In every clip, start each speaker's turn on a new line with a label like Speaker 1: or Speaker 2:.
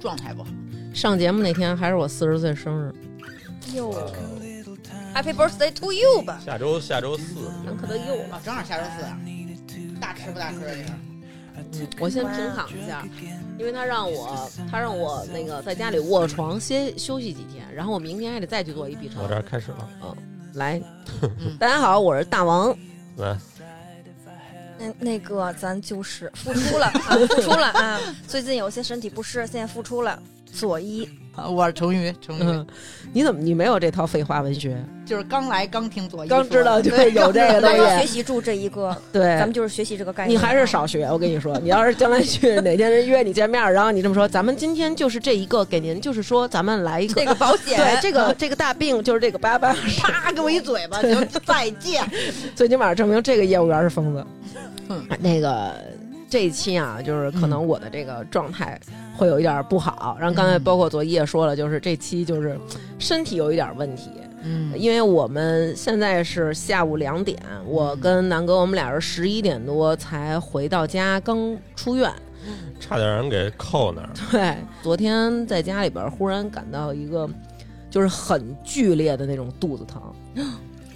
Speaker 1: 状态不好。
Speaker 2: 上节目那天还是我四十岁生日，
Speaker 3: 哟，Happy birthday to you 吧，
Speaker 4: 下周下周四，
Speaker 2: 嗯
Speaker 3: 咱嗯可得又了。
Speaker 1: 啊，正好下周四啊，大吃不大吃这事儿。
Speaker 2: 我先平躺一下，因为他让我他让我那个在家里卧床歇休息几天，然后我明天还得再去做一 B 超
Speaker 4: 我。这儿开始了，
Speaker 2: 嗯，来，
Speaker 3: 嗯
Speaker 2: 大家好，我是大王，
Speaker 4: 来，
Speaker 3: 那那个咱就是付出了，啊、付出了啊！最近有些身体不适，现在付出了。左一，
Speaker 1: 啊我是成瑜，成瑜、
Speaker 2: 嗯，你怎么你没有这套废话文学？
Speaker 1: 就是刚来刚听左一说的，
Speaker 2: 刚知道就
Speaker 1: 对
Speaker 2: 有这哎个
Speaker 1: 刚
Speaker 3: 刚
Speaker 2: 东
Speaker 3: 刚学
Speaker 2: 西
Speaker 3: 习住这一个，咱
Speaker 2: 对
Speaker 3: 们。就是学习这个概念。啊
Speaker 2: 你 还是少学，我跟你说，你要是将来去哪天人约你见面儿，然后你这么说，咱们今天就是这一个给您，就是说咱们来一个
Speaker 3: 这个嗯保险，
Speaker 2: 对，这个这个大病就是这个八八，
Speaker 1: 啪啊给我一嘴巴，行，再见。
Speaker 2: 最起码证明这个业务员是疯子。
Speaker 1: 嗯
Speaker 2: 那个这一期啊，就是可能我的这个状态会有一点不好，然后刚才
Speaker 1: 嗯
Speaker 2: 包括昨夜说了，就是这期就是身体有一点问题。
Speaker 1: 嗯
Speaker 2: 因为我们现在是下午两点，
Speaker 1: 嗯
Speaker 2: 我跟南哥我们俩人十一点多才回到家，刚出院。
Speaker 4: 差点让人给扣那儿。
Speaker 2: 对，昨天在家里边忽然感到一个就是很剧烈的那种肚子疼。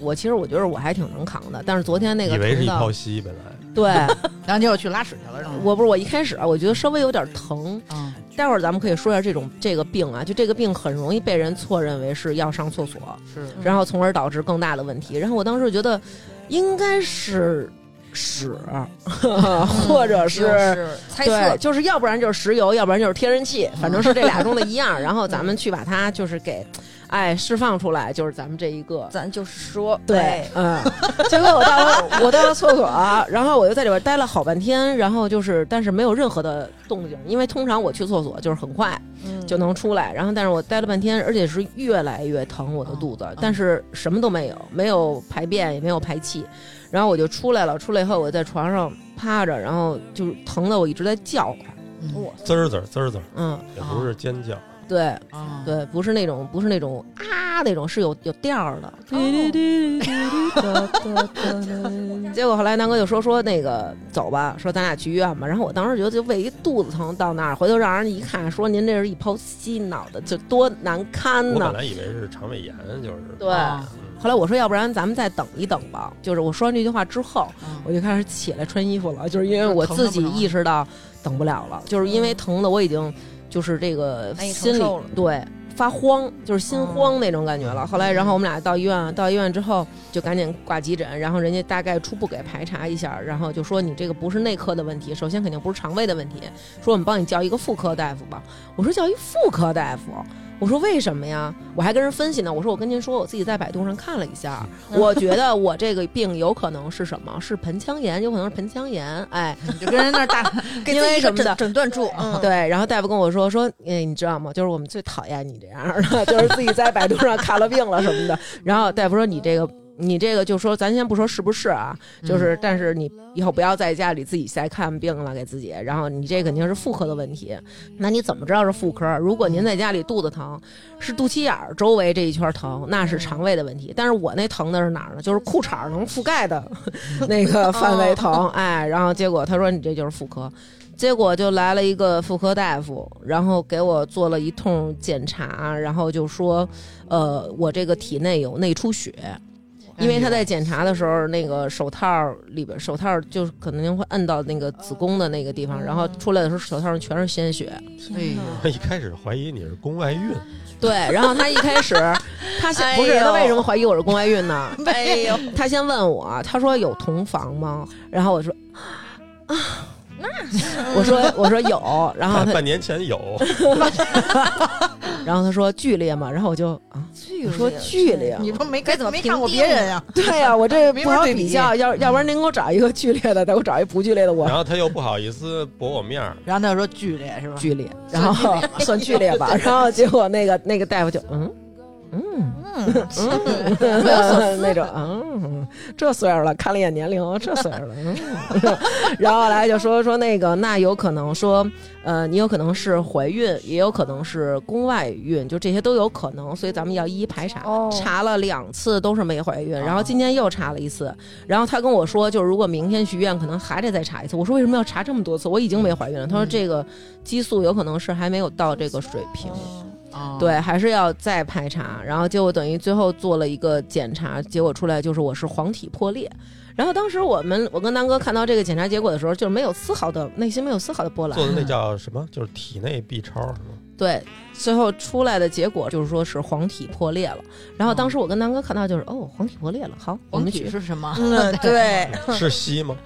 Speaker 2: 我其实我觉得我还挺能扛的，但是昨天那个
Speaker 4: 以为是
Speaker 2: 疼
Speaker 4: 一
Speaker 2: 到
Speaker 4: 泡稀，本来
Speaker 2: 对
Speaker 1: 然后结果去拉屎去了，是吗？
Speaker 2: 我不是我一开始啊，我觉得稍微有点疼。
Speaker 1: 嗯
Speaker 2: 待会儿咱们可以说一下这种这个病啊，就这个病很容易被人错认为是要上厕所，
Speaker 1: 是
Speaker 2: 然后从而导致更大的问题。然后我当时觉得应该是屎，
Speaker 1: 嗯
Speaker 2: 或者。
Speaker 3: 就是猜
Speaker 2: 对，
Speaker 3: 测，
Speaker 2: 就是要不然就是石油，要不然就是天然气，反正是这俩中的一 样。然后咱们去把它就是给，哎，释放出来，就是咱们这一个
Speaker 3: 咱就是说，
Speaker 2: 对
Speaker 3: 哎，
Speaker 2: 嗯， 结果我到了我到了厕所、然后我就在里边待了好半天，然后就是但是没有任何的动静，因为通常我去厕所就是很快
Speaker 3: 嗯
Speaker 2: 就能出来，然后但是我待了半天，而且是越来越疼我的肚子，但是什么都没有，没有排便也没有排气，然后我就出来了，出来以后我在床上趴着，然后就是疼的我一直在叫唤，
Speaker 1: 嗯
Speaker 3: 我
Speaker 4: 滋儿滋儿滋儿滋儿，
Speaker 2: 嗯，
Speaker 4: 也不是尖叫，
Speaker 2: 对
Speaker 1: 啊，
Speaker 2: 对，不是那种不是那种啊那种是有有调儿的。 结果后来南哥就说说那个走吧，说咱俩去医院吧。然后我当时觉得就胃一肚子疼，到那儿回头让人一看，说您这是一泡稀脑袋，就多难堪
Speaker 4: 我本
Speaker 2: 呢。
Speaker 4: 来以为是肠胃炎，就是
Speaker 2: 嗯对
Speaker 1: 啊
Speaker 4: 嗯
Speaker 2: 后来我说，要不然咱们再等一等吧。就是我说完这句话之后，
Speaker 1: 嗯
Speaker 2: 我就开始起来穿衣服了，就是因为我自己意识到等不了了，就是
Speaker 3: 嗯
Speaker 2: 因为疼的我已经就是这个
Speaker 3: 难以哎承
Speaker 2: 心里
Speaker 3: 受了嗯
Speaker 2: 对发慌，就是心慌那种感觉了。后来，然后我们俩到医院，到医院之后就赶紧挂急诊，然后人家大概初步给排查一下，然后就说你这个不是内科的问题，首先肯定不是肠胃的问题，说我们帮你叫一个妇科大夫吧。我说叫一妇科大夫。我说为什么呀？我还跟人分析呢。我说我跟您说，我自己在百度上看了一下，
Speaker 3: 嗯
Speaker 2: 我觉得我这个病有可能是什么？是盆腔炎，有可能是盆腔炎。哎，
Speaker 1: 你就跟人那儿 大，
Speaker 3: 给
Speaker 2: 因
Speaker 3: 自己
Speaker 2: 为
Speaker 3: 一个
Speaker 2: 什么的
Speaker 3: 诊诊断住，嗯，
Speaker 2: 对，然后大夫跟我说说，哎，你知道吗？就是我们最讨厌你这样儿的，就是自己在百度上看了病了什么的。然后大夫说你这个。你这个就说，咱先不说是不是啊，就是，但是你以后不要在家里自己瞎看病了，给自己。然后你这肯定是妇科的问题，那你怎么知道是妇科？如果您在家里肚子疼，是肚脐眼儿周围这一圈儿疼，那是肠胃的问题。但是我那疼的是哪儿呢？就是裤衩儿能覆盖的 那个范围疼，哎，然后结果他说你这就是妇科，结果就来了一个妇科大夫，然后给我做了一通检查，然后就说，呃，我这个体内有内出血。
Speaker 1: 嗯
Speaker 2: 因
Speaker 1: 哎
Speaker 2: 为他在检查的时候，那个手套里边，手套就是可能会摁到那个子宫的那个地方，然后出来的时候手套上全是鲜血。
Speaker 1: 哎
Speaker 3: 天
Speaker 1: 呦
Speaker 2: 嗯
Speaker 3: 哪，
Speaker 4: 一开始怀疑你是宫外孕，
Speaker 2: 对，然后他一开始，他先不是
Speaker 3: 哎呦
Speaker 2: 他为什么怀疑我是宫外孕呢？
Speaker 3: 哎 呦，
Speaker 2: 他先问我，他说有同房吗？然后我说啊，那我说我说有，然后
Speaker 4: 半
Speaker 2: 他
Speaker 4: 半年前 有，
Speaker 2: 然后他说剧烈吗？然后我就啊，
Speaker 3: 剧
Speaker 2: 我说剧烈啊，
Speaker 1: 你说没
Speaker 3: 该怎么
Speaker 1: 没
Speaker 3: 评
Speaker 1: 看过
Speaker 3: 定
Speaker 1: 别人啊呀？
Speaker 2: 对呀、我这
Speaker 1: 没
Speaker 2: 不
Speaker 1: 法
Speaker 2: 好
Speaker 1: 对比
Speaker 2: 比较，要要不然您给我找一个剧烈的，再给我找一不剧烈的，我
Speaker 4: 然后他又不好意思驳我面儿，
Speaker 1: 然后他就说啊剧烈是吧？
Speaker 2: 剧烈，然后算剧烈吧，然后结果那个那个大夫就嗯。嗯，
Speaker 1: 嗯，
Speaker 2: 若有所思 那种，嗯，这岁数了，看了一眼年龄，哦这岁数了，嗯， 然后来就说说那个，那有可能说，呃，你有可能是怀孕，也有可能是宫外孕，就这些都有可能，所以咱们要一一排查。
Speaker 3: 哦
Speaker 2: 查了两次都是没怀孕，然后今天又查了一次，然后他跟我说，就是如果明天许愿，可能还得再查一次。我说为什么要查这么多次？我已经没怀孕了。他说这个激素有可能是还没有到这个水平。
Speaker 1: 哦，
Speaker 2: 对，还是要再排查，然后结果等于最后做了一个检查，结果出来就是我是黄体破裂。然后当时我们，我跟南哥看到这个检查结果的时候，就是没有丝毫的内心没有丝毫的波澜
Speaker 4: 做。的那叫什么？就是体内 B 超是 吗？
Speaker 2: 对，最后出来的结果就是说是黄体破裂了。然后当时我跟南哥看到就是，哦，黄体破裂了，好，我
Speaker 1: 黄
Speaker 2: 们
Speaker 1: 体
Speaker 2: 去。
Speaker 1: 是什么？
Speaker 2: 嗯，对。
Speaker 4: 是硒吗？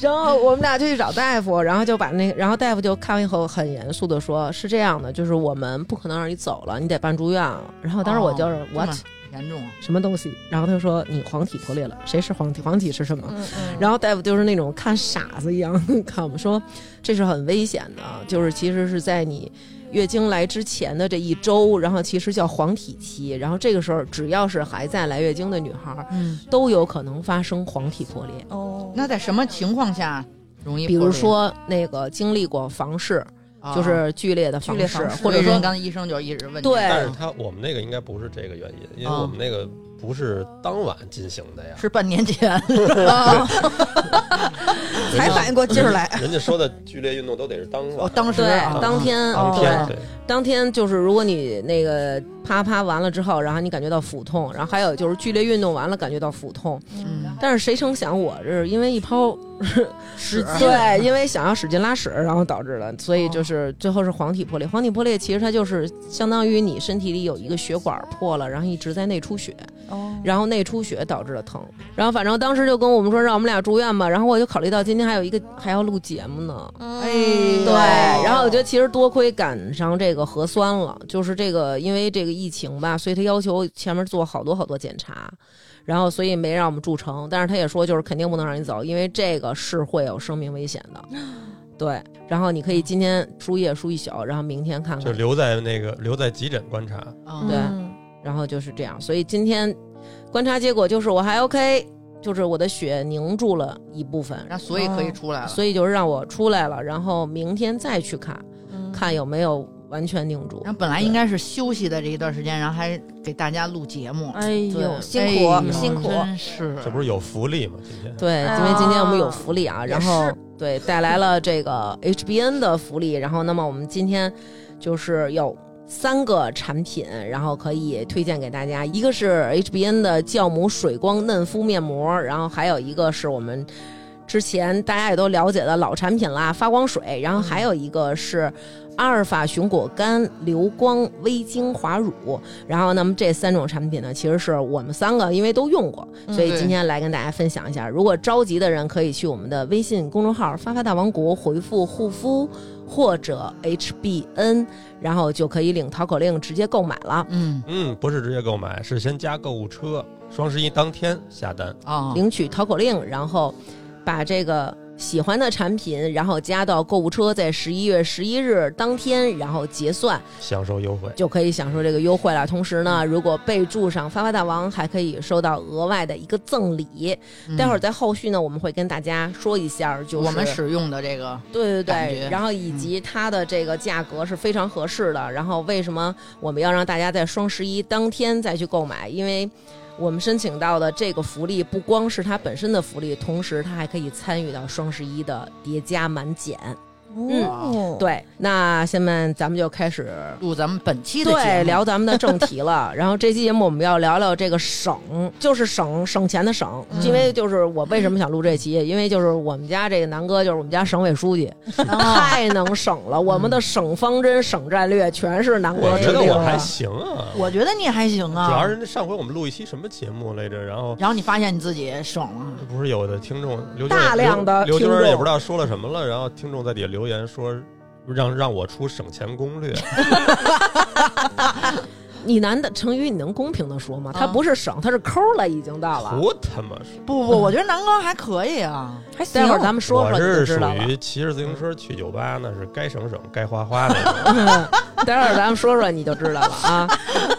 Speaker 2: 然后我们俩就去找大夫，然后就把那，然后大夫就看完以后很严肃的说，是这样的，就是我们不可能让你走了，你得办住院了。然后当时我就是
Speaker 1: 哦这
Speaker 2: 我
Speaker 1: 么严重啊，
Speaker 2: 什么东西？然后他就说你黄体破裂了，谁是黄体？黄体是什么？
Speaker 3: 嗯嗯，
Speaker 2: 然后大夫就是那种看傻子一样看我们说，这是很危险的，就是其实是在你月经来之前的这一周，然后其实叫黄体期，然后这个时候只要是还在来月经的女孩儿，
Speaker 1: 嗯，
Speaker 2: 都有可能发生黄体破裂，
Speaker 3: 哦，
Speaker 1: 那在什么情况下容易破裂？
Speaker 2: 比如说那个经历过房事，
Speaker 1: 哦
Speaker 2: 就是剧烈的
Speaker 1: 剧
Speaker 2: 房
Speaker 1: 烈
Speaker 2: 事
Speaker 1: 房，事
Speaker 2: 或者
Speaker 1: 所以
Speaker 2: 说
Speaker 1: 人刚才医生就一直问你，
Speaker 2: 对
Speaker 4: 但是他我们那个应该不是这个原因，因为
Speaker 1: 啊
Speaker 2: 哦
Speaker 4: 我们那个不是当晚进行的呀。
Speaker 1: 是半年 前，
Speaker 4: 人
Speaker 2: 嗯
Speaker 4: 家
Speaker 1: 应过劲儿来。
Speaker 4: 人家说的剧烈运动都得是当
Speaker 1: 我
Speaker 4: 晚，
Speaker 1: 当时
Speaker 2: 对
Speaker 1: 啊
Speaker 2: 当天
Speaker 1: 哦
Speaker 4: 当天对，
Speaker 2: 当天就是，如果你那个啪啪完了之后，然后你感觉到腹痛，然后还有就是剧烈运动完了感觉到腹痛，
Speaker 1: 嗯
Speaker 2: 但是谁成想我是因为一泡
Speaker 1: 使劲
Speaker 2: 对，因为想要使劲拉屎，然后导致了，所以就是最后是黄体破裂。黄体破裂其实它就是相当于你身体里有一个血管破了，然后一直在内出血，
Speaker 3: 哦，
Speaker 2: 嗯然后内出血导致了疼。然后反正当时就跟我们说让我们俩住院吧，然后我就考虑到今天还有一个还要录节目呢，
Speaker 1: 哎
Speaker 3: 嗯
Speaker 2: 对，
Speaker 1: 哦
Speaker 2: 然后我觉得其实多亏赶上这个核酸了，就是这个因为这个疫情吧，所以他要求前面做好多好多检查，然后所以没让我们住城，但是他也说就是肯定不能让你走，因为这个是会有生命危险 的。对，然后你可以今天输液输一宿，然后明天看
Speaker 4: 就
Speaker 2: 看，
Speaker 4: 留在那个留在急诊观察。
Speaker 1: 嗯
Speaker 2: 对然后就是这样。所以今天观察结果就是我还 OK，就是我的血凝住了一部分，
Speaker 1: 然后所以可以出来了。
Speaker 2: 所以就是让我出来了，然后明天再去看。
Speaker 3: 嗯
Speaker 2: 看有没有完全定住
Speaker 1: 然。后本来应该是休息的这一段时间，然后还给大家录节目，
Speaker 2: 哎
Speaker 1: 对
Speaker 2: 呦，
Speaker 3: 辛苦
Speaker 1: 哎呦
Speaker 3: 辛苦
Speaker 2: 嗯
Speaker 1: 真是
Speaker 4: 这不是有福利吗？今天
Speaker 2: 对，
Speaker 3: 啊
Speaker 2: 因为今天我们有福利啊，
Speaker 3: 也
Speaker 2: 然后
Speaker 3: 是
Speaker 2: 对带来了这个 HBN 的福利，然后那么我们今天就是有。三个产品，然后可以推荐给大家，一个是 HBN 的酵母水光嫩肤面膜，然后还有一个是我们之前大家也都了解的老产品啦，发光水，然后还有一个是阿尔法熊果苷流光微精华乳，然后那么这三种产品呢，其实是我们三个因为都用过，所以今天来跟大家分享一下。如果着急的人可以去我们的微信公众号“发发大王国”回复“护肤”或者 “HBN”，然后就可以领淘口令直接购买了。
Speaker 1: 嗯
Speaker 4: 嗯，不是直接购买，是先加购物车，双十一当天下单。
Speaker 1: 啊，
Speaker 2: 领取淘口令，然后把这个喜欢的产品，然后加到购物车，在十一月十一日当天，然后结算
Speaker 4: 享受优惠。
Speaker 2: 就可以享受这个优惠了。同时
Speaker 1: 嗯
Speaker 2: 呢，如果备注上“发发大王”，还可以收到额外的一个赠礼。
Speaker 1: 嗯
Speaker 2: 待会儿在后续呢，我们会跟大家说一下，就是
Speaker 1: 我们使用的这个
Speaker 2: 对对
Speaker 1: 感
Speaker 2: 对
Speaker 1: 觉，嗯
Speaker 2: 然后以及它的这个价格是非常合适的。然后为什么我们要让大家在双十一当天再去购买？因为我们申请到的这个福利不光是它本身的福利，同时它还可以参与到双十一的叠加满减。
Speaker 3: 哦，
Speaker 2: 嗯对，那下面咱们就开始
Speaker 1: 录咱们本期的节
Speaker 2: 嗯对
Speaker 1: 目，
Speaker 2: 聊咱们的正 题了。然后这期节目我们要聊聊这个省，就是省省钱的省，
Speaker 1: 嗯
Speaker 2: 因为就是我为什么想录这期，因为就是我们家这个南哥就是我们家省委书记，
Speaker 1: 啊
Speaker 2: 太能省了！我们的省方针、省战略全是南国
Speaker 4: 我
Speaker 2: 制
Speaker 4: 觉得
Speaker 2: 定
Speaker 4: 我
Speaker 2: 的。
Speaker 4: 还行啊，
Speaker 1: 我觉得你还行啊，
Speaker 4: 主要是那上回我们录一期什么节目来着，然后
Speaker 1: 然后你发现你自己爽了，
Speaker 4: 不是有的听众刘娟
Speaker 2: 大量的
Speaker 4: 刘
Speaker 2: 听
Speaker 4: 刘
Speaker 2: 众
Speaker 4: 娟也不知道说了什么了，然后听众在底下留言说让让我出省钱攻略，
Speaker 2: 你难的成语你能公平的说吗？
Speaker 1: 啊
Speaker 2: 它不是省，它是抠了，已经到了。
Speaker 4: 胡他妈说！
Speaker 1: 不不，我觉得南哥还可以啊，
Speaker 3: 还行
Speaker 2: 待会儿咱们说
Speaker 4: 我
Speaker 2: 说你就是知
Speaker 4: 属
Speaker 2: 道了。
Speaker 4: 于骑着自行车去酒吧，那是该省省该花花那种。
Speaker 2: 嗯待会儿咱们说说你就知道了啊。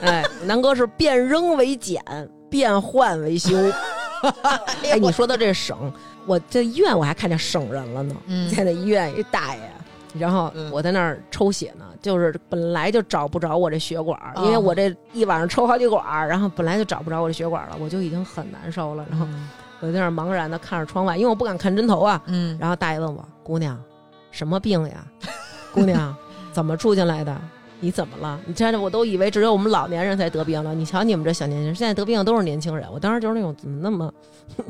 Speaker 2: 哎，南哥是变扔为捡，变换为 修。哎，你说到这省，我这医院我还看见省人了呢，
Speaker 1: 嗯
Speaker 2: 在那医院一大爷。然后
Speaker 1: 嗯
Speaker 2: 我在那儿抽血呢，就是本来就找不着我这血管儿，
Speaker 1: 哦
Speaker 2: 因为我这一晚上抽好几管儿，然后本来就找不着我这血管儿了，我就已经很难受了。
Speaker 1: 嗯
Speaker 2: 然后我在那儿茫然的看着窗外，因为我不敢看针头啊。
Speaker 1: 嗯，
Speaker 2: 然后大爷问我：“姑娘，什么病呀？ 姑娘，怎么住进来的？你怎么了？你真的我都以为只有我们老年人才得病了。你瞧你们这小年轻人，现在得病的都是年轻人。我当时就是那种怎么那么，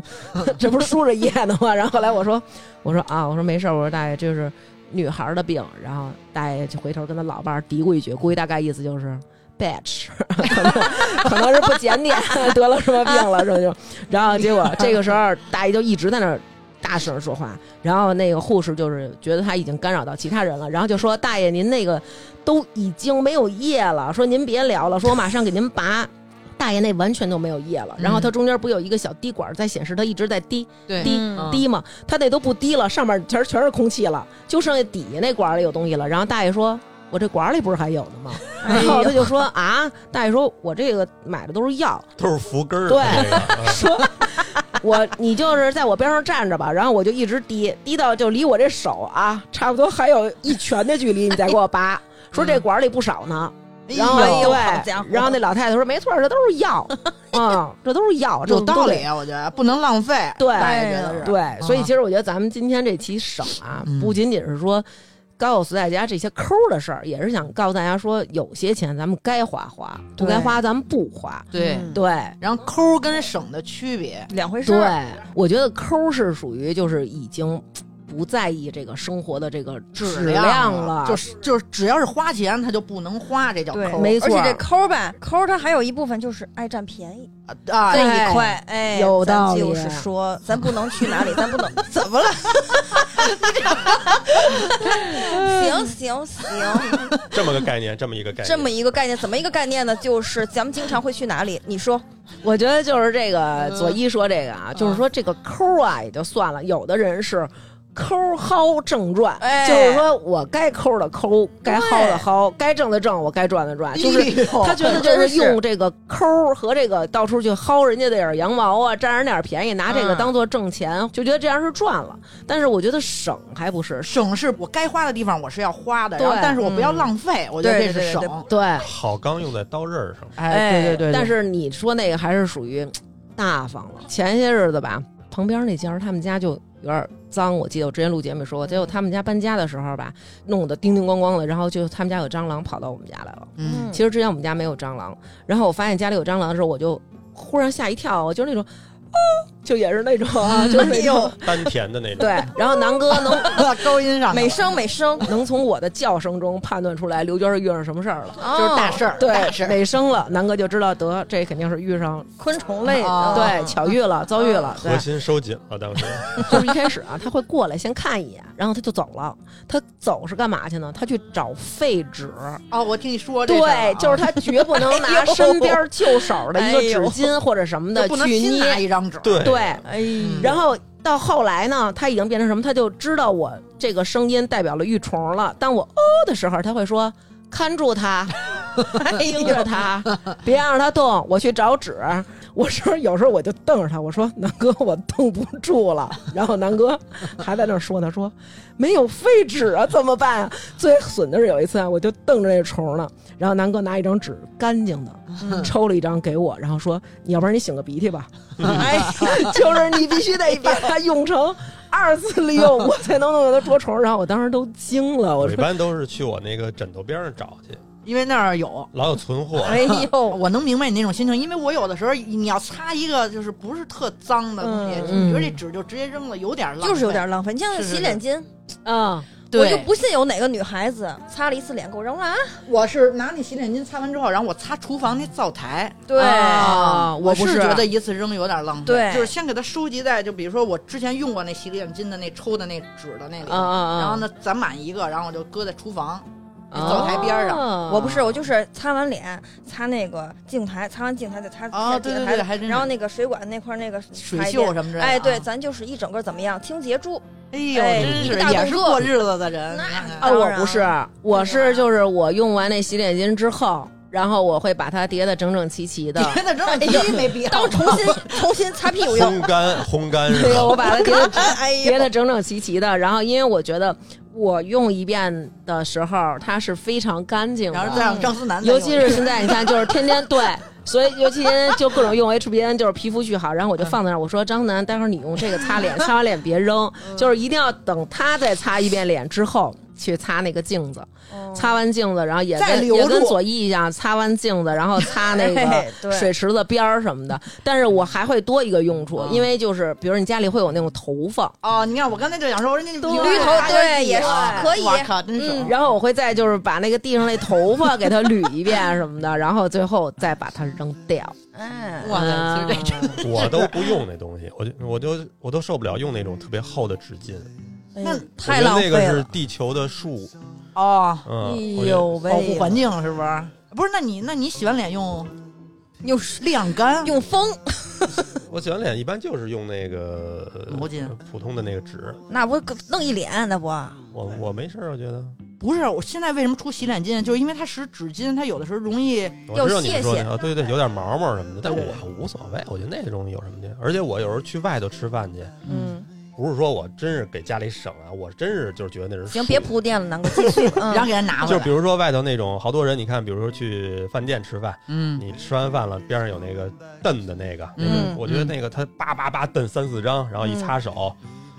Speaker 2: 这不是输着噎呢吗？然后后来我说，我说啊，我说没事儿，我说大爷这是女孩儿的病。然后大爷就回头跟他老伴儿嘀咕一句，估计大概意思就是。bitch，可 能可能是不检点得了什么病了，这就，然后结果这个时候大爷就一直在那儿大声说话，然后那个护士就是觉得他已经干扰到其他人了，然后就说：“大爷，您那个都已经没有叶了，说您别聊了，说我马上给您拔。”大爷那完全都没有叶了，然后它中间不有一个小滴管在显示它一直在滴
Speaker 1: 对，
Speaker 2: 滴
Speaker 1: 嗯
Speaker 2: 滴嘛，它那都不滴了，上面全全是空气了，就剩下底下那管里有东西了。然后大爷说：“我这管里不是还有呢吗？”
Speaker 1: 哎
Speaker 2: 然后他就说：“啊，大爷说我这个买的都是 药，
Speaker 4: 都是福根儿。
Speaker 2: 对
Speaker 4: 这个啊
Speaker 2: 我你就是在我边上站着吧，然后我就一直滴滴到就离我这手啊，差不多还有一拳的距离，你再给 我拔。说这管里不少呢，然后
Speaker 1: 哎呦
Speaker 3: 呦好
Speaker 2: 对
Speaker 3: 家伙，
Speaker 2: 然后那老太太说没错，这都是 药，嗯，这都是药，这
Speaker 1: 有
Speaker 2: 都
Speaker 1: 道理
Speaker 2: 得。
Speaker 1: 啊，我觉得不能浪费。
Speaker 2: 对
Speaker 1: 大爷觉得是，啊
Speaker 2: 对，所以其实我觉得咱们今天这期省啊，
Speaker 1: 嗯
Speaker 2: 不仅仅是说告诉大家这些抠儿的事儿，也是想告诉大家说，有些钱咱们该花花，不
Speaker 3: 对
Speaker 2: 该花咱们不花。
Speaker 1: 对。
Speaker 3: 嗯
Speaker 2: 对，
Speaker 1: 然后抠跟省的区别，
Speaker 3: 两回事
Speaker 2: 对
Speaker 3: 儿，，
Speaker 2: 我觉得抠是属于就是已经不在意这个生活的这个质
Speaker 1: 量啊
Speaker 2: 了，
Speaker 1: 就是就是只要是花钱，他就不能花，这叫
Speaker 3: 对
Speaker 1: 抠。
Speaker 2: 没错
Speaker 3: 而且这抠儿吧，抠儿它还有一部分就是爱占便宜
Speaker 1: 啊，
Speaker 3: 这
Speaker 2: 哎
Speaker 3: 一块，哎，
Speaker 2: 有道理
Speaker 3: 咱就是说，咱不能去哪里，咱不能。
Speaker 1: 怎么了？
Speaker 3: 行行行，
Speaker 4: 这么个概念，这么一个概念，
Speaker 3: 这么一个概念，怎么一个概念呢？就是咱们经常会去哪里？你说，
Speaker 2: 我觉得就是这个
Speaker 1: 嗯
Speaker 2: 左一说这个啊，就是说这个抠啊也就算了，有的人是。抠薅正赚，
Speaker 3: 哎
Speaker 2: 就是说我该抠的抠，该薅的薅，该挣的挣，我该赚的赚，就是
Speaker 1: 哎呦
Speaker 2: 他觉得就是用这个抠儿和这个到处去薅人家的点儿羊毛啊，占人点儿便宜，拿这个
Speaker 1: 嗯
Speaker 2: 当做挣钱，就觉得这样是赚了。但是我觉得省还不是，
Speaker 1: 省是我该花的地方我是要花的，
Speaker 2: 对嗯
Speaker 1: 然后但是我不要浪费，我觉得
Speaker 3: 对
Speaker 1: 这是
Speaker 3: 对对
Speaker 1: 省。
Speaker 2: 对，
Speaker 4: 好钢用在刀刃上，
Speaker 1: 哎，对对对，
Speaker 2: 哎但是你说那个还是属于大方了。前些日子吧，旁边那家儿他们家就有点脏，我记得我之前录节目说过，结果他们家搬家的时候吧，弄得叮叮咣咣的，然后就他们家有蟑螂跑到我们家来了。
Speaker 1: 嗯，
Speaker 2: 其实之前我们家没有蟑螂，然后我发现家里有蟑螂的时候，我就忽然吓一跳，我就是那种，哦，就也是那种啊， 就是
Speaker 1: 哎
Speaker 2: 那种。
Speaker 4: 丹田的那种。
Speaker 2: 对，然后南哥能
Speaker 1: 高音上去了
Speaker 3: 美声美声，
Speaker 2: 能从我的叫声中判断出来刘娟是遇上什么事儿了，
Speaker 1: 就是
Speaker 3: 哦
Speaker 1: 大事儿，啊大事
Speaker 2: 嗯对，
Speaker 1: 儿。
Speaker 2: 尾声了，南哥就知道得这肯定是遇上啊
Speaker 3: 昆虫类
Speaker 1: 哦
Speaker 3: 的，
Speaker 2: 对，巧遇了，遭遇
Speaker 1: 啊
Speaker 2: 了，对
Speaker 4: 核，心收紧了，当时
Speaker 2: 就是一开始啊，他会过来先看一眼，然后他就走了。他走是干嘛去呢？他去找废纸，
Speaker 1: 哦，我听你说这事儿
Speaker 2: 对
Speaker 1: 了，啊
Speaker 2: 就是他绝不能
Speaker 3: 哎
Speaker 2: 拿
Speaker 3: 呦
Speaker 2: 身边就手的一个
Speaker 3: 哎
Speaker 2: 纸
Speaker 3: 呦
Speaker 2: 巾或者什么的
Speaker 1: 就不能
Speaker 2: 去
Speaker 1: 新拿
Speaker 2: 捏，
Speaker 1: 一张纸，
Speaker 4: 对
Speaker 2: 对。
Speaker 3: 哎呦，
Speaker 2: 然后到后来呢，他已经变成什么？他就知道我这个声音代表了育虫了。当我哦的时候，他会说。看住他，盯着他，别让他动。我去找纸。我说有时候我就瞪着他，我说南哥，我瞪不住了。然后南哥还在那儿说呢，说没有废纸啊，怎么办啊？ 最损的是有一次啊，我就瞪着那虫呢，然后南哥拿一张纸，干净的，抽了一张给我，然后说你要不然你擤个鼻涕吧。哎，就是你必须得把它用成二次利用，我才能弄到它捉虫。然后我当时都惊了，我
Speaker 4: 我一
Speaker 2: 说
Speaker 4: 般都是去我那个枕头边上找去，
Speaker 1: 因为那儿有。
Speaker 4: 老有存货。
Speaker 3: 哎呦，
Speaker 1: 我能明白你那种心情，因为我有的时候你要擦一个就是不是特脏的东西，
Speaker 2: 嗯
Speaker 1: 你觉得这纸就直接扔了，有点浪费，
Speaker 3: 就是有点浪费。你像
Speaker 1: 是是
Speaker 3: 洗脸巾，
Speaker 2: 啊，
Speaker 3: 我就
Speaker 1: 对。
Speaker 3: 不信有哪个女孩子擦了一次脸给我扔了啊！
Speaker 1: 我是拿那洗脸巾擦完之后，然后我擦厨房那灶台。
Speaker 3: 对
Speaker 2: 啊
Speaker 1: 我
Speaker 2: 我不是
Speaker 1: 是觉得一次扔有点浪费，
Speaker 3: 对
Speaker 1: 就是先给它收集在，就比如说我之前用过那洗脸巾的那抽的那纸的那里，
Speaker 2: 啊啊啊
Speaker 1: 然后呢攒满一个，然后我就搁在厨房。
Speaker 2: 啊
Speaker 1: 灶台边上
Speaker 5: 哦
Speaker 3: 我不是，我就是擦完脸，擦那个镜台，擦完镜台再擦
Speaker 1: 哦
Speaker 3: 再
Speaker 1: 对
Speaker 3: 底下
Speaker 1: 对对
Speaker 3: 台子
Speaker 1: 还真是
Speaker 3: 然后那个水管那块儿那个
Speaker 1: 水
Speaker 3: 台
Speaker 1: 锈
Speaker 3: 垫
Speaker 1: 什么之类的
Speaker 3: 哎，
Speaker 1: 啊
Speaker 3: 对，咱就是一整个怎么样清洁住，
Speaker 1: 哎呦，
Speaker 3: 哎
Speaker 1: 真
Speaker 3: 一
Speaker 1: 是
Speaker 3: 个大
Speaker 1: 也
Speaker 3: 动
Speaker 1: 是
Speaker 3: 个
Speaker 1: 过日子的人。
Speaker 3: 那
Speaker 2: 啊，
Speaker 3: 当
Speaker 2: 我
Speaker 3: 然
Speaker 2: 不是，我是就是我用完那洗脸巾之后，然后我会把它叠的整整齐 齐的。
Speaker 1: 别的这
Speaker 5: 哎
Speaker 1: 么低哎没必要。
Speaker 3: 当重新重新擦屁股用
Speaker 4: 烘。干烘干是
Speaker 2: 对呀，
Speaker 4: 吧？
Speaker 2: 我把它 叠的
Speaker 1: 哎
Speaker 2: 叠
Speaker 1: 呀，
Speaker 2: 的整整齐齐的。然后因为我觉得我用一遍的时候它是非常干净
Speaker 1: 然后
Speaker 2: 的，
Speaker 1: 再让张思楠再
Speaker 2: 尤
Speaker 1: 用一遍，
Speaker 2: 其是现在你看，就是天天对。所以，尤其天天就各种用 HBN，就是皮肤去好，然后我就
Speaker 1: 嗯
Speaker 2: 放在那儿。我说张楠，待会儿你用这个擦脸，擦完脸别扔，
Speaker 1: 嗯
Speaker 2: 就是一定要等他再擦一遍脸之后去擦那个镜子。擦完镜子，然后也
Speaker 1: 嗯再
Speaker 2: 跟
Speaker 1: 留
Speaker 2: 也跟
Speaker 1: 住
Speaker 2: 左一一样，擦完镜子，然后 擦那
Speaker 3: 哎
Speaker 2: 个
Speaker 3: 对
Speaker 2: 水池子边儿什么的。但是我还会多一个用
Speaker 1: 嗯
Speaker 2: 处，因为就是比如你家里会有那种头发，
Speaker 1: 哦，你看我刚才就想说，我说你你
Speaker 3: 对
Speaker 1: 绿头发
Speaker 3: 对也是
Speaker 1: 啊
Speaker 3: 可以
Speaker 1: 我靠，真是
Speaker 3: 嗯
Speaker 2: 然后我会再就是把那个地上那头发给它捋一遍什么的，然后最后再把它扔掉。
Speaker 3: 嗯，
Speaker 1: 哇塞，其实这真
Speaker 4: 我都不用那东西，我就我就我都受不了用那种特别厚的纸巾，
Speaker 3: 嗯
Speaker 2: 哎
Speaker 1: 那
Speaker 3: 太浪
Speaker 4: 我
Speaker 3: 费
Speaker 4: 觉得那个是
Speaker 3: 了。
Speaker 4: 地球的树，
Speaker 1: 哦，
Speaker 4: 嗯，
Speaker 3: 哎呦喂，
Speaker 1: 保护环境是不是？不是，那你那你洗完脸用用晾干？
Speaker 3: 用风，
Speaker 4: 我洗完脸一般就是用那个呃
Speaker 1: 毛巾
Speaker 4: 普通的那个纸，
Speaker 3: 那不搁弄一脸，啊那不
Speaker 1: 嗯
Speaker 4: 我我没事儿，我觉得
Speaker 1: 不是，我现在为什么出洗脸巾？就是因为它使纸巾，它有的时候容易
Speaker 4: 我知道你们说
Speaker 3: 有屑
Speaker 4: 的啊，对对，对有点毛毛什么的，但
Speaker 1: 嗯对
Speaker 4: 我无所谓，我觉得那东西有什么的，而且我有时候去外头吃饭去，
Speaker 3: 嗯，
Speaker 4: 不是说我真是给家里省啊，我真是就是觉得那是
Speaker 3: 行，
Speaker 4: 树
Speaker 3: 别铺垫了，南哥，继 续。
Speaker 1: 然后
Speaker 3: 嗯，
Speaker 1: 给它拿回
Speaker 4: 就
Speaker 1: 来
Speaker 4: 比。如说外头那种好多人，你看，比如说去饭店吃饭，
Speaker 1: 嗯，
Speaker 4: 你吃完饭了，边上有那个蹬的那个，那
Speaker 1: 嗯
Speaker 4: 个我觉得那个他叭叭叭蹬三四张，然后一擦手，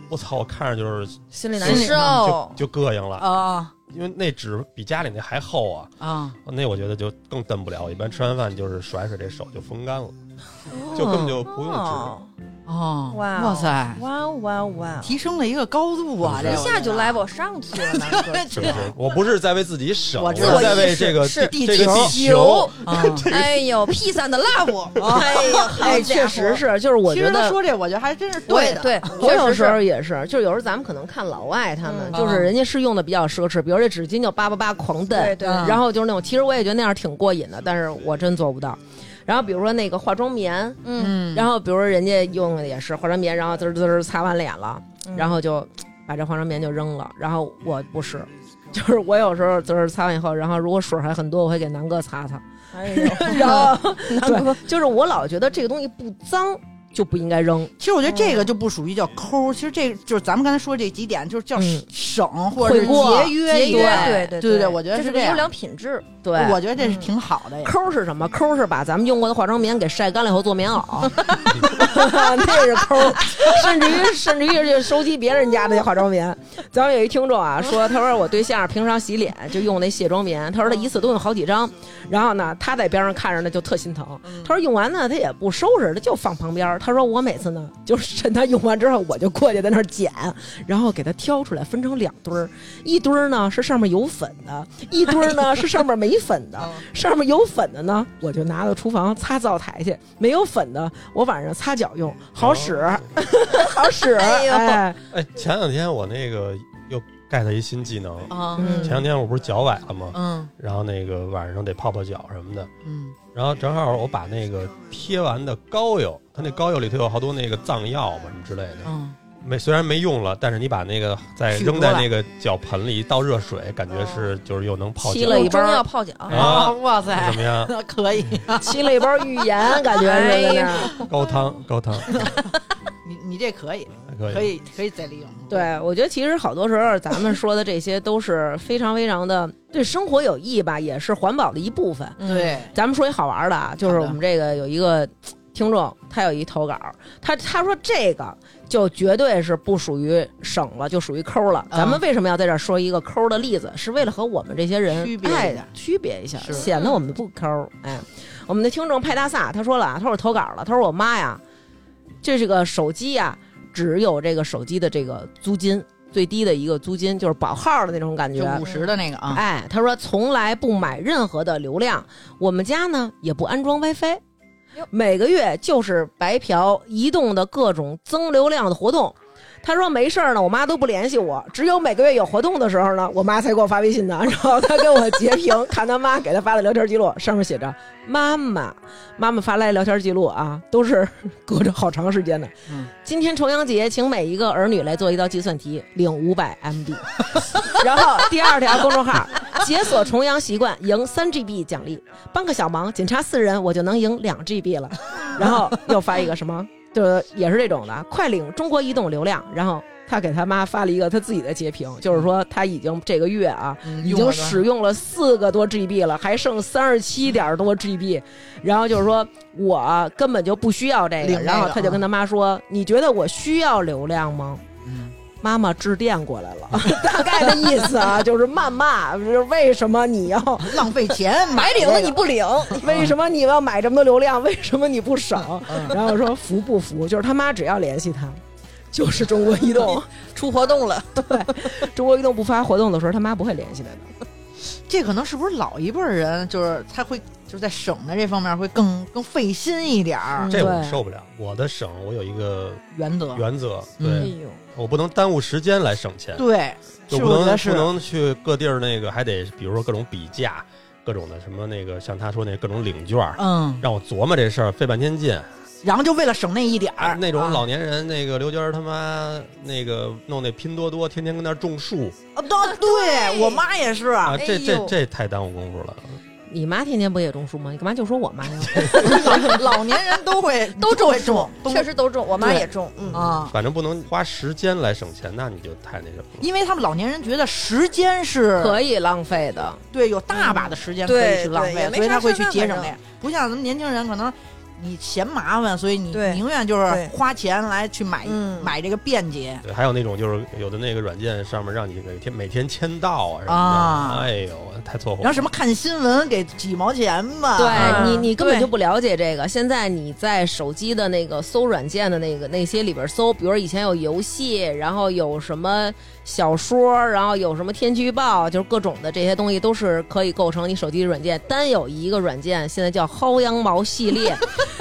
Speaker 4: 我操，我看着就是
Speaker 3: 心里难
Speaker 1: 心里
Speaker 3: 受
Speaker 1: 哦
Speaker 4: 就。就膈应了，
Speaker 1: 啊
Speaker 4: 因为那纸比家里那还厚啊，
Speaker 1: 啊，
Speaker 4: 那我觉得就更蹬不了。我一般吃完饭就是甩甩这手就风干了，就根本就不用纸。
Speaker 3: 哦
Speaker 1: 哦，
Speaker 3: 哇
Speaker 1: 哇塞，
Speaker 3: 哇哦哇哇！
Speaker 1: 提升了一个高度啊！这
Speaker 4: 一
Speaker 3: 一
Speaker 1: 我
Speaker 3: 下就
Speaker 1: 觉得
Speaker 3: level 上去了， 南哥，
Speaker 4: 是不是？我不是在为自己省，
Speaker 1: 我
Speaker 4: 我
Speaker 1: 知
Speaker 4: 是
Speaker 1: 道
Speaker 4: 在为这个
Speaker 3: 是
Speaker 4: 这这个
Speaker 1: 地
Speaker 4: 地球。
Speaker 1: 啊。
Speaker 3: 哎呦，P 三的 love，哎 呦，好
Speaker 2: 哎，
Speaker 3: 家
Speaker 2: 确
Speaker 3: 伙
Speaker 2: 实，是，就是我
Speaker 1: 其
Speaker 2: 觉
Speaker 1: 实他
Speaker 2: 得。
Speaker 1: 说这，我觉得还真是
Speaker 3: 对
Speaker 1: 的。
Speaker 3: 对，
Speaker 2: 我
Speaker 3: 确
Speaker 2: 有时
Speaker 3: 实
Speaker 2: 候
Speaker 3: 是
Speaker 2: 也是，就是有时候咱们可能看老外他们，
Speaker 3: 嗯
Speaker 2: 就是人家是用的比较奢侈，比如这纸巾就叭叭叭狂蹬，
Speaker 3: 对对，
Speaker 1: 嗯
Speaker 2: 然后就是那种，其实我也觉得那样挺过瘾的，但是我真做不到。然后比如说那个化妆棉，
Speaker 3: 嗯，
Speaker 1: 嗯，
Speaker 2: 然后比如说人家用的也是化妆棉，然后滋儿滋儿擦完脸了，
Speaker 3: 嗯
Speaker 2: 然后就把这化妆棉就扔了。然后我不是，就是我有时候滋儿擦完以后，然后如果水还很多，我会给南哥擦擦。
Speaker 3: 哎 呦，
Speaker 2: 然后
Speaker 3: 南哥，
Speaker 2: 就是我老觉得这个东西不脏就不应该扔，
Speaker 1: 其实我觉得这个就不属于叫抠，其实这个就是咱们刚才说这几点，就是叫
Speaker 2: 嗯
Speaker 1: 省或者是
Speaker 2: 悔过
Speaker 1: 节
Speaker 3: 节
Speaker 1: 约一
Speaker 3: 约，
Speaker 1: 点。
Speaker 3: 对
Speaker 1: 对
Speaker 3: 对
Speaker 1: 对，我觉得
Speaker 3: 这是
Speaker 1: 这
Speaker 3: 个优
Speaker 1: 样。
Speaker 3: 良品质，
Speaker 2: 对。
Speaker 1: 我觉得这是挺好的呀。
Speaker 2: 抠是什么？抠是把咱们用过的化妆棉给晒干了以后做棉袄， 那是抠。甚至于甚至于就收集别人家的化妆棉。咱们有一听众啊说，他说我对象平常洗脸就用那卸妆棉，他说他一次都用好几张，然后呢他在边上看着呢就特心疼。他说用完呢他也不收拾，他就放旁边儿。他说我每次呢就是趁他用完之后，我就过去在那儿捡，然后给他挑出来分成两堆儿，一堆儿呢是上面有粉 的，一堆儿呢是上面没粉的。上面有粉的呢，我就拿到厨房擦灶台去；没有粉的，我晚上擦脚用，好使， 好使。
Speaker 3: 哎呦
Speaker 2: 哦哎，
Speaker 4: 哎，前两天我那个又 get 一新技能。
Speaker 1: 啊，
Speaker 4: 前两天我不是脚崴了吗？
Speaker 1: 嗯
Speaker 4: 然后那个晚上得泡泡脚什么的，
Speaker 1: 嗯
Speaker 4: 然后正好我把那个贴完的膏药，它那膏药里头有好多那个藏药嘛什么之类的，
Speaker 1: 嗯，
Speaker 4: 没虽然没用了，但是你把那个再
Speaker 2: 取出
Speaker 4: 扔在
Speaker 2: 来
Speaker 4: 那个脚盆里一倒热水，感觉是就是又能泡
Speaker 2: 沏
Speaker 4: 脚
Speaker 2: 了，一
Speaker 3: 中
Speaker 2: 包
Speaker 3: 药泡脚，
Speaker 4: 啊
Speaker 1: 哇
Speaker 4: 怎
Speaker 1: 塞，
Speaker 4: 么样？
Speaker 1: 那可 以。
Speaker 2: 沏了一包浴盐，感觉是在那儿。
Speaker 4: 高汤高汤还
Speaker 1: 你你这可以，
Speaker 4: 可以，
Speaker 1: 可以可以再利用。
Speaker 2: 对，我觉得其实好多时候咱们说的这些都是非常非常的对生活有益吧，也是环保的一部分。
Speaker 1: 对，
Speaker 2: 咱们说一好玩的啊，就是
Speaker 1: 好的
Speaker 2: 我们这个有一个听众，他有一投稿，他他说这个就绝对是不属于省了，就属于抠了。
Speaker 1: 嗯
Speaker 2: 咱们为什么要在这儿说一个抠的例子？是为了和我们这些人
Speaker 1: 区别一
Speaker 2: 哎
Speaker 1: 下
Speaker 2: 区别一下，
Speaker 1: 是
Speaker 2: 显得我们不抠。哎，我们的听众派大萨他说了啊，他说我投稿了，他说我妈呀，这是个手机呀，只有这个手机的这个租金最低的一个租金，就是保号的那种感觉，
Speaker 1: 就五十的那个啊，
Speaker 2: 哎，他说从来不买任何的流量，我们家呢也不安装 WiFi，
Speaker 3: 哟
Speaker 2: 每个月就是白嫖移动的各种增流量的活动。他说没事儿呢，我妈都不联系我，只有每个月有活动的时候呢，我妈才给我发微信呢。然后他给我截屏，看他妈给他发的聊天记录，上面写着妈妈，妈妈发来聊天记录啊，都是 隔着好长时间的。
Speaker 5: 嗯
Speaker 2: 今天重阳节，请每一个儿女来做一道计算题，领五百 MB。然后第二条公众号，解锁重阳习惯，赢三 GB 奖励，帮个小忙，仅差四人我就能赢两 GB 了。然后又发一个什么，就是也是这种的，快领中国移动流量。然后他给他妈发了一个他自己的截屏，就是说他已经这个月啊，
Speaker 5: 嗯
Speaker 2: 已经使用了四个多 GB 了，还剩三十七点多 GB，然后就是说我根本就不需要这
Speaker 5: 领
Speaker 2: 个，
Speaker 5: 这个
Speaker 2: 然后他就跟他妈
Speaker 1: 嗯
Speaker 2: 说：“你觉得我需要流量吗？”
Speaker 5: 嗯
Speaker 2: 妈妈致电过来 了，大概的意思啊，就是谩骂，就是为什么你要，
Speaker 1: 哎浪费 钱，买嗯
Speaker 3: 白领的你不领，
Speaker 2: 为什么你要买这么多流量， 为什么你不省？
Speaker 5: 嗯
Speaker 2: 然后说服不服，就是他妈只要联系他，就是中国移 动，
Speaker 1: 出活动了。
Speaker 2: 中国移动不发活动的时候，他妈不会联系他的。
Speaker 1: 这可能是不是老一辈儿人就是他会就是在省的这方面会更更费心一点儿、
Speaker 2: 嗯
Speaker 4: 这我
Speaker 2: 对
Speaker 4: 受不了。我的省我有一个
Speaker 1: 原则。
Speaker 4: 原则，
Speaker 2: 哎
Speaker 4: 对
Speaker 2: 呦，
Speaker 1: 嗯
Speaker 4: 我不能耽误时间来省钱，
Speaker 1: 对，
Speaker 4: 就是不
Speaker 1: 我觉
Speaker 4: 能
Speaker 1: 得是
Speaker 4: 不能去各地儿那个还得比如说各种比价，各种的什么那个像他说那各种领券儿，
Speaker 1: 嗯，
Speaker 4: 让我琢磨这事儿费半天劲。哎
Speaker 1: 然后就为了省那一点儿，
Speaker 4: 那种
Speaker 1: 啊
Speaker 4: 老年人那个刘娟儿他妈那个弄那拼多多，天天跟那儿种树
Speaker 1: 啊，对，对我妈也是，
Speaker 4: 啊，这
Speaker 3: 哎
Speaker 4: 这
Speaker 3: 呦
Speaker 4: 这太耽误功夫了。
Speaker 2: 你妈天天不也种树吗？你干嘛就说我妈 呀？
Speaker 1: 老年人都会都会种，都
Speaker 3: 嗯确实都中，我妈
Speaker 1: 对
Speaker 3: 也中，嗯，
Speaker 1: 啊，
Speaker 4: 反正不能花时间来省钱，那你就太那什么了。
Speaker 1: 因为他们老年人觉得时间是
Speaker 2: 可以浪费的。
Speaker 1: 对，有大把的时间
Speaker 3: 嗯
Speaker 1: 可以
Speaker 3: 对
Speaker 1: 去浪
Speaker 3: 对
Speaker 1: 费
Speaker 3: 也，没
Speaker 1: 所以
Speaker 3: 啥
Speaker 1: 他会
Speaker 3: 事
Speaker 1: 去
Speaker 3: 儿干
Speaker 1: 节
Speaker 3: 反
Speaker 1: 省
Speaker 3: 正
Speaker 1: 这。不像咱们年轻人，可能你嫌麻烦，所以你
Speaker 3: 对
Speaker 1: 宁愿就是
Speaker 3: 对
Speaker 1: 花钱来去买
Speaker 3: 嗯
Speaker 1: 买这个便捷。
Speaker 4: 对，还有那种就是有的那个软件上面让你每天每天签到啊什么的，
Speaker 1: 啊
Speaker 4: 哎呦，我太凑合了。
Speaker 1: 然后什么看新闻给几毛钱吧，
Speaker 2: 对哎你，
Speaker 3: 嗯
Speaker 2: 你根本
Speaker 3: 对
Speaker 2: 就不了解这个。现在你在手机的那个搜软件的那个那些里边搜，比如以前有游戏，然后有什么小说，然后有什么天气预报，就是各种的这些东西都是可以构成你手机的软件。单有一个软件，现在叫薅羊毛系列。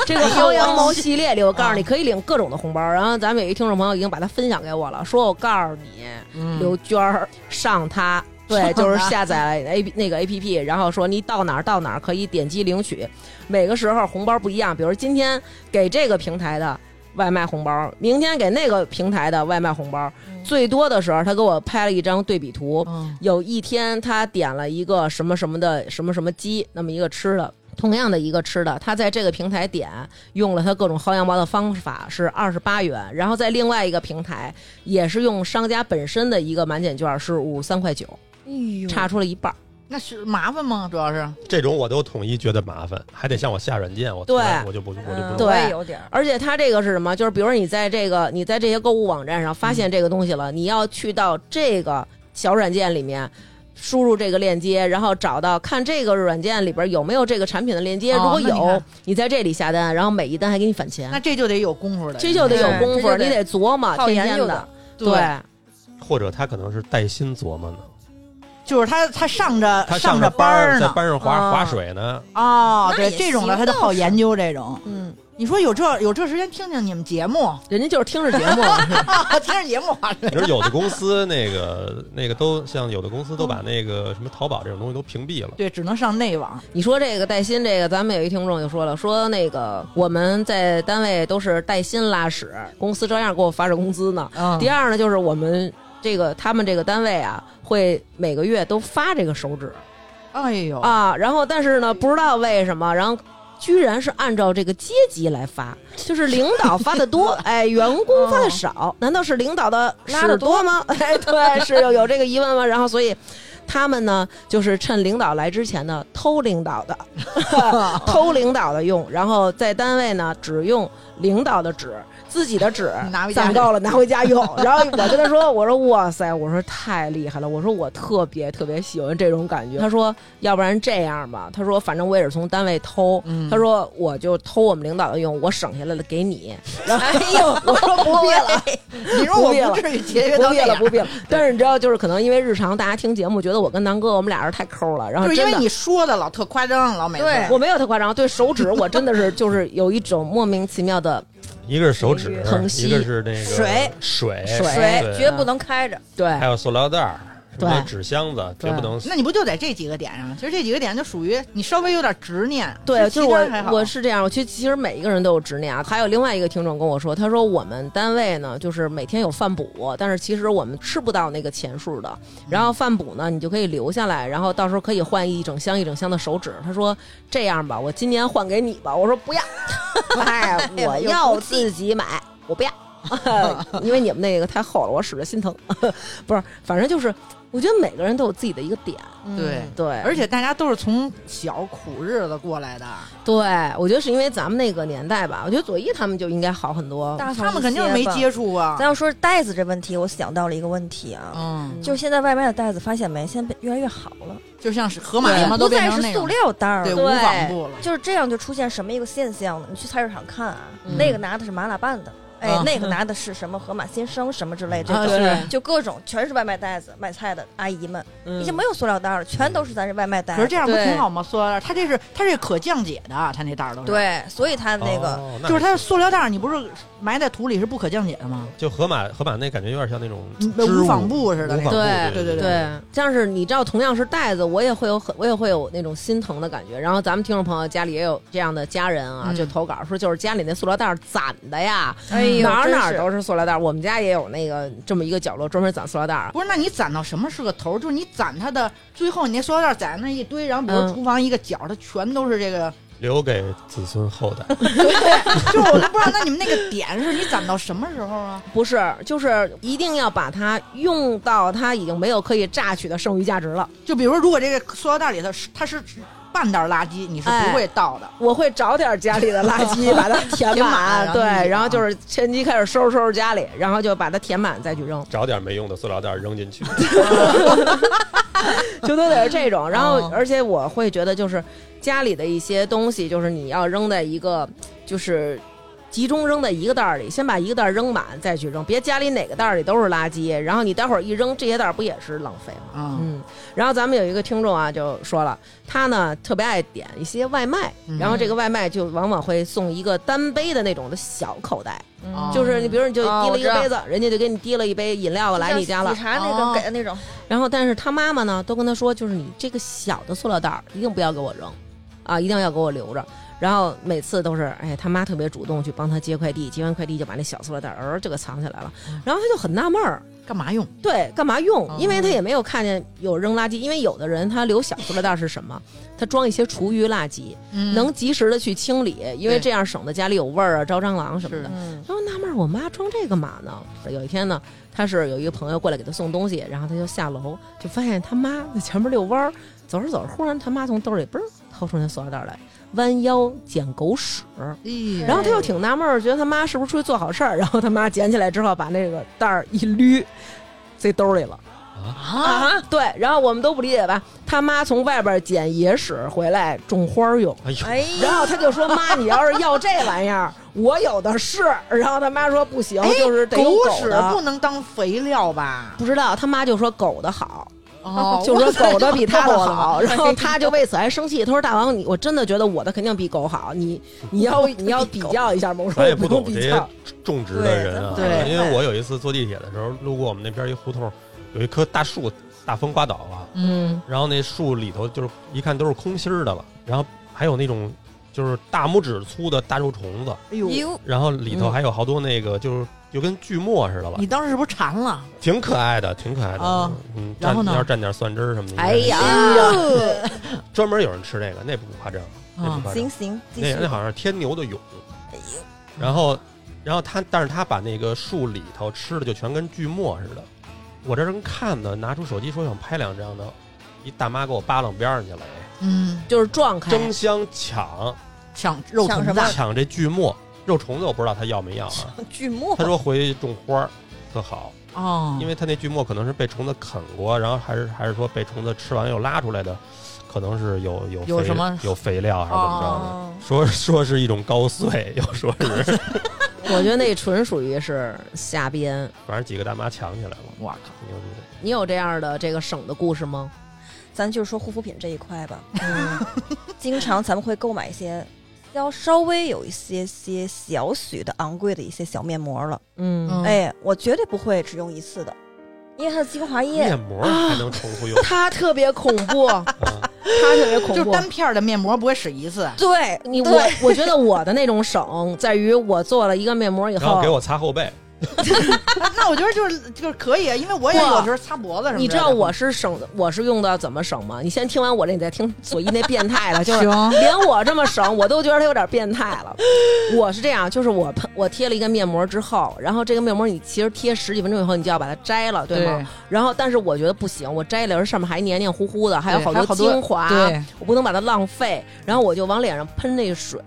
Speaker 2: 这个薅羊毛系列里，我告诉你，可以领各种的红包。然后咱们有一听众朋友已经把它分享给我了，说我告诉你，
Speaker 1: 嗯
Speaker 2: 刘娟儿上它，嗯对，
Speaker 1: 上
Speaker 2: 就是
Speaker 1: 它
Speaker 2: 下载 A P 那个 A P P，然后说你到哪儿到哪儿可以点击领取，每个时候红包不一样，比如今天给这个平台的。外卖红包，明天给那个平台的外卖红包，嗯最多的时候他给我拍了一张对比图，
Speaker 1: 嗯，
Speaker 2: 有一天他点了一个什么什么的什么什么鸡，那么一个吃的，同样的一个吃的，他在这个平台点用了他各种薅羊毛的方法是二十八元，然后在另外一个平台也是用商家本身的一个满减券是五十三块九，差出了一半儿。
Speaker 1: 那是麻烦吗？主要是
Speaker 4: 这种我都统一觉得麻烦，还得向我下软件，我
Speaker 2: 对
Speaker 4: 我就不我就不
Speaker 3: 嗯
Speaker 4: 弄
Speaker 2: 对
Speaker 3: 我也有点儿，
Speaker 2: 而且它这个是什么？就是比如说你在这个你在这些购物网站上发现这个东西了，你要去到这个小软件里面。输入这个链接，然后找到看这个软件里边有没有这个产品的链接，
Speaker 1: 哦
Speaker 2: 如果
Speaker 1: 那你
Speaker 2: 有，
Speaker 1: 看
Speaker 2: 你在这里下单，然后每一单还给你返钱
Speaker 1: 那，这就得有功夫了，
Speaker 2: 嗯这就得有
Speaker 3: 对
Speaker 2: 功夫，
Speaker 3: 这就
Speaker 2: 你
Speaker 3: 得
Speaker 2: 得琢磨，
Speaker 3: 靠
Speaker 2: 天
Speaker 3: 研
Speaker 2: 天
Speaker 3: 究
Speaker 2: 的
Speaker 3: 的，
Speaker 2: 对
Speaker 1: 对，
Speaker 4: 或者他可能是带薪琢磨呢，
Speaker 1: 就是他他上着
Speaker 4: 他
Speaker 1: 上
Speaker 4: 着
Speaker 1: 班
Speaker 4: 儿
Speaker 1: 儿
Speaker 4: 在
Speaker 1: 呢，
Speaker 4: 班上划
Speaker 3: 啊
Speaker 4: 划水呢，
Speaker 1: 哦，
Speaker 3: 那
Speaker 1: 对
Speaker 3: 也
Speaker 1: 这种的
Speaker 3: 行
Speaker 1: 他就
Speaker 3: 倒
Speaker 1: 好
Speaker 3: 是
Speaker 1: 研究这种。
Speaker 3: 嗯，
Speaker 1: 你说有这有这时间听听你们节目，
Speaker 2: 人家就是听着节目，
Speaker 1: 听着节目划水
Speaker 4: 你说有的公司那个那个都像有的公司都把那个什么淘宝这种东西都屏蔽了。
Speaker 1: 对，只能上内网。
Speaker 2: 你说这个带薪，这个咱们有一听众就说了，说那个我们在单位都是带薪拉屎，公司照样给我发着工资呢。
Speaker 1: 嗯
Speaker 2: 第二呢，就是我们这个他们这个单位啊，会每个月都发这个手指
Speaker 1: 哎呦，
Speaker 2: 啊，然后但是呢，不知道为什么，然后。居然是按照这个阶级来发，就是领导发的多，哎，员工发的少，难道是领导的
Speaker 3: 拉
Speaker 2: 屎
Speaker 3: 得
Speaker 2: 多吗？哎，对，是有有这个疑问吗？然后所以，他们呢，就是趁领导来之前呢，偷领导的，偷领导的用，然后在单位呢只用领导的纸，自己的纸
Speaker 1: 你拿回家
Speaker 2: 攒够了拿回家用。然后我跟他说，我说哇塞，我说太厉害了，我说我特别特别喜欢这种感觉。他说，要不然这样吧，他说反正我也是从单位偷，他说我就偷我们领导的用，我省下来了给你。然后哎呦， 我说不必了。
Speaker 1: 你说我不至于节约
Speaker 2: 不
Speaker 1: 到
Speaker 2: 必
Speaker 1: 这
Speaker 2: 了，
Speaker 1: 样，
Speaker 2: 不必了。但是你知道，就是可能因为日常大家听节目，觉得我跟南哥我们俩人太抠了，然后
Speaker 1: 就是
Speaker 2: 真
Speaker 1: 因
Speaker 2: 的
Speaker 1: 为你说的老特夸张，老美
Speaker 3: 对
Speaker 2: 我没有特夸张，对手指我真的是就是有一种莫名其妙的
Speaker 4: 一个是手指，
Speaker 2: 疼惜
Speaker 4: 一个是那个
Speaker 3: 水
Speaker 4: 水
Speaker 2: 水
Speaker 3: 水
Speaker 4: 对
Speaker 3: 绝不能开着，
Speaker 2: 对
Speaker 4: 还有塑料袋儿、什么
Speaker 2: 对
Speaker 4: 纸箱子，
Speaker 2: 对
Speaker 4: 绝不能
Speaker 1: 那你不就在这几个点上？其实这几个点就属于你稍微有点执念，
Speaker 2: 对，
Speaker 1: 其
Speaker 2: 就
Speaker 1: 实
Speaker 2: 是
Speaker 1: 其他还好
Speaker 2: 我我是这样，我其实其实每一个人都有执念啊。还有另外一个听众跟我说，他说我们单位呢，就是每天有饭补，但是其实我们吃不到那个钱数的。然后饭补呢，你就可以留下来，然后到时候可以换一整箱一整箱的手指。他说这样吧，我今年换给你吧。我说不要， 哎， 我要自己买，我不要。 因为你们那个太厚了，我使着心疼。 不是，反正就是，我觉得每个人都有自己的一个点，
Speaker 3: 嗯
Speaker 1: 对
Speaker 2: 对，
Speaker 1: 而且大家都是从小苦日子过来的，
Speaker 2: 对，我觉得是因为咱们那个年代吧，我觉得左一他们就应该好很多。
Speaker 3: 大方
Speaker 1: 他们肯定是没
Speaker 3: 一些吧
Speaker 1: 接触啊
Speaker 3: 咱。要说袋子这问题，我想到了一个问题啊，
Speaker 1: 嗯，
Speaker 3: 就是现在外面的袋子，发现没，现在越来越好了，
Speaker 1: 就像是河马什么
Speaker 3: 不
Speaker 1: 都变
Speaker 3: 再
Speaker 1: 成
Speaker 3: 是
Speaker 1: 那
Speaker 3: 塑
Speaker 1: 种，
Speaker 3: 料袋儿
Speaker 1: 对，
Speaker 3: 了，
Speaker 1: 无
Speaker 2: 对
Speaker 1: 纺布了。
Speaker 3: 就是这样就出现什么一个现象呢？你去菜市场看啊，
Speaker 2: 嗯
Speaker 3: 那个拿的是麻辣拌的，哎
Speaker 1: 啊，
Speaker 3: 那个拿的是什么河马新生什么之类这
Speaker 1: 啊
Speaker 3: 种。
Speaker 1: 对
Speaker 3: 就各种全是外卖袋子，买菜的阿姨们
Speaker 2: 嗯
Speaker 3: 已经没有塑料袋了，全都是咱这外卖袋
Speaker 1: 可是
Speaker 3: 子。
Speaker 1: 这样不
Speaker 2: 对
Speaker 1: 挺好吗？塑料袋儿，它这是它这可降解的，啊它那袋儿都是。，
Speaker 3: 对，所以它那个
Speaker 4: 哦
Speaker 1: 就是它
Speaker 4: 那
Speaker 1: 的塑料袋儿，你不是埋在土里是不可降解的吗？
Speaker 4: 就河马河马那感觉有点像那种
Speaker 1: 嗯
Speaker 4: 织
Speaker 1: 无纺布似的
Speaker 4: 无纺布
Speaker 2: 对
Speaker 4: 对
Speaker 1: 对
Speaker 2: 对，像是你知道，同样是袋子，我也会有很，我也会有那种心疼的感觉。然后咱们听众朋友家里也有这样的家人啊，
Speaker 1: 嗯
Speaker 2: 就投稿说，就是家里那塑料袋儿攒的呀，
Speaker 3: 哎呦
Speaker 2: 哪儿
Speaker 3: 真
Speaker 2: 哪儿
Speaker 3: 是
Speaker 2: 都是塑料袋儿。我们家也有那个这么一个角落专门攒塑料袋儿。
Speaker 1: 不是，那你攒到什么是个头儿？就是你攒它的最后，你那塑料袋儿攒那一堆，然后比如
Speaker 2: 嗯
Speaker 1: 厨房一个角儿，它全都是这个。
Speaker 4: 留给子孙后代。
Speaker 1: 就是我都不知道，那你们那个点是你攒到什么时候啊？
Speaker 2: 不是，就是一定要把它用到它已经没有可以榨取的剩余价值了。
Speaker 1: 就比如说，如果这个塑料袋里头是它是半袋垃圾，你是不
Speaker 2: 哎
Speaker 1: 会倒的。嗯
Speaker 2: 我会找点家里的垃圾，把它填
Speaker 1: 填满
Speaker 2: 满，对，
Speaker 1: 然后
Speaker 2: 然后就是趁机开始收拾收拾家里，然后就把它填满再去 扔，
Speaker 4: 找点没用的塑料袋儿扔进去，
Speaker 2: 就都得是这种。然后
Speaker 1: 哦，
Speaker 2: 而且我会觉得，就是家里的一些东西，就是你要扔在一个，就是集中扔在一个袋儿里，先把一个袋儿扔满再去扔，别家里哪个袋儿里都是垃圾，然后你待会儿一扔，这些袋儿不也是浪费吗？
Speaker 1: 嗯，
Speaker 2: 嗯，然后咱们有一个听众啊，就说了，他呢特别爱点一些外卖，
Speaker 1: 嗯
Speaker 2: 然后这个外卖就往往会送一个单杯的那种的小口袋，
Speaker 3: 嗯
Speaker 1: 哦
Speaker 2: 就是你比如你就
Speaker 3: 哦
Speaker 2: 提
Speaker 3: 我
Speaker 2: 了一
Speaker 3: 知
Speaker 2: 个
Speaker 3: 道
Speaker 2: 杯子，人家就给你提了一杯饮料来你家了
Speaker 3: 喜。茶那
Speaker 1: 哦
Speaker 3: 种给的那种，
Speaker 2: 然后，但是他妈妈呢都跟他说，就是你这个小的塑料袋儿一定不要给我扔，啊，一定要给我留着。然后每次都是，哎，他妈特别主动去帮他接快递，接完快递就把那小塑料袋儿儿就给藏起来了。然后他就很纳闷儿，
Speaker 1: 干嘛用？
Speaker 2: 对，干嘛用
Speaker 1: 哦？
Speaker 2: 因为他也没有看见有扔垃圾，因为有的人他留小塑料袋是什么？他装一些厨余垃圾，能及时的去清理，因为
Speaker 1: 嗯对
Speaker 2: 这样省得家里有味儿啊、招蟑螂什么
Speaker 1: 是
Speaker 2: 的。
Speaker 3: 嗯，
Speaker 2: 然后纳闷儿，我妈装这干嘛呢？有一天呢，她是有一个朋友过来给她送东西，然后她就下楼就发现她妈在前面遛弯儿，走着走着，忽然她妈从兜里嘣儿掏出那塑料袋来，弯腰捡狗屎。
Speaker 1: 咦
Speaker 2: 然后他又挺纳闷儿，觉得他妈是不是出去做好事儿？然后他妈捡起来之后，把那个袋儿一捋，塞兜里了
Speaker 1: 啊，！
Speaker 2: 对，然后我们都不理解吧？他妈从外边捡野屎回来种花儿用，
Speaker 4: 哎呦，
Speaker 3: 哎呀，
Speaker 2: 然后他就说：“妈，你要是要这玩意儿，我有的是。”然后他妈说：“不行，就是得有
Speaker 1: 哎狗
Speaker 2: 狗
Speaker 1: 屎
Speaker 2: 的
Speaker 1: 不能当肥料吧？
Speaker 2: 不知道他妈就说狗的好，
Speaker 1: 哦
Speaker 2: 就说狗的比他的好，
Speaker 1: 我
Speaker 2: 然后他就为此还生气。他说：“大王，你我真的觉得我的肯定比狗好，你你要你要比较一下吗？”我说：“
Speaker 4: 咱也
Speaker 2: 不
Speaker 4: 不
Speaker 2: 用
Speaker 4: 懂这
Speaker 2: 比
Speaker 4: 些
Speaker 2: 较。
Speaker 4: 种植的人啊。
Speaker 1: 对对
Speaker 4: 因为我有一次坐地铁的时候，路过我们那边一胡同，有一棵大树，大风刮倒了，
Speaker 1: 嗯，
Speaker 4: 然后那树里头就是一看都是空心儿的了，然后还有那种就是大拇指粗的大肉虫子，
Speaker 1: 哎呦，
Speaker 3: 哟，
Speaker 4: 然后里头
Speaker 2: 嗯
Speaker 4: 还有好多那个就是就跟锯末似的吧
Speaker 1: 你，当时是不是馋了？
Speaker 4: 挺可爱的，挺可爱的
Speaker 1: 啊。
Speaker 4: 嗯，
Speaker 1: 然后
Speaker 4: 蘸
Speaker 1: 呢
Speaker 4: 要是蘸点蒜汁儿什么的，”
Speaker 2: 哎呀，，
Speaker 4: 专门有人吃那个，那不夸张，那不
Speaker 1: 啊
Speaker 4: 夸张
Speaker 3: 行。行，继
Speaker 4: 那
Speaker 3: 续
Speaker 4: 那好像是天牛的蛹
Speaker 3: 哎，
Speaker 4: 然后，然后他，但是他把那个树里头吃的就全跟锯末似的。我这正看呢，拿出手机说想拍两张呢，一大妈给我扒拉边上去了，
Speaker 1: 嗯，
Speaker 2: 就是撞开，
Speaker 4: 争相抢
Speaker 1: 抢肉
Speaker 3: 抢
Speaker 1: 虫
Speaker 3: 什
Speaker 1: 子
Speaker 3: 么，
Speaker 4: 抢这锯末肉虫子，我不知道他要没要 啊。
Speaker 3: 锯末
Speaker 4: 他，说回去种花儿特好，
Speaker 1: 哦，
Speaker 4: 因
Speaker 1: 为
Speaker 4: 为他那锯末可能是被虫子啃过，然后还是还是说被虫子吃完又拉出来的，可能是有有
Speaker 1: 有
Speaker 4: 肥
Speaker 1: 什么
Speaker 4: 有肥料还是怎么着的。
Speaker 3: 哦，
Speaker 4: 说说是一种高碎，又说是
Speaker 2: 我觉得那纯属于是瞎编。
Speaker 4: 反正几个大妈抢起来了，
Speaker 1: 我靠，
Speaker 4: 牛逼！
Speaker 2: 你有这样的这个省的故事吗？
Speaker 3: 咱就说护肤品这一块吧，
Speaker 2: 嗯，
Speaker 3: 经常咱们会购买一些
Speaker 5: 椒稍微有一些些些小许的昂贵的一些小面膜了。
Speaker 2: 嗯，，
Speaker 1: 嗯
Speaker 5: 哎，我绝对不会只用一次的，
Speaker 3: 因为它的精华液
Speaker 4: 面膜还能重复用
Speaker 5: 啊
Speaker 2: 他特别恐 怖，他
Speaker 4: 啊
Speaker 2: 特别恐
Speaker 1: 就是
Speaker 2: 怖。
Speaker 1: 单片儿的面膜不会使一次，
Speaker 5: 对
Speaker 2: 你
Speaker 5: 对
Speaker 2: 我我 觉得我的那种省在于我做了一个面膜以
Speaker 4: 然后
Speaker 2: 后
Speaker 4: 给，我擦后背，
Speaker 1: 那我觉得就是就是可以，啊因为我也
Speaker 2: 不
Speaker 1: 有时候擦脖子什么之类的。
Speaker 2: 你知道我是省我是用的怎么省吗？你先听完我这，你再听索伊那变态 的，就是
Speaker 1: 行，
Speaker 2: 连我这么省，我都觉得他有点变态 了。我是这样，就是我喷我贴了一个面膜之后，然后这个面膜你其实贴十几分钟以后，你就要把它摘了，对吗？然后，但是我觉得不行，我摘了上面还黏黏糊糊的，还有
Speaker 1: 对
Speaker 2: 好
Speaker 1: 还有好多
Speaker 2: 精华，
Speaker 1: 对
Speaker 2: 我不能把它浪费。然后我就往脸上喷那水。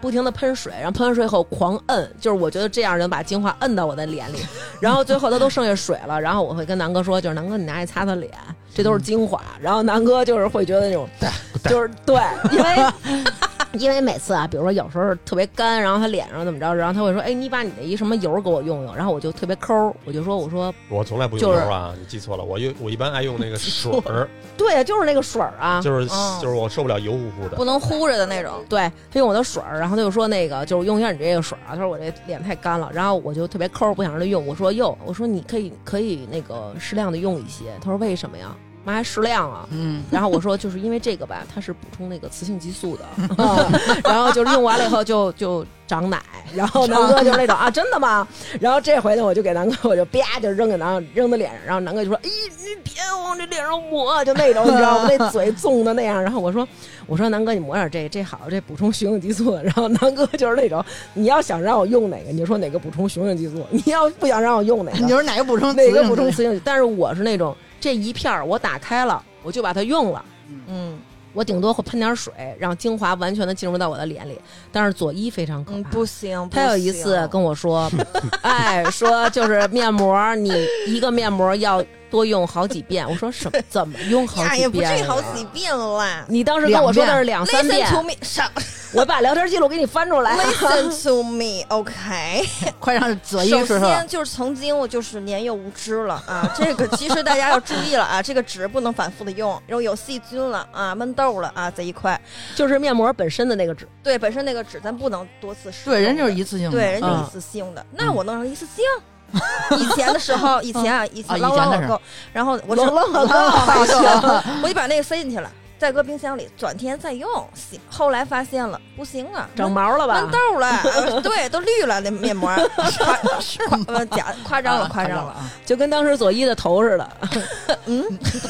Speaker 2: 不停的喷水，然后喷完水以后狂摁，就是我觉得这样能把精华摁到我 的脸里，然后最后它都剩下水了，然后我会跟南哥说，就是南哥你拿去擦擦脸，这都
Speaker 1: 嗯
Speaker 2: 是精华。然后南哥就是会觉得那种， 就是对，因 为因为每次啊，比如说有时候特别干，然后他脸上怎么着，然后他会说，哎，你把你的一什么油给我用用，然后我就特别抠，我就说我说
Speaker 4: 我从来不用
Speaker 2: 就是
Speaker 4: 油啊，你记错了，我用我一般爱用那个水儿，
Speaker 2: 对呀，就是那个水儿啊，
Speaker 4: 就是
Speaker 5: 哦
Speaker 4: 就是我受不了油乎乎的
Speaker 5: 不，能呼着的那种。
Speaker 2: 对，他用我的水儿，然后他就说那个就是用一下你这个水儿啊，他说我这脸太干了，然后我就特别抠，不想让他用，我说哟，我说你可以可以那个适量的用一些，他说为什么呀？妈还适量啊，
Speaker 1: 嗯，
Speaker 2: 然后我说就是因为这个吧，它是补充那个雌性激素的，
Speaker 1: 嗯
Speaker 2: 嗯然后就是用完了以后就就长奶，然后南哥就是那种啊真的吗？然后这回呢我就给南哥我就啪就扔给南扔他脸上，然后南哥就说哎你别往这脸上抹，就那种你知道吗？那嘴纵的那样，然后我说我说南哥你抹点这这好这补充雄性激素，然后南哥就是那种你要想让我用哪个你就说哪个补充雄性激素，你要不想让我用哪个
Speaker 1: 你就是哪个补充
Speaker 2: 哪个
Speaker 1: 雌
Speaker 2: 补充
Speaker 1: 激
Speaker 2: 雌性激素？但是我是那种这一片儿我打开了，我就把它用了，
Speaker 5: 嗯
Speaker 2: 我顶多会喷点水，让精华完全的进入到我的脸里。但是佐伊非常可怕。
Speaker 5: 嗯，不行。
Speaker 2: 他有一
Speaker 5: 不行
Speaker 2: 次跟我说， 哎，说就是面膜，你一个面膜要多用好几遍。我说什么？怎么用好
Speaker 5: 哎呀，
Speaker 2: 几
Speaker 5: 也不
Speaker 2: 遍、啊
Speaker 5: 至于好几。遍啦。
Speaker 2: 你当时跟我说的是两三
Speaker 5: Listen
Speaker 2: 遍，
Speaker 5: to me，上
Speaker 2: 我把聊天记录给你翻出来。
Speaker 5: Listen to me，OK、
Speaker 1: 素，快让左一
Speaker 5: 首
Speaker 1: 说说
Speaker 5: 先。就是曾经我就是年幼无知了 啊，这个其实大家要注意了啊，这个纸不能反复的用，然后有细菌了啊，闷痘了啊，贼快。
Speaker 2: 就是面膜本身的那个纸，
Speaker 5: 对，本身那个纸咱不能多次使用的。
Speaker 1: 对，人就是一次性的，
Speaker 5: 对，人就
Speaker 2: 嗯
Speaker 5: 一次性的。那我弄成一次 性。以前的时候，以前啊，以
Speaker 1: 啊
Speaker 5: 前
Speaker 1: 以
Speaker 5: 朗
Speaker 1: 前
Speaker 5: 朗
Speaker 1: 的
Speaker 5: 网
Speaker 1: 时
Speaker 5: 购，然后我就
Speaker 1: 冷冷冷
Speaker 5: 好
Speaker 1: 冷冷，
Speaker 5: 我就把那个塞进去了，再搁冰箱里，转天再用。行，后来发现了不行啊，
Speaker 2: 长毛了吧
Speaker 5: 闷？痘了， 啊对，都绿了那面膜，夸夸呃假夸张了，夸张了。
Speaker 1: 啊！
Speaker 2: 就跟当时佐伊的头似的。
Speaker 5: 嗯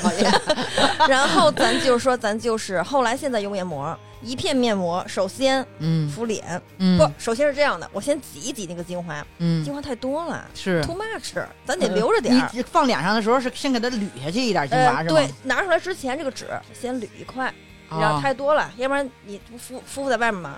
Speaker 5: 然后咱就说，咱就是后来现在用面膜，一片面膜，首先
Speaker 1: 嗯
Speaker 5: 敷脸，
Speaker 1: 嗯，
Speaker 5: 不，首先是这样的，我先挤一挤那个精华，
Speaker 1: 嗯
Speaker 5: 精华太多了
Speaker 1: 是呃
Speaker 5: ，too much，咱得留着点
Speaker 1: 你
Speaker 5: 儿。
Speaker 1: 你放脸上的时候是先给它捋下去一点精华
Speaker 5: 呃，
Speaker 1: 是吗？
Speaker 5: 对，拿出来之前这个纸先捋一块，
Speaker 1: 哦，
Speaker 5: 然后太多了，要不然你不敷敷在外面嘛。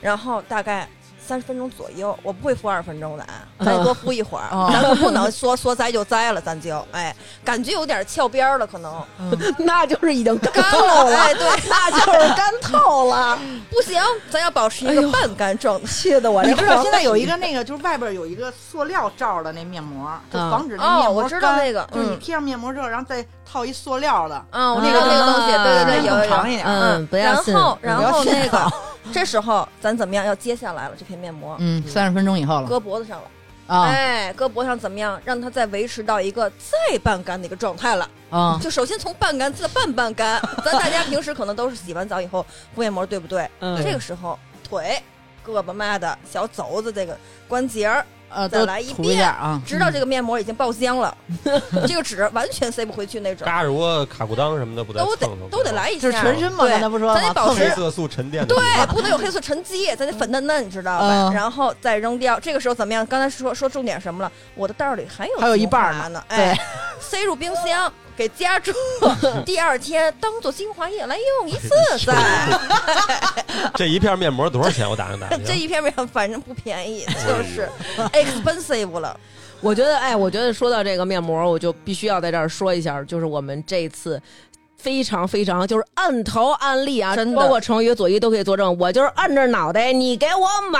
Speaker 5: 然后大概三十分钟左右，我不会敷二十分钟的啊，咱就多敷一会儿，
Speaker 1: 哦
Speaker 5: 咱可不能说说栽就栽了，咱就哎，感觉有点翘边儿了，可能
Speaker 1: 嗯
Speaker 2: 那就是已经干
Speaker 5: 干
Speaker 2: 透
Speaker 5: 了，
Speaker 2: 了，
Speaker 5: 哎，对，
Speaker 2: 那就是干透了，
Speaker 5: 不行，咱要保持一个半干状态。
Speaker 2: 气得我这
Speaker 1: 你知道
Speaker 2: 黄
Speaker 1: 现在有一个那个，就是外边有一个塑料罩的那面膜，就
Speaker 2: 嗯
Speaker 1: 防止那
Speaker 5: 哦，
Speaker 1: 面膜
Speaker 5: 我知道
Speaker 1: 干
Speaker 5: 那个，
Speaker 1: 就是你
Speaker 5: 嗯，
Speaker 1: 贴上面膜之后，然后再套一塑料的，
Speaker 5: 嗯，我那个那个东西，对对
Speaker 1: 时
Speaker 5: 对，
Speaker 1: 间
Speaker 5: 有
Speaker 1: 更
Speaker 5: 有有
Speaker 1: 长一点。
Speaker 2: 嗯不要
Speaker 5: 然
Speaker 2: 信
Speaker 5: 后
Speaker 2: 不
Speaker 5: 然
Speaker 1: 要
Speaker 5: 后
Speaker 1: 信
Speaker 5: 那个
Speaker 1: 啊，
Speaker 5: 这时候咱怎么样？要揭下来了这片面膜，
Speaker 1: 嗯，三十分钟以后了
Speaker 5: 搁脖子上了。
Speaker 1: 啊
Speaker 5: 哎，胳膊上怎么样？让它再维持到一个再半干的一个状态了。
Speaker 1: 啊！
Speaker 5: 就首先从半干再半半干，咱大家平时可能都是洗完澡以后敷面膜，对不对？
Speaker 2: 嗯
Speaker 5: 这个时候腿、胳膊嘛的小肘子这个关节儿，
Speaker 1: 呃，
Speaker 5: 再
Speaker 1: 都
Speaker 5: 来一
Speaker 1: 涂
Speaker 5: 遍
Speaker 1: 下啊，
Speaker 5: 直到这个面膜已经爆浆了，这个纸完全塞不回去那种，
Speaker 4: 嘎着窝、卡裤裆什么的不得
Speaker 5: 都得
Speaker 4: 蹭蹭
Speaker 5: 都得。来一
Speaker 1: 就
Speaker 5: 下。
Speaker 1: 是全身嘛，
Speaker 5: 啊对
Speaker 1: 刚才不说了
Speaker 5: 咱
Speaker 1: 吗？
Speaker 5: 得保
Speaker 1: 特
Speaker 5: 持
Speaker 1: 别
Speaker 4: 黑色素沉淀的地
Speaker 5: 对，
Speaker 4: 方，
Speaker 5: 不能有黑色沉积，咱得粉嫩嫩，你知道吧？
Speaker 1: 嗯
Speaker 5: 然后再扔掉。这个时候怎么样？刚才说说重点什么了？我的袋儿里还有
Speaker 1: 还有一半儿
Speaker 5: 精华呢，
Speaker 1: 对
Speaker 5: 哎，塞入冰箱给夹住，第二天当做精华液来用一次
Speaker 4: 哎
Speaker 5: 噻。
Speaker 4: 这一片面膜多少钱？我打 听打听。
Speaker 5: 这一片面反正不便宜，
Speaker 4: 哎
Speaker 5: 就是 expensive 了。
Speaker 2: 我觉得，哎，我觉得说到这个面膜，我就必须要在这儿说一下，就是我们这次。非常非常就是按头按例啊，
Speaker 5: 真的
Speaker 2: 包括成宇、左一都可以作证。我就是按着脑袋，你给我买，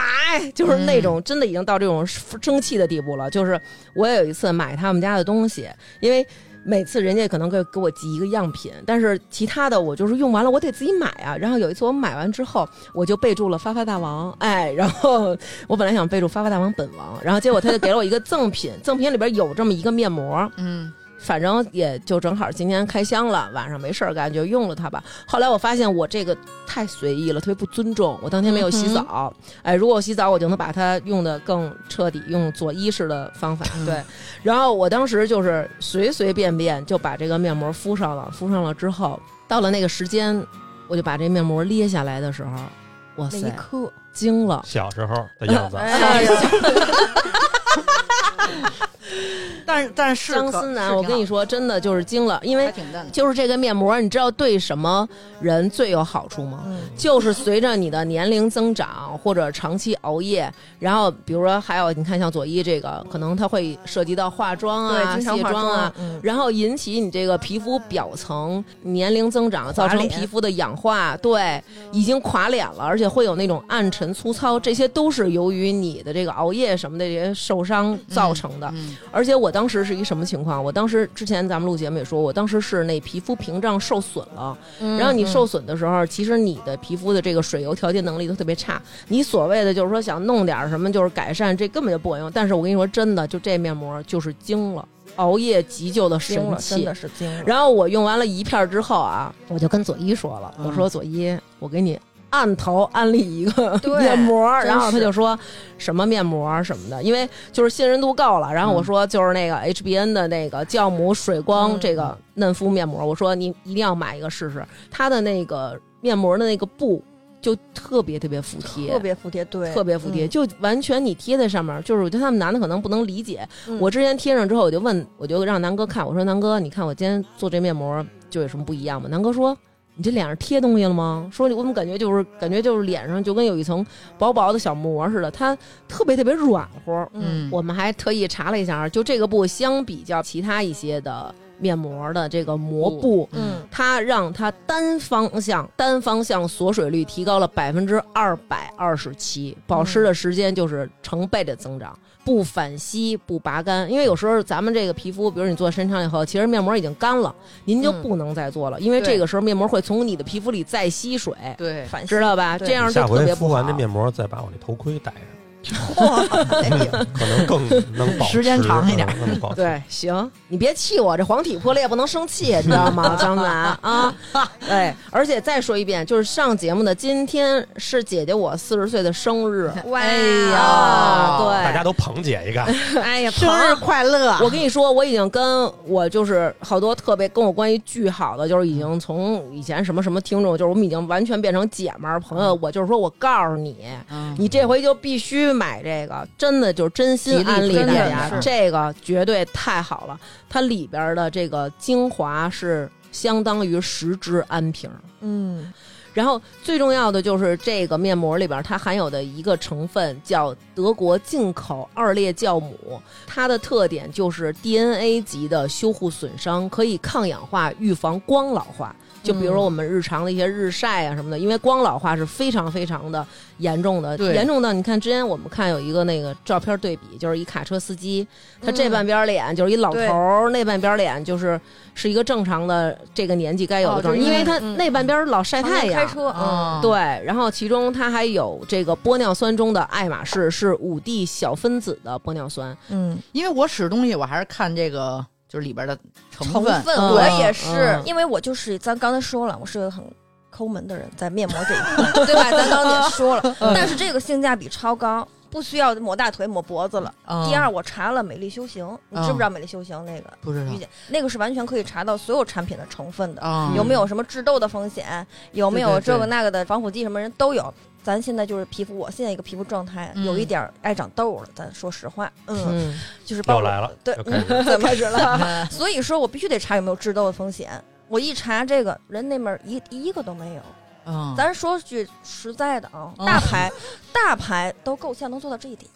Speaker 2: 就是那种、真的已经到这种生气的地步了。就是我有一次买他们家的东西，因为每次人家可能给给我寄一个样品，但是其他的我就是用完了我得自己买啊。然后有一次我买完之后，我就备注了发发大王，哎，然后我本来想备注发发大王本王，然后结果他就给了我一个赠品，赠品里边有这么一个面膜，
Speaker 1: 嗯，
Speaker 2: 反正也就正好今天开箱了，晚上没事儿干就用了它吧。后来我发现我这个太随意了，特别不尊重。我当天没有洗
Speaker 1: 嗯
Speaker 2: 澡，哎，如果我洗澡，我就能把它用的更彻底，用佐伊式的方法。
Speaker 1: 嗯
Speaker 2: 对，然后我当时就是随随便便就把这个面膜敷上了，敷上了之后，到了那个时间，我就把这面膜裂下来的时候，哇
Speaker 5: 那一
Speaker 2: 塞，
Speaker 5: 刻，
Speaker 2: 惊了。
Speaker 4: 小时候的样 子，啊
Speaker 5: 哎呀，
Speaker 1: 但是但是
Speaker 2: 张
Speaker 1: 可
Speaker 2: 思
Speaker 1: 是
Speaker 2: 楠，我
Speaker 1: 挺
Speaker 2: 跟你
Speaker 1: 好
Speaker 2: 说，真的就是惊了，因为
Speaker 1: 还挺嫩的，
Speaker 2: 就是这个面膜，你知道对什么人最有好处吗？
Speaker 5: 嗯，
Speaker 2: 就是随着你的年龄增长或者长期熬夜，然后比如说还有你看像佐伊这个，可能它会涉及到化妆啊、
Speaker 5: 对，经常
Speaker 2: 卸
Speaker 5: 化
Speaker 2: 妆啊，，
Speaker 5: 嗯，
Speaker 2: 然后引起你这个皮肤表层年龄增长造成
Speaker 5: 脸
Speaker 2: 皮肤的氧化，对，已经垮脸了，而且会有那种暗沉、粗糙，这些都是由于你的这个熬夜什么的这些受伤造成的。
Speaker 1: 嗯
Speaker 2: 而且我当时是一什么情况？我当时之前咱们录节目也说，我当时是那皮肤屏障受损了。
Speaker 5: 嗯
Speaker 2: 然后你受损的时候，其实你的皮肤的这个水油调节能力都特别差。你所谓的就是说想弄点什么，就是改善，这根本就不管用。但是我跟你说，真的，就这面膜就是惊了，熬夜急救的
Speaker 5: 惊
Speaker 2: 神
Speaker 5: 了，真
Speaker 2: 器
Speaker 5: 的。是惊了。
Speaker 2: 然后我用完了一片之后啊，我就跟佐伊说了，
Speaker 5: 嗯
Speaker 2: 我说佐伊，我给你按头安利一个
Speaker 5: 对
Speaker 2: 面膜，
Speaker 5: 真
Speaker 2: 然后他
Speaker 5: 是
Speaker 2: 就说什么面膜什么的，因为就是信任度够了。然后我说就是那个 HBN 的那个酵母水光
Speaker 5: 嗯
Speaker 2: 这个嫩肤面膜，我说你一定要买一个试试，它的那个面膜的那个布就特别特别服帖，
Speaker 5: 特别服帖，对，嗯
Speaker 2: 特别服帖，就完全你贴在上面，就是我觉得他们男的可能不能理解。
Speaker 5: 嗯
Speaker 2: 我之前贴上之后，我就问，我就让南哥看，我说南哥，你看我今天做这面膜就有什么不一样吗？南哥说。你这脸上贴东西了吗？说我怎么感觉就是感觉就是脸上就跟有一层薄薄的小膜似的，它特别特别软和。
Speaker 1: 嗯，
Speaker 2: 我们还特意查了一下啊，就这个布相比较其他一些的面膜的这个膜布，
Speaker 5: 嗯，
Speaker 2: 它让它单方向单方向锁水率提高了百分之二百二十七，保湿的时间就是成倍的增长，不反吸不拔干。因为有时候咱们这个皮肤，比如你做深长以后，其实面膜已经干了，您就
Speaker 5: 嗯
Speaker 2: 不能再做了，因为
Speaker 5: 对
Speaker 2: 这个时候面膜会从你的皮肤里再吸水，
Speaker 1: 对，
Speaker 5: 反
Speaker 2: 知道吧？
Speaker 5: 对
Speaker 2: 这样
Speaker 4: 你
Speaker 2: 就
Speaker 4: 下
Speaker 2: 特
Speaker 4: 回
Speaker 2: 别
Speaker 4: 敷
Speaker 2: 不好
Speaker 4: 完这。面膜，再把我这头盔戴上，
Speaker 5: 哇，
Speaker 4: 可能更能保持
Speaker 1: 哎时间长一点
Speaker 4: 嗯 能保持。
Speaker 2: 对，行，你别气我，这黄体破裂不能生气，知道吗，张楠 啊？对，而且再说一遍，就是上节目的今天是姐姐我四十岁的生日，
Speaker 5: 哇
Speaker 1: 哎呀
Speaker 2: 啊，对，
Speaker 4: 大家都捧姐一个，
Speaker 5: 哎呀，
Speaker 1: 生日快乐！
Speaker 2: 我跟你说，我已经跟我就是好多特别跟我关系巨好的，就是已经从以前什么什么听众，就是我们已经完全变成姐们儿朋友。我就是说我告诉你，
Speaker 1: 嗯
Speaker 2: 你这回就必须买这个，真的就是真心安利
Speaker 1: 吉利
Speaker 2: 大
Speaker 1: 推荐
Speaker 2: 家，
Speaker 1: 是
Speaker 2: 这个绝对太好了。它里边的这个精华是相当于十支安瓶儿。
Speaker 5: 嗯，
Speaker 2: 然后最重要的就是这个面膜里边它含有的一个成分叫德国进口二裂酵母，它的特点就是 DNA 级的修护损伤，可以抗氧化、预防光老化。就比如说我们日常的一些日晒啊什么的，因为光老化是非常非常的严重的，
Speaker 1: 对
Speaker 2: 严重到你看之前我们看有一个那个照片对比，就是一卡车司机，他这
Speaker 5: 嗯
Speaker 2: 半边脸就是一老头
Speaker 5: 对
Speaker 2: 儿，那半边脸就是是一个正常的这个年纪该有的
Speaker 5: 哦
Speaker 2: 状态，
Speaker 5: 就
Speaker 2: 因
Speaker 5: 是
Speaker 2: 为
Speaker 5: 因为
Speaker 2: 他
Speaker 5: 嗯
Speaker 2: 那半边老晒
Speaker 5: 白
Speaker 2: 太阳
Speaker 5: 开，车，嗯，
Speaker 1: 嗯
Speaker 2: 对，然后其中它还有这个玻尿酸中的爱马仕是五 D 小分子的玻尿酸，
Speaker 5: 嗯，
Speaker 1: 因为我使东西我还是看这个就是里边的成
Speaker 5: 成
Speaker 1: 分，
Speaker 5: 分
Speaker 2: 嗯
Speaker 5: 我也是
Speaker 2: 嗯，
Speaker 5: 因为我就是咱刚才说了，我是个很抠门的人，在面膜这一块，对吧？咱刚才也说了，但是这个性价比超高，不需要抹大腿、抹脖子了。
Speaker 1: 嗯
Speaker 5: 第二，我查了美丽修行，你知不知道美丽修行那个？
Speaker 1: 不知道
Speaker 5: 于姐，那个是完全可以查到所有产品的成分的，
Speaker 1: 啊
Speaker 5: 有没有什么致痘的风险，有没
Speaker 1: 对
Speaker 5: 有
Speaker 1: 对对
Speaker 5: 这个那个的防腐剂什么人都有。咱现在就是皮肤，我现在一个皮肤状态
Speaker 1: 嗯
Speaker 5: 有一点儿爱长痘了，咱说实话，嗯，
Speaker 2: 嗯，
Speaker 5: 就是包
Speaker 4: 又
Speaker 5: 括
Speaker 4: 来了，
Speaker 5: 对
Speaker 4: 又开始
Speaker 5: 怎么开始了？
Speaker 1: 嗯
Speaker 5: 所以说我必须得查有没有致痘的风险。我一查这个人那边儿一一个都没有，
Speaker 1: 嗯
Speaker 5: 咱说句实在的啊，
Speaker 1: 嗯
Speaker 5: 大牌、大牌都够呛能做到这一点。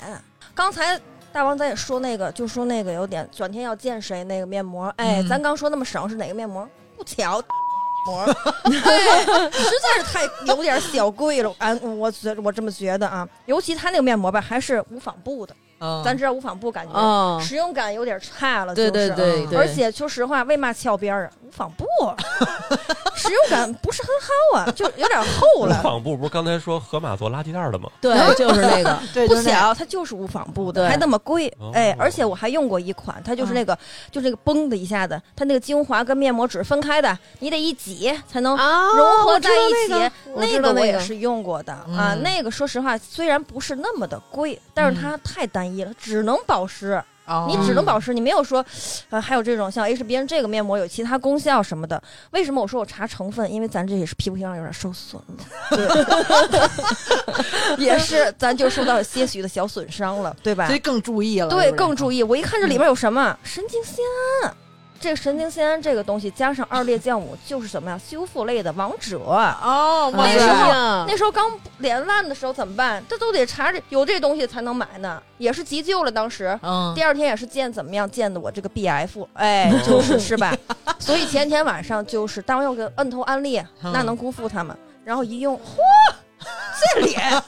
Speaker 5: 刚才大王咱也说那个，就说那个有点转天要见谁那个面膜，哎，
Speaker 1: 嗯
Speaker 5: 咱刚说那么省是哪个面膜？不巧。膜，对，实在是太有哎点小贵了，俺我觉我这么觉得啊，尤其他那个面膜吧，还是无纺布的，
Speaker 1: 嗯
Speaker 5: 咱知道无纺布感觉
Speaker 2: 哦，
Speaker 5: 使用感有点差了，
Speaker 2: 对
Speaker 5: 就
Speaker 2: 对
Speaker 5: 是嗯
Speaker 2: 对对，
Speaker 5: 而且说实话，为嘛翘边儿啊？ 无纺布使用感不是很好啊，就有点厚
Speaker 4: 无
Speaker 5: 了。
Speaker 4: 纺布不是刚才说河马做垃圾袋儿的吗？
Speaker 2: 对， 就是那个，
Speaker 1: 对，
Speaker 5: 不
Speaker 1: 就是那
Speaker 5: 小，它就是无纺布的，
Speaker 2: 对
Speaker 5: 还那么贵
Speaker 4: 哦，
Speaker 5: 哎，而且我还用过一款，它就是那个，就是那个嘣的一下子，它那个精华跟面膜纸分开的，你得一挤才
Speaker 1: 哦
Speaker 5: 能
Speaker 2: 啊
Speaker 5: 融合在一起。
Speaker 2: 我知道
Speaker 5: 个我
Speaker 2: 那
Speaker 5: 也
Speaker 2: 个
Speaker 5: 是用过的
Speaker 1: 嗯
Speaker 5: 啊，那个说实话，虽然不是那么的贵，但是它太单一了，只能保湿，
Speaker 1: 哦
Speaker 5: 你只能保湿，你没有说，呃，还有这种像 HBN 这个面膜有其他功效什么的。为什么我说我查成分？因为咱这也是皮肤上有点受损了，对， 也是咱就受到了些许的小损伤了，对吧
Speaker 1: 所？以嗯更注意了，
Speaker 5: 对，
Speaker 1: 是不是
Speaker 5: 更注意。我一看这里面有什么，神经酰胺。这个神经酰胺这个东西加上二裂酵母，就是什么呀？修复类的王者。
Speaker 1: 哦，哇
Speaker 5: 那
Speaker 1: 塞
Speaker 5: 时候
Speaker 2: 候
Speaker 5: 那时候刚脸烂的时候怎么办？这都得查这有这东西才能买呢，也是急救了。当时
Speaker 1: 嗯，
Speaker 5: 第二天也是见怎么样见的我这个 B F，哎，就是是吧？所以前天晚上就是当要给摁头安利，
Speaker 1: 嗯
Speaker 5: 那能辜负他们。然后一用，嚯，这 脸，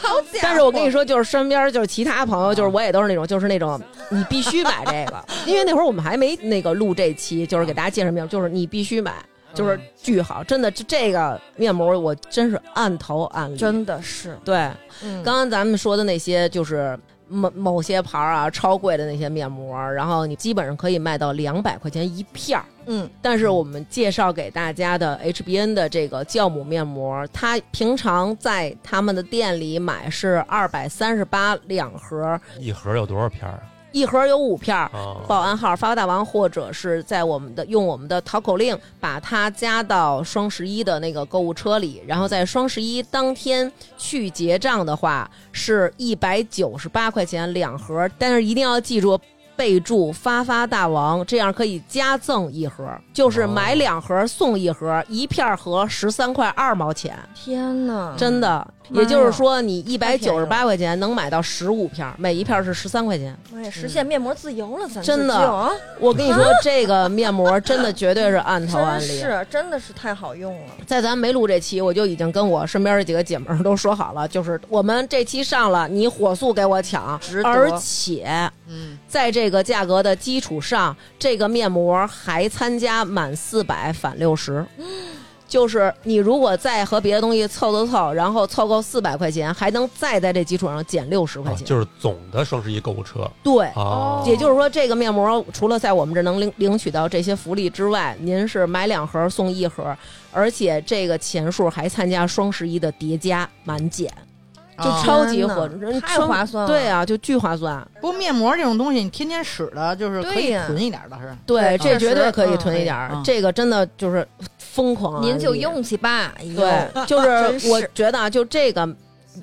Speaker 5: 好家伙！
Speaker 2: 但是我跟你，说，就是身边就是其他朋友，就是我也都是那种，就是那种你必须买这 个，因为那会儿我们还没那个录这期，就是给大家介绍面膜，就是你必须买，就是巨好，真的这这个面膜我真是按头按利。
Speaker 5: 真的是，
Speaker 2: 对，
Speaker 5: 嗯，
Speaker 2: 刚刚咱们说的那些就是某某些牌儿啊，超贵的那些面膜，然后你基本上可以卖到两百块钱一片儿。
Speaker 5: 嗯，
Speaker 2: 但是我们介绍给大家的 HBN 的这个酵母面膜，它平常在他们的店里买是二百三十八两盒，
Speaker 4: 一盒有多少片儿
Speaker 2: 一盒有五片儿。
Speaker 4: 啊？
Speaker 2: 报暗号“发发大王”，或者是在我们的用我们的淘口令把它加到双十一的那个购物车里，然后在双十一当天去结账的话是一百九十八块钱两盒，但是一定要记住。备注“发发大王”，这样可以加赠一盒，就是买两盒送一盒，一片盒十三块二毛钱，
Speaker 5: 天哪，
Speaker 2: 真的。
Speaker 5: 妈呀
Speaker 2: 也就是说，你一百
Speaker 5: 太便宜
Speaker 2: 九十
Speaker 5: 了
Speaker 2: 八块钱能买到十五片，每一片是十三块钱。
Speaker 5: 我也哎实现面膜自由了，咱
Speaker 2: 真的
Speaker 5: 自救啊
Speaker 2: 我跟你说，这个面膜真的绝对是按头按
Speaker 5: 真
Speaker 2: 例。
Speaker 5: 是真的是太好用了。
Speaker 2: 在咱没录这期，我就已经跟我身边的几个姐们儿都说好了，就是我们这期上了，你火速给我抢
Speaker 5: 值，得
Speaker 2: 而且
Speaker 1: 嗯，
Speaker 2: 在这个价格的基础上，这个面膜还参加满四百返六十。
Speaker 5: 嗯
Speaker 2: 就是你如果再和别的东西凑凑凑，然后凑够四百块钱，还能再在这基础上减六十块
Speaker 4: 啊
Speaker 2: 钱。哦
Speaker 4: 就是总的双十一购物车
Speaker 2: 对，
Speaker 4: 啊，
Speaker 2: 也就是说，这个面膜除了在我们这能领领取到这些福利之外，您是买两盒送一盒，而且这个钱数还参加双十一的叠加满减，就
Speaker 1: 哦
Speaker 2: 超级
Speaker 5: 天哪
Speaker 2: 合，人
Speaker 5: 太
Speaker 2: 双
Speaker 5: 划算了
Speaker 2: 对啊，就巨划算。
Speaker 1: 不过面膜这种东西，你天天使的，就是可
Speaker 5: 对
Speaker 1: 以
Speaker 5: 呀
Speaker 1: 囤一点的是。
Speaker 2: 对，啊这
Speaker 5: 确实
Speaker 2: 绝对可以囤一点儿，
Speaker 1: 嗯
Speaker 2: 这个真的就是疯狂啊、
Speaker 5: 您就
Speaker 2: 你
Speaker 5: 用去吧，哎呦
Speaker 2: 对，就
Speaker 5: 真
Speaker 2: 是
Speaker 5: 是
Speaker 2: 我觉得啊，就这个。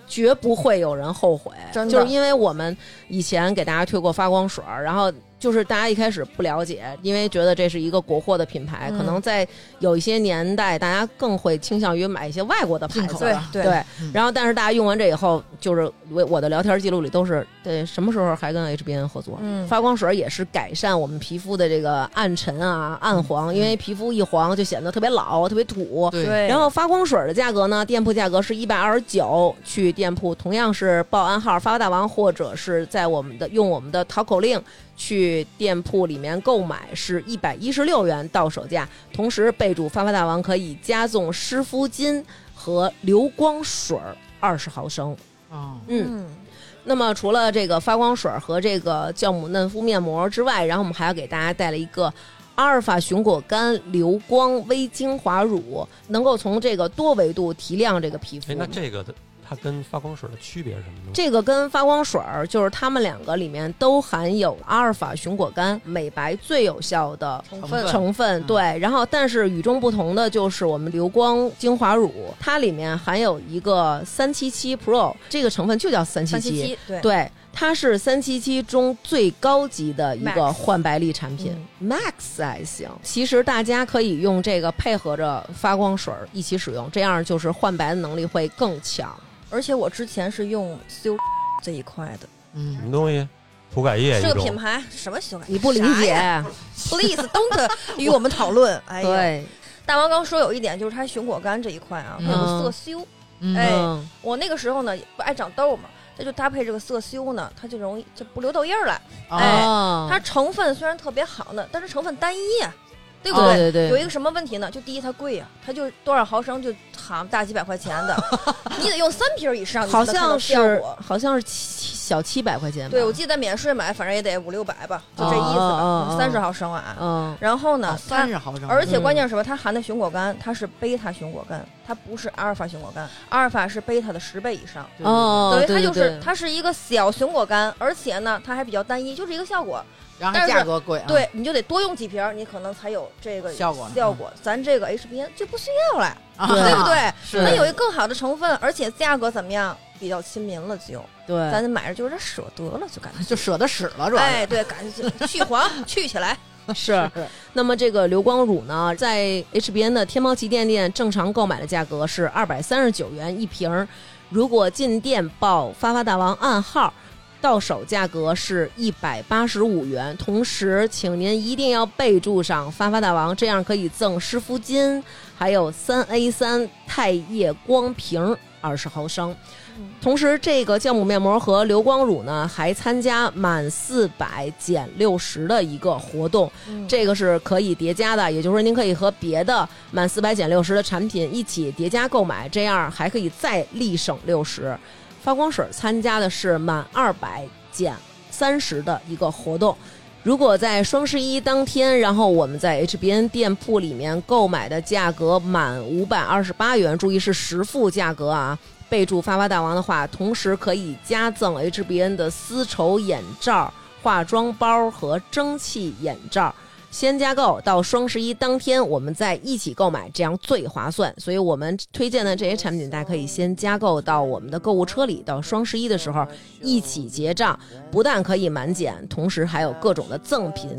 Speaker 2: 绝不会有人后悔，
Speaker 5: 真的
Speaker 2: 就是因为我们以前给大家推过发光水儿，然后就是大家一开始不了解，因为觉得这是一个国货的品牌，
Speaker 5: 嗯
Speaker 2: 可能在有一些年代，大家更会倾向于买一些外国的牌
Speaker 1: 进口
Speaker 2: 子。
Speaker 1: 的
Speaker 5: 对
Speaker 1: 吧
Speaker 5: 对
Speaker 2: 对
Speaker 1: 嗯
Speaker 2: 然后但是大家用完这以后，就是我我的聊天记录里都是，对，什么时候还跟 HBN 合作？
Speaker 5: 嗯
Speaker 2: 发光水也是改善我们皮肤的这个暗沉啊、
Speaker 5: 嗯
Speaker 2: 暗黄，因为皮肤一黄就显得特别老、特别土。
Speaker 1: 对，
Speaker 5: 对，
Speaker 2: 然后发光水的价格呢，店铺价格是一百二十九，去店铺同样是报暗号“发发大王”，或者是在我们的用我们的淘口令去店铺里面购买是一百一十六元到手价，同时备注“发发大王”可以加送湿敷巾和流光水二十毫升。
Speaker 1: 哦
Speaker 2: 嗯，
Speaker 5: 嗯，
Speaker 2: 那么除了这个发光水儿和这个酵母嫩肤面膜之外，然后我们还要给大家带了一个阿尔法熊果苷流光微精华乳，能够从这个多维度提亮这个皮肤
Speaker 4: 哎，。那这个的它跟发光水的区别是什么呢？
Speaker 2: 这个跟发光水儿就是它们两个里面都含有阿尔法熊果苷，美白最有效的
Speaker 1: 成
Speaker 5: 分
Speaker 2: 成分
Speaker 1: 嗯
Speaker 2: 对，然后但是与众不同的就是我们流光精华乳，它里面含有一个三七七 Pro 这个成分，就叫三七
Speaker 5: 三七
Speaker 2: 七，
Speaker 5: 七，对，
Speaker 2: 对，它是三七七中最高级的一个
Speaker 5: Max 嗯
Speaker 2: 焕白力产品、m a x 还行。其实大家可以用这个配合着发光水儿一起使用，这样就是焕白的能力会更强。
Speaker 5: 而且我之前是用修这一块的，
Speaker 4: 什
Speaker 1: 嗯
Speaker 4: 么东西？涂改液
Speaker 5: 是
Speaker 4: 一
Speaker 5: 个品
Speaker 4: 种，
Speaker 5: 牌，什么修改？
Speaker 2: 你不理
Speaker 5: 啥呀
Speaker 2: 解，
Speaker 5: ？Please don't 与我们讨论。哎呀，
Speaker 2: 对，
Speaker 5: 大王刚说有一点就是它熊果苷这一块啊，
Speaker 1: 嗯
Speaker 5: 它有色修。
Speaker 1: 嗯
Speaker 5: 哎
Speaker 2: 嗯
Speaker 5: 我那个时候呢不爱长痘嘛，它就搭配这个色修呢，它就容易就不留痘印儿了。哎
Speaker 2: 哦，
Speaker 5: 它成分虽然特别好呢，但是成分单一呀、啊对不
Speaker 2: 哦对对对，
Speaker 5: 有一个什么问题呢？就第一，它贵呀、它就多少毫升就好大几百块钱 的，你得用三瓶以上，你才
Speaker 2: 好
Speaker 5: 能看到
Speaker 2: 像
Speaker 5: 效
Speaker 2: 是
Speaker 5: 果。
Speaker 2: 好像是七小七百块钱吧，
Speaker 5: 对，我记得在免税买，反正也得五六百吧，就这意思
Speaker 2: 哦哦
Speaker 5: 吧
Speaker 2: 哦，
Speaker 5: 三十毫升啊。
Speaker 2: 嗯
Speaker 5: 然后呢，
Speaker 1: 三
Speaker 5: 它
Speaker 1: 十毫升，
Speaker 5: 而且
Speaker 2: 嗯
Speaker 5: 关键是什么？它含的熊果苷，它是贝塔熊果苷，它不是阿尔法熊果苷，阿尔法是贝塔的十倍以上。
Speaker 1: 对
Speaker 2: 哦，
Speaker 5: 等于
Speaker 2: 对
Speaker 5: 它就
Speaker 2: 对
Speaker 5: 是
Speaker 2: 对
Speaker 5: 它是一个小熊果苷，而且呢，它还比较单一，就是一个效果。
Speaker 2: 啊
Speaker 1: 然后还
Speaker 5: 但是
Speaker 1: 价格贵啊，
Speaker 5: 对，你就得多用几瓶儿，你可能才有这个
Speaker 1: 效果呢
Speaker 5: 效果，咱这个 HPN 就不需要了，
Speaker 1: 啊，
Speaker 2: 嗯对
Speaker 5: 对不对？
Speaker 1: 是
Speaker 5: 那有一更好的成分，而且价格怎么样？比较亲民了就，
Speaker 2: 对，
Speaker 5: 咱买着就有点舍得了，就感觉。
Speaker 1: 就舍得使了，主要是
Speaker 5: 哎，对，感觉就去黄去起来，
Speaker 2: 是，
Speaker 5: 哎
Speaker 2: 那么这个流光乳呢，在 HBN 的天猫旗舰店正常购买的价格是二百三十九元一瓶儿，如果进店报发发大王暗号。到手价格是一百八十五元，同时请您一定要备注上“发发大王”，这样可以赠湿敷巾，还有三 A 三太液光瓶二十毫升。同时，这个酵母面膜和流光乳呢，还参加满四百减六十的一个活动，
Speaker 5: 嗯
Speaker 2: 这个是可以叠加的，也就是说，您可以和别的满四百减六十的产品一起叠加购买，这样还可以再立省六十。发光水参加的是满二百减三十的一个活动。如果在双十一当天，然后我们在 HBN 店铺里面购买的价格满五百二十八元，注意是实付价格啊。备注“发发大王”的话，同时可以加赠 HBN 的丝绸眼罩、化妆包和蒸汽眼罩。先加购到双十一当天，我们再一起购买，这样最划算。所以我们推荐的这些产品，大家可以先加购到我们的购物车里，到双十一的时候一起结账，不但可以满减，同时还有各种的赠品。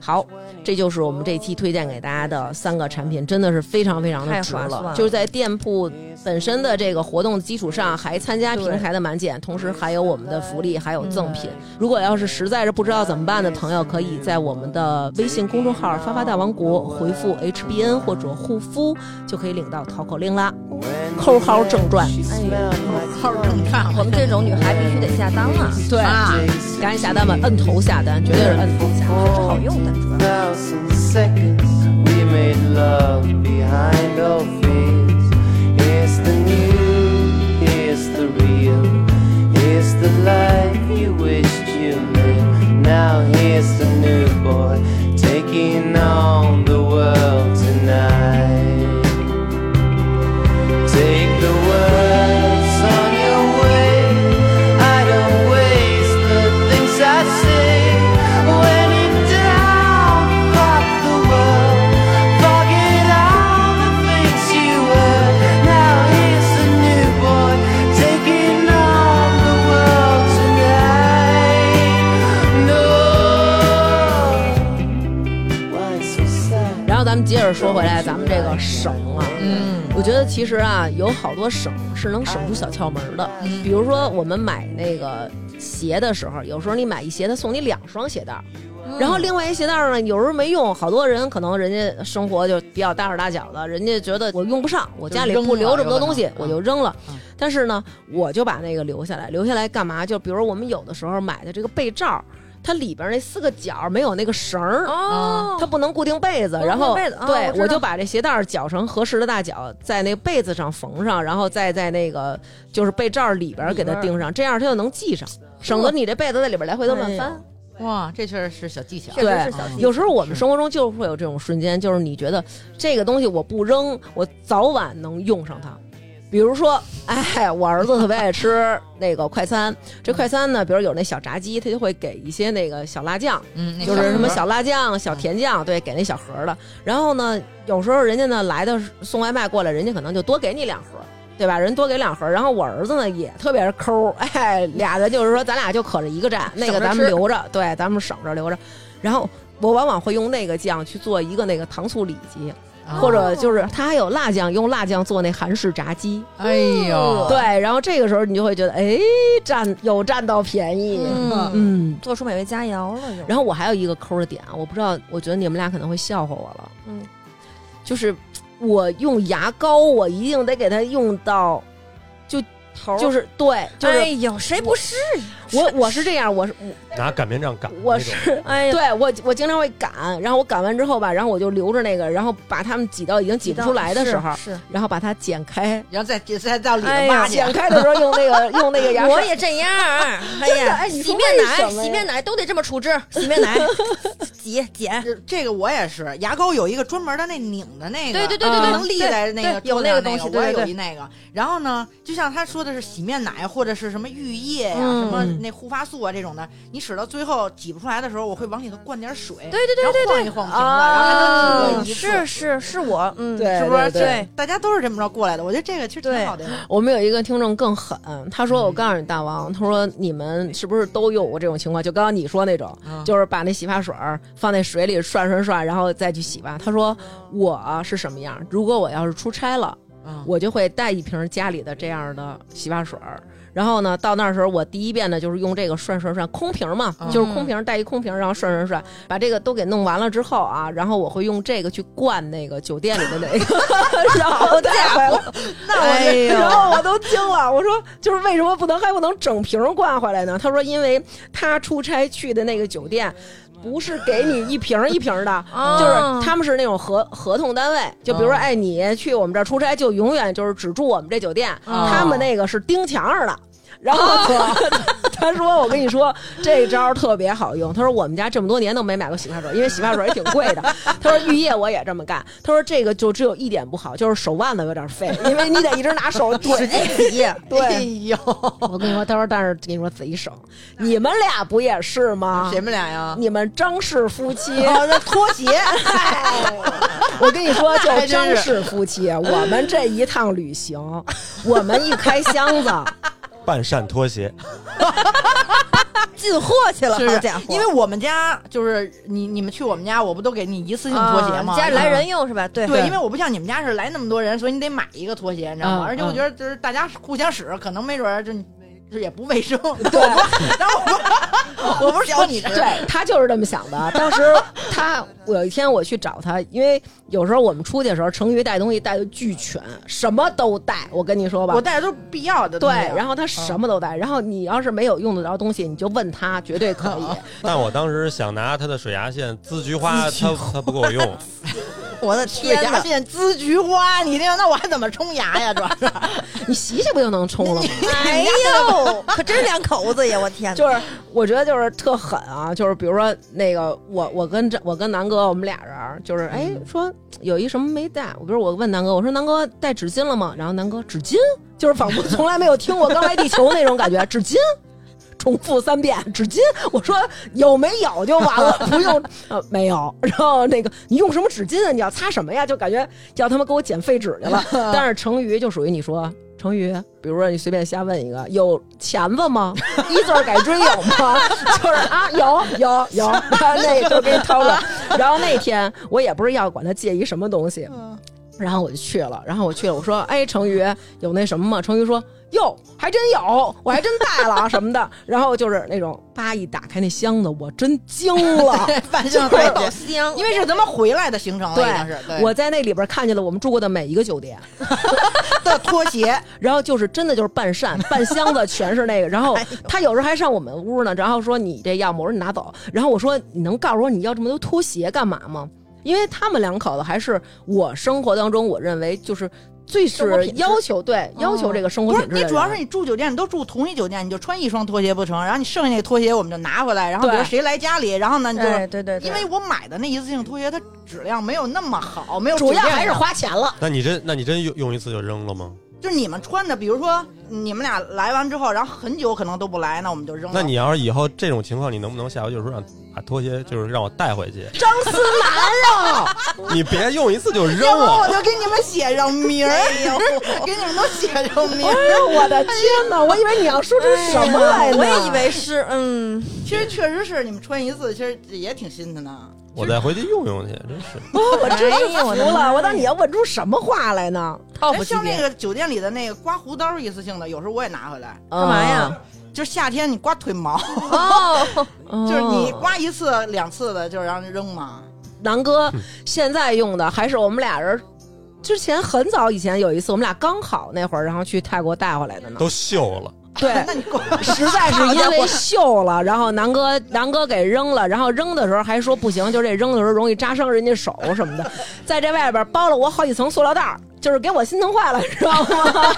Speaker 2: 好，这就是我们这期推荐给大家的三个产品，真的是非常非常的
Speaker 5: 太
Speaker 2: 值
Speaker 5: 划算了
Speaker 2: 就是在店铺本身的这个活动基础上，还参加平台的满减，同时还有我们的福利，还有
Speaker 5: 嗯
Speaker 2: 赠品。如果要是实在是不知道怎么办的朋友，可以在我们的微信公众号“发发大王国”回复 HBN 或者护肤，就可以领到淘口令啦。扣号正传，
Speaker 1: 号儿正常，
Speaker 5: 哎我们这种女孩必须得下单了，
Speaker 2: 对，赶紧下单吧，摁头下单，绝对是摁头下单。
Speaker 5: 好用的主要。
Speaker 6: thousand seconds we made love behind our face here's the new here's the real here's the life you wished you lived now here's the new boy taking on the world tonight take the words on your way i don't waste the things i say when in doubt fuck the world fuck it all the things you were now here's a new boy taking on the world tonight no why so sad
Speaker 2: 然后咱们接着说回来，咱们这个省啊，嗯，我觉得其实啊，有好多省是能省出小窍门的。比如说我们买那个鞋的时候，有时候你买一鞋，他送你两双鞋带儿。然
Speaker 5: 嗯
Speaker 2: 后另外一鞋带儿呢，有时候没用，好多人可能人家生活就比较大手大脚的，人家觉得我用不上，我家里
Speaker 1: 就扔
Speaker 2: 不留
Speaker 1: 了
Speaker 2: 这么
Speaker 1: 有
Speaker 2: 多
Speaker 1: 可能
Speaker 2: 东西，我就扔了
Speaker 1: 嗯。
Speaker 2: 但是呢，我就把那个留下来，留下来干嘛？就比如我们有的时候买的这个被罩儿，它里边儿那四个角儿没有那个绳儿，
Speaker 5: 哦，
Speaker 2: 它不能固定被子，
Speaker 5: 不能
Speaker 2: 然后
Speaker 5: 固定被子哦
Speaker 2: 对
Speaker 5: 我知道
Speaker 2: 我就把这鞋带儿绞成合适的大小，在那被子上缝上，然后再在那个就是被罩里边儿给它钉上，这样它就能系上，省得你这被子在里边儿来回的
Speaker 5: 哎
Speaker 2: 乱翻。
Speaker 1: 哇，这确实是小技巧，
Speaker 5: 确实是小技巧
Speaker 2: 有时候我们生活中就会有这种瞬间，就是你觉得这个东西我不扔，我早晚能用上它。比如说，哎，我儿子特别爱吃那个快餐，这快餐呢，比如有那小炸鸡，他就会给一些那个小辣酱，
Speaker 1: 嗯，那
Speaker 2: 就
Speaker 1: 小
Speaker 2: 是什么
Speaker 1: 盒儿
Speaker 2: 小辣酱、小甜酱，对，给那小盒儿的。然后呢，有时候人家呢来的送外卖过来，人家可能就多给你两盒儿，对吧？人多给两盒儿。然后我儿子呢也特别抠儿，哎，俩人就是说咱俩就可着一个站，那个咱们留着，对，咱们省着留着。然后我往往会用那个酱去做一个那个糖醋里脊，
Speaker 1: 啊
Speaker 2: 或
Speaker 3: 嗯
Speaker 2: 者就是他还有辣酱，用辣酱做那韩式炸鸡。
Speaker 1: 哎呦，
Speaker 2: 对，然后这个时候你就会觉得，哎，占有占到便
Speaker 3: 哎
Speaker 2: 宜，
Speaker 5: 嗯，
Speaker 2: 嗯
Speaker 5: 做出美味佳肴了又。
Speaker 2: 然后我还有一个抠的点啊，我不知道，我觉得你们俩可能会笑话我了。
Speaker 5: 嗯，
Speaker 2: 就是我用牙膏，我一定得给它用到，就
Speaker 3: 头儿
Speaker 2: 就是对，就
Speaker 3: 哎
Speaker 2: 是
Speaker 3: 呦，谁不是？
Speaker 2: 我我是这样，我是
Speaker 4: 拿擀面杖擀的那种。
Speaker 2: 我是
Speaker 3: 哎呀，
Speaker 2: 对我我经常会擀，然后我擀完之后吧，然后我就留着那个，然后把它们挤到已经挤不出来的时候，
Speaker 3: 是。
Speaker 2: 然后把它剪开，
Speaker 1: 然后再再到里头
Speaker 3: 哎呀
Speaker 1: 骂你，
Speaker 2: 剪开的时候用那个用那个 牙
Speaker 3: 我
Speaker 2: 刷。
Speaker 3: 也这样儿，哎
Speaker 2: 真的
Speaker 3: 呀，
Speaker 2: 哎你
Speaker 3: 洗
Speaker 2: 说
Speaker 3: 面
Speaker 2: 为
Speaker 3: 奶、
Speaker 2: 什么呀
Speaker 3: 洗面奶都得这么处置，洗面 奶挤剪，
Speaker 1: 这这个我也是，牙膏有一个专门的那拧的那个，
Speaker 3: 对对对
Speaker 2: 对
Speaker 5: 嗯
Speaker 2: 对
Speaker 1: 能立在那个
Speaker 3: 对有
Speaker 1: 桌子上
Speaker 3: 那个东西对
Speaker 1: 我也
Speaker 3: 对
Speaker 1: 有
Speaker 3: 对
Speaker 1: 一那个。然后呢，就像他说的是洗面奶或者是什么浴液呀、
Speaker 3: 嗯
Speaker 1: 什么那护发素啊这种的，你使到最后挤不出来的时候，我会往里头灌点水，
Speaker 3: 对对对
Speaker 1: 然后
Speaker 3: 对
Speaker 1: 晃一
Speaker 3: 对，
Speaker 1: 晃瓶子，然后还能
Speaker 3: 啊
Speaker 1: 挤过，一次，
Speaker 3: 是是是我，嗯，
Speaker 2: 对
Speaker 1: 是不是？
Speaker 2: 对
Speaker 3: 对
Speaker 1: 大家都是这么着过来的。我觉得这个其实挺好的。
Speaker 2: 我们有一个听众更狠，他
Speaker 3: 嗯
Speaker 2: 说：“我告诉你，大王，他说你们是不是都有过这种情况？就刚刚你说那种，
Speaker 1: 嗯
Speaker 2: 就是把那洗发水儿放在水里涮涮涮，然后再去洗吧。”他说：“我啊是什么样？如果我要是出差了，
Speaker 1: 嗯
Speaker 2: 我就会带一瓶家里的这样的洗发水儿。然后呢，到那时候我第一遍呢就是用这个涮涮涮，空瓶儿嘛，
Speaker 1: 嗯
Speaker 2: 就是空瓶儿带一空瓶儿，然后涮涮涮，把这个都给弄完了之后啊，然后我会用这个去灌那个酒店里的 那个，然后带回来。
Speaker 1: 那我
Speaker 2: 哎
Speaker 1: 觉得
Speaker 2: 呦，然后我都惊了，我说就是为什么不能还不能整瓶儿灌回来呢？他说因为他出差去的那个酒店。不是给你一瓶儿一瓶儿的，
Speaker 3: 哦
Speaker 2: 就是他们是那种合合同单位，就比如说，
Speaker 1: 哦
Speaker 2: 哎，你去我们这儿出差，就永远就是只住我们这酒店，
Speaker 1: 哦
Speaker 2: 他们那个是钉墙上的。然后 他他说：“我跟你说，这招儿特别好用。”他说：“我们家这么多年都没买过洗发水，因为洗发水也挺贵的。” 他说：“浴液我也这么干。”他说：“这个就只有一点不好，就是手腕子有点 废，因为你得一直拿手怼。
Speaker 1: 挤，哎
Speaker 2: 对，
Speaker 1: 呦，
Speaker 2: 我跟你说，他说，但是跟你说贼省。你们俩不也是吗？
Speaker 1: 谁们俩呀？
Speaker 2: 你们张氏夫妻，
Speaker 1: 哦，那拖 鞋，
Speaker 2: 哎我跟你说，
Speaker 1: 那还真
Speaker 2: 就张
Speaker 1: 是
Speaker 2: 氏夫妻，我们这一趟旅 行，我们一开箱子，
Speaker 7: 半扇拖鞋，
Speaker 3: 进货去了，
Speaker 1: 是
Speaker 3: 好家伙，
Speaker 1: 因为我们家就是你你们去我们家，我不都给你一次性拖鞋吗？
Speaker 3: 啊家
Speaker 5: 嗯
Speaker 3: 里来人用是吧？对
Speaker 1: 对，因为我不像你们家是来那么多人，所以你得买一个拖鞋，你知道吗？
Speaker 2: 嗯
Speaker 1: 而且我觉得就是大家互相使，可能没准儿就你就也不卫 生。
Speaker 2: 对，
Speaker 1: 然后我不我不是说你 这，
Speaker 2: 对他就是这么想 的。当时他，我有一天我去找他，因为有时候我们出去的时候，成瑜带东西带的巨全，什么都带。我跟你说吧
Speaker 1: 我，带的都嗯是必要的
Speaker 2: 对
Speaker 1: 东西啊。，
Speaker 2: 然后他什么都带。然后你要是没有用得着东西，你就问他，绝对可以。
Speaker 4: 但我当时想拿他的水牙线滋菊花，他他不给我用，
Speaker 1: 我的天
Speaker 3: 哪
Speaker 1: 牙线滋菊花，你这样那我还怎么冲牙呀？主要 是
Speaker 2: 你洗洗不就能冲 了吗？
Speaker 3: 哎 呦，可真是两口子呀！我天哪，
Speaker 2: 就是我觉得就是特狠啊，就是比如说那个我我跟这我跟南哥我们俩人儿就是哎
Speaker 3: 嗯
Speaker 2: 说有一什么没带，我比如我问南哥我说南哥带纸巾了吗？然后南哥纸巾就是仿佛从来没有听过刚来地球那种感觉，纸巾。重复三遍纸巾，我说有没有就完了，不 用呃没有。然后那个你用什么纸巾啊？你要擦什么呀？就感觉要他妈给我捡废纸 去了。但是成语就属于你说成语，比如说你随便瞎问一个，有钳子吗？一字儿改锥有吗？ 就是啊，有有 有，那个就给你掏了。然后那天我也不是要管他借一什么东西，然后我就去了，然后我去了，我说，哎，成宇有那什么吗？成宇说，哟，还真有，我还真带了啊什么的。然后就是那种叭一打开那箱子，我真惊了。
Speaker 1: 反正
Speaker 2: 就是
Speaker 1: 对
Speaker 3: 香
Speaker 1: 因为是咱们回来的行程了，
Speaker 2: 对
Speaker 1: 已经是对
Speaker 2: 我在那里边看见了我们住过的每一个酒店，
Speaker 1: 的拖 鞋，
Speaker 2: 然后就是真的就是半 扇半箱子全是那个，然后他有时候还上我们屋呢，然后说你这要么我说你拿走，然后我说你能告诉我你要这么多拖鞋干嘛吗？因为他们两口子还是我生活当中我认为就是最
Speaker 3: 生活
Speaker 2: 是
Speaker 3: 品质
Speaker 2: 要求对要求这个生活
Speaker 1: 不是
Speaker 2: 品质的
Speaker 1: 你
Speaker 2: 人。
Speaker 1: 主要是你住酒店，你都住同一酒店，你就穿一双拖鞋不成，然后你剩下那个拖鞋我们就拿回来，然后比如
Speaker 2: 对
Speaker 1: 谁来家里，然后呢你就
Speaker 3: 哎，对对对，
Speaker 1: 因为我买的那一次性拖鞋，它质量没有那么好，没有
Speaker 2: 主要
Speaker 1: 酒店
Speaker 2: 还是
Speaker 1: 好
Speaker 2: 花钱了。
Speaker 4: 那你真那你真用用一次就扔了吗？
Speaker 1: 就是你们穿的，比如说你们俩来完之后，然后很久可能都不来，那我们就扔了。
Speaker 4: 那你要是以后这种情况，你能不能下回就是说让把拖鞋就是让我带回去？
Speaker 2: 张 思楠啊，
Speaker 4: 你别用一次就扔啊
Speaker 1: 要不我
Speaker 4: 了。
Speaker 1: 就 给你们写上名儿， 给你们都写上名
Speaker 2: 哎
Speaker 1: 儿。
Speaker 2: 呦我的天哪！我以为你要说出什么来呢，
Speaker 3: 我也以为是，嗯，
Speaker 1: 其实确实是你们穿一次，其实也挺新的啊呢。
Speaker 4: 我再回去用用去，真是。
Speaker 1: 嗯
Speaker 2: 我真是服
Speaker 3: 哎呦我的妈
Speaker 2: 了。
Speaker 3: 呀
Speaker 2: 我当你要问出什么话来呢？
Speaker 1: 哎，像那个酒店里的那个刮胡刀一次性的，有时候我也拿回来。
Speaker 2: 干
Speaker 3: 嘛呀？
Speaker 1: 就是夏天你刮腿 毛，
Speaker 2: 嗯
Speaker 3: 哦，
Speaker 1: 就是你
Speaker 2: 哦
Speaker 1: 刮一次两次的，就是让人扔嘛。
Speaker 2: 南哥现在用的还是我们俩人之前很早以前有一次，我们俩刚好那会儿，然后去泰国带回来的呢。
Speaker 4: 都锈了，
Speaker 2: 对，
Speaker 1: 那你管
Speaker 2: 实在是因为锈了， 然后南哥南哥给扔了，然后扔的时候还说不行，就这扔的时候容易扎伤人家手什么的，在这外边包了我好几层塑料袋儿，就是给我心疼坏了，你知道吗？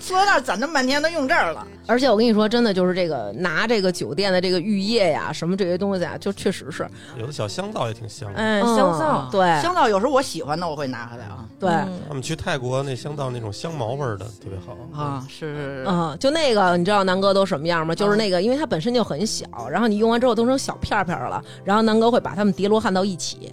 Speaker 1: 塑料袋攒这么半天都用这儿了，
Speaker 2: 而且我跟你说，真的就是这个拿这个酒店的这个浴液呀，什么这些东西啊，就确实是，
Speaker 4: 有的小香皂也挺香的。
Speaker 5: 嗯，香皂
Speaker 2: 嗯，对
Speaker 1: 香皂有时候我喜欢的我会拿回来啊
Speaker 2: 对。
Speaker 5: 嗯
Speaker 4: 他们去泰国那香皂那种香茅味儿的特别好，
Speaker 1: 啊，是是是，
Speaker 2: 嗯，就那个，你知道南哥都什么样吗？就是那个，因为它本身就很小，然后你用完之后都成小片儿片儿了，然后南哥会把它们叠罗汉到一起，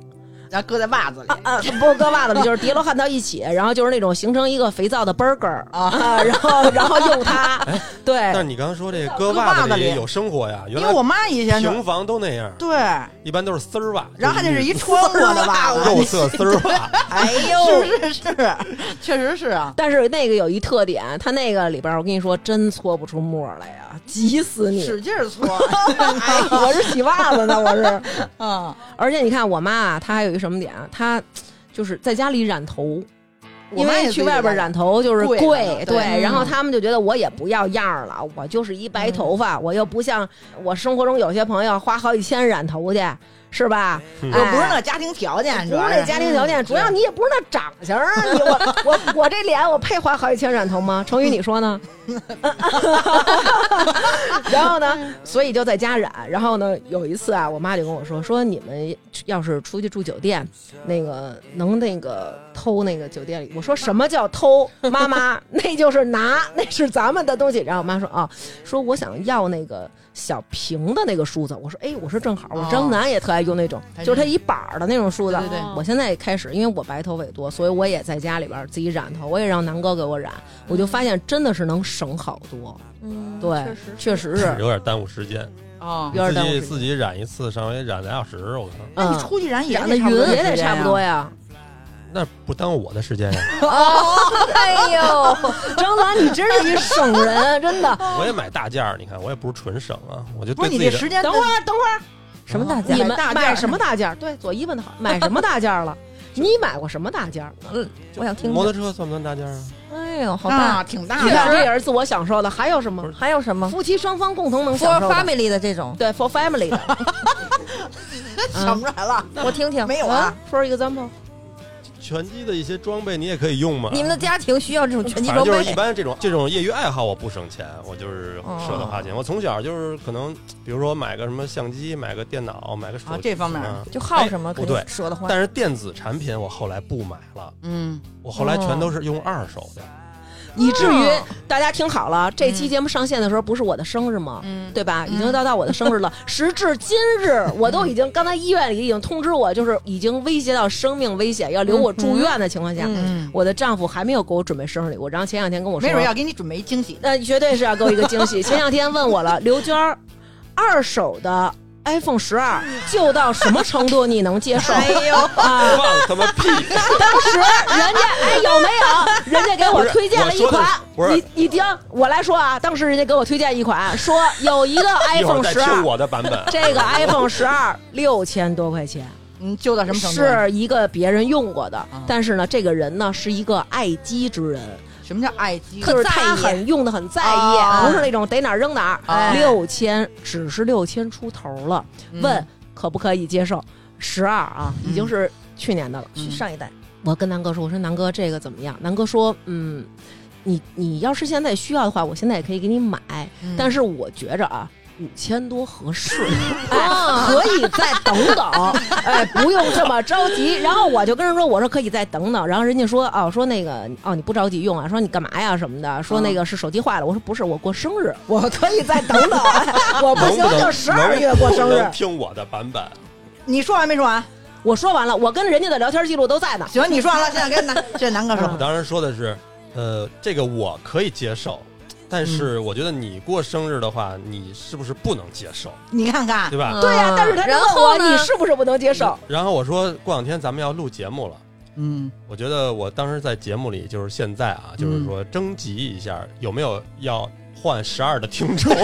Speaker 1: 然后搁在袜子里
Speaker 2: 啊 啊，不是割袜子了，就是叠罗汉到一起， 然后就是那种形成一个肥皂的 burger 啊，哎然后然后用 它，
Speaker 4: 但是
Speaker 2: 对，
Speaker 4: 你刚刚说这
Speaker 1: 搁
Speaker 4: 搁
Speaker 1: 袜
Speaker 4: 袜
Speaker 1: 子
Speaker 4: 子
Speaker 1: 里
Speaker 4: 里有生活呀，原
Speaker 1: 哎因
Speaker 4: 来
Speaker 1: 为我妈以前就
Speaker 4: 平房都那样，
Speaker 1: 对，
Speaker 4: 一般都是丝儿袜，
Speaker 1: 然后还得是一
Speaker 4: 就
Speaker 1: 穿过的 袜子，
Speaker 4: 肉色丝儿袜，
Speaker 1: 哎呦，是是是，确实是啊。
Speaker 2: 但是那个有一特点，它那个里边儿我跟你说真搓不出沫儿来呀，急死你！
Speaker 1: 使 劲儿搓，
Speaker 2: 哎 我是洗袜子呢，我是。
Speaker 1: 嗯，
Speaker 2: 而且你看我妈啊，她还有一什么点啊，她就是在家里染头。
Speaker 1: 我
Speaker 2: 因
Speaker 1: 妈也
Speaker 2: 为
Speaker 1: 是
Speaker 2: 去外边染头就是
Speaker 1: 贵
Speaker 2: 贵，
Speaker 1: 了对嗯
Speaker 2: 然后他们就觉得我也不要样儿了，我就是一白头发，我又不像我生活中有些朋友花好几千染头去，是吧？
Speaker 4: 嗯
Speaker 1: 我
Speaker 2: 哎
Speaker 1: 不是那家庭条件，
Speaker 2: 不是那家庭条
Speaker 1: 嗯
Speaker 2: 件，主要你也不是那长相啊！你我我我这脸，我配花好几千染头吗？成宇，你说呢？ 然后呢，所以就在家染。然后呢，有一次啊，我妈就跟我说，说你们要是出去住酒店，那个能那个偷那个酒店里。我说什么叫偷？妈妈， 那就是拿，那是咱们的东西。然后我妈说啊，说我想要那个小平的那个梳子。我说哎，我说正好，我张楠也特爱用那种，
Speaker 1: 还
Speaker 2: 就是它
Speaker 1: 是
Speaker 2: 一板儿的那种梳子。
Speaker 1: 对对对
Speaker 2: 我现在也开始，因为我白头发也多，所以我也在家里边儿自己染头，我也让南哥给我染，我就发现真的是能省好多。
Speaker 5: 嗯，
Speaker 2: 对
Speaker 5: 确实，
Speaker 2: 确实是，
Speaker 4: 有点耽误时间。
Speaker 1: 啊。
Speaker 2: 有点
Speaker 4: 自
Speaker 2: 耽误
Speaker 4: 己
Speaker 2: 时间
Speaker 4: 自己染一次，上回染俩小时，我看
Speaker 1: 那
Speaker 2: 嗯
Speaker 1: 哎你，出去染也
Speaker 2: 染的
Speaker 1: 得
Speaker 2: 匀
Speaker 1: 差不多
Speaker 2: 也得差不多
Speaker 1: 呀。
Speaker 2: 呀。
Speaker 4: 那不耽误我的时间呀。
Speaker 5: 哎呦，
Speaker 2: 张兰，你真是一省人，真的。
Speaker 4: 我也买大件儿，你看我也不是纯省啊，我就
Speaker 1: 不
Speaker 4: 对
Speaker 1: 是
Speaker 4: 自
Speaker 1: 你
Speaker 4: 己
Speaker 1: 这
Speaker 4: 的
Speaker 1: 时间 啊
Speaker 2: 等会儿，等会儿，
Speaker 5: 什么大
Speaker 1: 买
Speaker 5: 件
Speaker 2: 你们
Speaker 1: 大件儿
Speaker 2: 买什么大件儿？对，左一 问的好，买什么大件儿了？你买过什么大件儿？
Speaker 5: 嗯我想听听
Speaker 4: 摩托车算不算大件儿啊？
Speaker 5: 哎呦，好大！
Speaker 1: 啊，挺大
Speaker 2: 你看，
Speaker 1: 的。
Speaker 2: 这也是自我享受的。还有什么？
Speaker 5: 还有什
Speaker 1: 嗯
Speaker 5: 么
Speaker 2: 夫妻双方共同能享
Speaker 5: ？For
Speaker 2: 受的。
Speaker 5: family 的这种，
Speaker 2: 对，for family 的。
Speaker 1: 想不出来 了，
Speaker 5: 我听听。
Speaker 1: 没有啊？
Speaker 2: For example，
Speaker 4: 拳击的一些装备你也可以用嘛。
Speaker 5: 嗯你们的家庭需要这种拳击
Speaker 4: 反正
Speaker 5: 装
Speaker 4: 就是一
Speaker 5: 备？
Speaker 4: 般这种这种业余爱好，我不省钱，我就是舍得花钱。我从小就是可能，比如说买个什么相机，买个电脑，买个手机、
Speaker 1: 啊这方面
Speaker 4: 嗯
Speaker 5: 就耗什么
Speaker 4: 哎
Speaker 5: 肯
Speaker 4: 不
Speaker 5: 定
Speaker 4: 对，
Speaker 5: 舍得花。
Speaker 4: 但是电子产品我后来不买了，
Speaker 1: 嗯，
Speaker 4: 我后来全都是用二手的。
Speaker 2: 以至于
Speaker 1: 哦
Speaker 2: 大家听好了，这期节目上线的时候不是我的生日吗？
Speaker 1: 嗯
Speaker 2: 对吧？已经到到我的生日了， 时至今日，我都已经刚才医院里已经通知我，就是已经威胁到生命危险，要留我住院的情况下，
Speaker 1: 嗯
Speaker 2: 我的丈夫还没有给我准备生日礼物，然后前两天跟我说，
Speaker 1: 没准要给你准备一惊喜。
Speaker 2: 呃，绝对是要给我一个惊喜。前两天问我了，刘娟儿，二手的 iPhone 十二
Speaker 1: 嗯
Speaker 2: 旧到什么程度你能接受？哎呦啊！
Speaker 4: 放他妈屁！
Speaker 2: 当时人家哎有没有？人家给我推荐了一款
Speaker 4: 不是我说的是不是，
Speaker 2: 你你听我来说啊，当时人家给我推荐一款，说有一个
Speaker 4: 一会儿
Speaker 2: iPhone
Speaker 4: 再
Speaker 2: 十
Speaker 4: 听
Speaker 2: 二，
Speaker 4: 我的版本。
Speaker 2: 这个 iPhone 十二六千多块钱，
Speaker 1: 嗯，就到什么程度？
Speaker 2: 是一个别人用过的，
Speaker 4: 啊
Speaker 2: 但是呢，这个人呢是一个爱机之人，
Speaker 1: 什么叫爱机？
Speaker 2: 就是他很用的很在
Speaker 1: 啊
Speaker 2: 意，不是那种逮哪儿扔哪
Speaker 1: 哎
Speaker 2: 儿。六千只是六千出头了，
Speaker 1: 嗯
Speaker 2: 问可不可以接受？十二啊，
Speaker 4: 嗯
Speaker 2: 已经是去年的了。
Speaker 5: 去上一代，
Speaker 2: 我跟南哥说，我说南哥这个怎么样？南哥说，嗯，你你要是现在需要的话，我现在也可以给你买，
Speaker 1: 嗯
Speaker 2: 但是我觉着啊。五千多合适， 哎，可以再等等，哎，不用这么着 急。然后我就跟人说，我说可以再等等。然后人家说，哦，说那个，哦，你不着急用啊，说你干嘛呀什么的，说
Speaker 4: 啊
Speaker 2: 那个是手机坏了。我说不是，我过生 日，我可以再等等，哎我不
Speaker 4: 能
Speaker 2: 行
Speaker 4: 不
Speaker 2: 就
Speaker 4: 能
Speaker 2: 十二月
Speaker 4: 能
Speaker 2: 过
Speaker 4: 不
Speaker 2: 生日
Speaker 4: 能。听我的版本，
Speaker 1: 你说完没说 完？
Speaker 2: 我说完了，我跟人家的聊天记录都在呢。
Speaker 1: 行，你说完了，现在该 南，现在南哥
Speaker 4: 我
Speaker 2: 嗯
Speaker 1: 说，
Speaker 4: 当然说的是，呃，这个我可以接受，但是
Speaker 1: 嗯
Speaker 4: 我觉得你过生日的话，你是不是不能接受，
Speaker 1: 你看看
Speaker 4: 对，吧？
Speaker 2: 对呀、但是他
Speaker 5: 啊然
Speaker 2: 就问
Speaker 5: 后
Speaker 2: 我
Speaker 5: 呢嗯
Speaker 2: 你是不是不能接受？
Speaker 4: 然后我说过两天咱们要录节目了，
Speaker 1: 嗯，
Speaker 4: 我觉得我当时在节目里就是现在啊，就是说征集一下有没有要换
Speaker 1: 哎
Speaker 4: 十二的听众，
Speaker 1: 还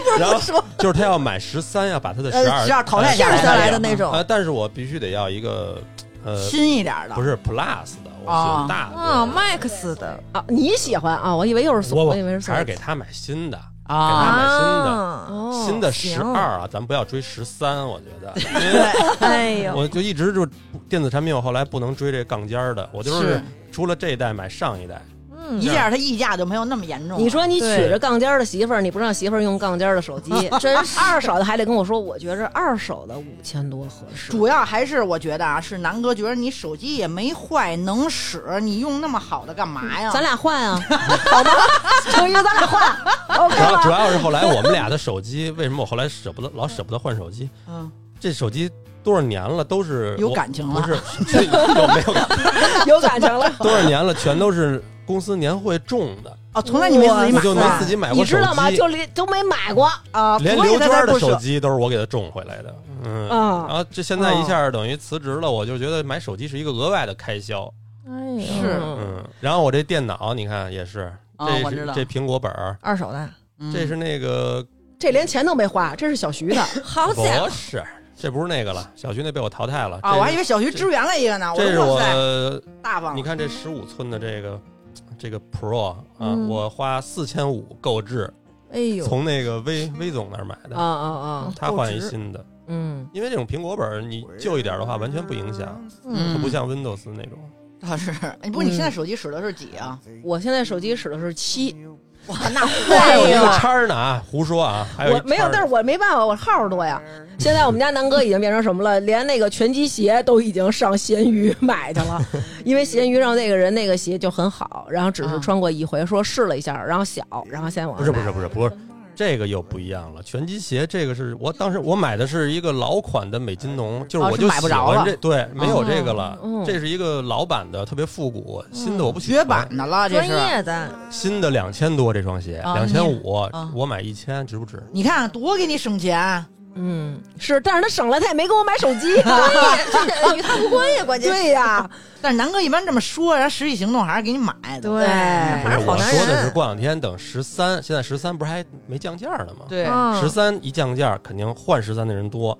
Speaker 1: 不如
Speaker 4: 然
Speaker 1: 不
Speaker 4: 后
Speaker 1: 说，
Speaker 4: 就是他要买十三，要把他的十
Speaker 1: 呃，
Speaker 4: 二
Speaker 1: 十二淘汰
Speaker 4: 下
Speaker 1: 下
Speaker 5: 下
Speaker 1: 来，
Speaker 5: 来的那种
Speaker 4: 啊，但是我必须得要一个呃，
Speaker 1: 新一点的，
Speaker 4: 不是 Plus 的，我喜
Speaker 1: 啊哦
Speaker 4: 欢大的。
Speaker 5: 啊，Max 的
Speaker 2: 啊，你喜欢啊？我以为又是
Speaker 4: 我
Speaker 2: 锁，
Speaker 4: 我
Speaker 2: 我以为是锁
Speaker 4: 还是给他买新的，
Speaker 1: 啊，
Speaker 4: 买新的
Speaker 5: 啊，
Speaker 2: 哦
Speaker 4: 新的
Speaker 5: 行
Speaker 4: 十二啊，咱不要追十三，我觉得，因为
Speaker 5: 哎呦，
Speaker 4: 我就一直就电子产品，我后来不能追这杠尖儿的，我就是
Speaker 1: 是
Speaker 4: 除了这一代买上 一代，
Speaker 1: 一下它溢价就没有那么严重了。
Speaker 2: 嗯你说你娶
Speaker 5: 对
Speaker 2: 着杠尖儿的媳妇儿，你不让媳妇儿用杠尖儿的手机，
Speaker 5: 真 是
Speaker 2: 二手的还得跟我说，我觉着二手的五千多合适。
Speaker 1: 主要还是我觉得啊，是南哥觉得你手机也没坏，能使，你用那么好的干嘛呀？
Speaker 2: 咱俩换 啊，好 吗？成一，咱俩 换，OK
Speaker 4: 主要主
Speaker 2: 吗？
Speaker 4: 要是后来我们俩的手机，为什么我后来舍不得老舍不得换手机？
Speaker 1: 嗯，
Speaker 4: 这手机多少年了都是
Speaker 1: 有
Speaker 4: 我
Speaker 1: 感情了
Speaker 4: 不是 这有没有感情
Speaker 2: 有感情了。
Speaker 4: 多少年了，全都是公司年会中的，
Speaker 1: 哦，从来你没自己
Speaker 4: 我
Speaker 1: 买过
Speaker 4: 就没自己买
Speaker 2: 你
Speaker 4: 过手
Speaker 2: 知道吗？
Speaker 4: 机
Speaker 2: 就，连都没买过
Speaker 1: 啊，
Speaker 4: 连
Speaker 1: 所以
Speaker 4: 刘
Speaker 1: 他
Speaker 4: 娟
Speaker 1: 才
Speaker 4: 儿的
Speaker 1: 不舍
Speaker 4: 手机都是我给她种回来的，嗯。然
Speaker 2: 啊！
Speaker 4: 后这现在一
Speaker 1: 嗯
Speaker 4: 下等于辞职了，我就觉得买手机是一个额外的开销，
Speaker 5: 哎呦，
Speaker 1: 是
Speaker 4: 嗯。然后我这电脑你看也是，
Speaker 1: 啊
Speaker 4: 这
Speaker 1: 我
Speaker 4: 是
Speaker 1: 知道
Speaker 4: 这苹果本儿，
Speaker 5: 二手的，
Speaker 1: 嗯
Speaker 4: 这是那个
Speaker 2: 这连钱都没花，这是小徐的。
Speaker 5: 好
Speaker 4: 不
Speaker 5: 家伙，
Speaker 4: 是，这不是那个了，小徐那被我淘汰了。
Speaker 1: 啊，
Speaker 4: 这
Speaker 1: 我还以为小徐支援了一个呢，
Speaker 4: 这是
Speaker 1: 说哇塞，
Speaker 4: 我，
Speaker 1: 大方了，
Speaker 4: 你看这十五寸的这个这个 Pro 啊，
Speaker 5: 嗯
Speaker 4: 我花四千五购置，
Speaker 5: 哎呦，
Speaker 4: 从那个威威总那儿买的，
Speaker 2: 啊啊啊！
Speaker 4: 他换一新的，
Speaker 2: 嗯，
Speaker 4: 因为这种苹果本儿你旧一点的话完全不影响，它
Speaker 1: 嗯
Speaker 4: 不像 Windows 那种。
Speaker 1: 倒是，哎不过你现在手机使的是几啊？
Speaker 2: 我现在手机使的是七，
Speaker 4: 嗯
Speaker 1: 哇，那
Speaker 4: 还
Speaker 1: 坏
Speaker 4: 有一个
Speaker 1: 了，
Speaker 4: 叉儿呢啊，胡说啊，还有一
Speaker 2: 我没有，
Speaker 4: 叉
Speaker 2: 但
Speaker 4: 儿嗯
Speaker 2: 是我没办法，我号儿多呀。现在我们家南哥已经变成什么了？连那个拳击鞋都已经上闲鱼买去 了，因为闲鱼上那个人那个鞋就很好，然后只是穿过一回，说试了一下，然后小，然后现在我
Speaker 4: 不是不是不是不是，这个又不一样了。拳击鞋这个是我当时我买的是一个老款的美津浓，就是
Speaker 1: 哦
Speaker 4: 我
Speaker 1: 是
Speaker 4: 就
Speaker 1: 买不
Speaker 4: 喜
Speaker 1: 着
Speaker 4: 欢
Speaker 1: 了哦
Speaker 4: 这对没有这个了
Speaker 2: 嗯，
Speaker 4: 这是一个老版的，特别复古，新的我不喜
Speaker 1: 嗯绝
Speaker 4: 欢
Speaker 1: 版的了，这
Speaker 5: 专
Speaker 1: 是。
Speaker 5: 业的，
Speaker 4: 新的两千多这双鞋，
Speaker 1: 啊
Speaker 4: 两千五
Speaker 1: 啊
Speaker 4: 我买一千值不值？
Speaker 1: 你看多给你省钱，
Speaker 2: 嗯，是，但是他省了，他也没给我买手机。
Speaker 5: 这哎与他无关呀，关键是
Speaker 2: 对呀、
Speaker 1: 但是南哥一般这么说，然后实际行动还是给你买的。
Speaker 5: 对
Speaker 1: 哎
Speaker 4: 不
Speaker 5: 还
Speaker 4: 是
Speaker 5: 是好
Speaker 4: 哎我
Speaker 5: 男
Speaker 4: 说的是
Speaker 5: 人，
Speaker 4: 过两天等十三，现在十三不是还没降价呢吗？
Speaker 1: 对
Speaker 5: 啊
Speaker 4: 十三一降价，肯定换十三的人多。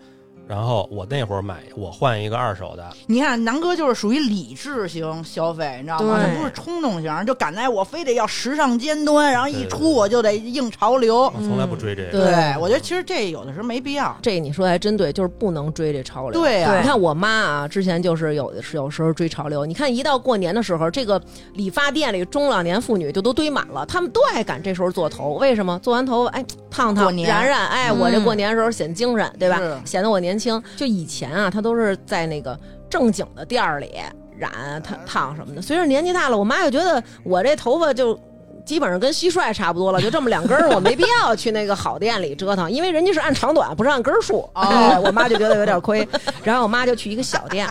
Speaker 4: 然后我那会儿买，我换一个二手的，
Speaker 1: 你看南哥就是属于理智型消费，你知道吗？
Speaker 5: 对
Speaker 1: 他不是冲动型，就赶在我非得要时尚尖端，然后一
Speaker 4: 对
Speaker 1: 出我就得硬潮流
Speaker 4: 我。从来不追这个。
Speaker 2: 对
Speaker 1: 我觉得其实这有的时候没必要。
Speaker 2: 这你说的还真对，就是不能追这潮流。
Speaker 1: 对啊
Speaker 2: 你看我妈啊，之前就是有的是有时候追潮流。你看一到过年的时候，这个理发店里中老年妇女就都堆满了，她们都爱赶这时候做头。为什么？做完头发，哎，烫
Speaker 1: 过
Speaker 2: 烫、
Speaker 1: 年
Speaker 2: 染染，哎，我这
Speaker 5: 嗯
Speaker 2: 过年的时候显精神，对吧
Speaker 1: 是？
Speaker 2: 显得我年轻。就以前啊，她都是在那个正经的店儿里染、烫烫什么的。随着年纪大了，我妈就觉得我这头发就基本上跟蟋蟀差不多了，就这么两根儿，我没必要去那个好店里折腾，因为人家是按长短，不是按根儿数。
Speaker 1: 哦
Speaker 2: 哎，我妈就觉得有点亏，然后我妈就去一个小店。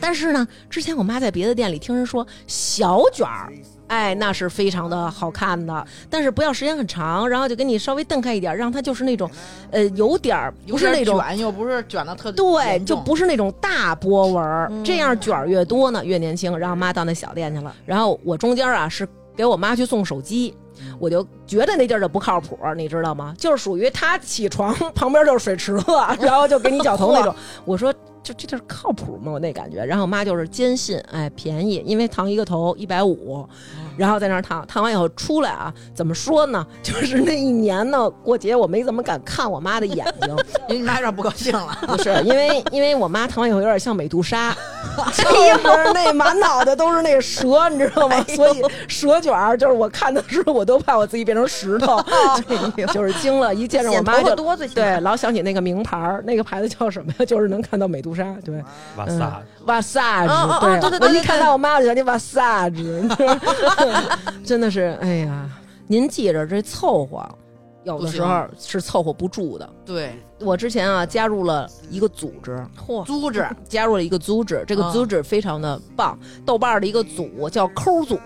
Speaker 2: 但是呢，之前我妈在别的店里听人说小卷儿，哎，那是非常的好看的，但是不要时间很长，然后就给你稍微蹬开一点，让它就是那种，呃，有点儿不是那
Speaker 1: 有点
Speaker 2: 种
Speaker 1: 卷，又不是卷的特
Speaker 2: 对，
Speaker 1: 严
Speaker 2: 就
Speaker 1: 重嗯
Speaker 2: 不是那种大波纹儿，这样卷儿越多呢越年轻。然后妈到那小店去了，然后我中间啊是给我妈去送手机，
Speaker 1: 嗯
Speaker 2: 我就觉得那地儿就不靠谱，你知道吗？就是属于她起床 旁边就是水池子，然后就给你绞 头那种。我说。就这地儿靠谱吗？我那感觉。然后我妈就是坚信，哎，便宜，因为烫一个头一百五，
Speaker 1: 嗯
Speaker 2: 然后在那儿烫，烫完以后出来啊，怎么说呢？ 就是那一年呢，过节我没怎么敢看我妈的眼睛，
Speaker 1: 因为你妈有点不高兴了。
Speaker 2: 不 是，因为因为我妈烫完以后有点像美杜莎，就是那满脑袋都是那蛇，你知道
Speaker 5: 哎
Speaker 2: 吗？所以蛇卷儿就是我看的时候，我都怕我自己变成石 头，就 就是惊了。一见着我妈
Speaker 5: 显哎头发
Speaker 2: 就
Speaker 5: 多最起码
Speaker 2: 对，老想起那个名牌儿，那个牌子叫什么呀？ 就是能看到美杜莎，对，
Speaker 4: 哇
Speaker 2: 嗯
Speaker 4: 塞，
Speaker 2: 哇塞，
Speaker 5: 哦哦
Speaker 2: 对啊
Speaker 5: 对对对
Speaker 2: 我一
Speaker 5: 对
Speaker 2: 看
Speaker 5: 对
Speaker 2: 到我妈，我就想起哇塞， 真的是，哎呀，您记着这凑合，有的时候是凑合不住的。
Speaker 1: 对，
Speaker 2: 我之前啊加入了一个组织，
Speaker 3: 嚯，
Speaker 1: 租置
Speaker 2: 加入了一个组织，这个
Speaker 1: 嗯
Speaker 2: 组织非常的棒，豆瓣儿的一个组叫抠组，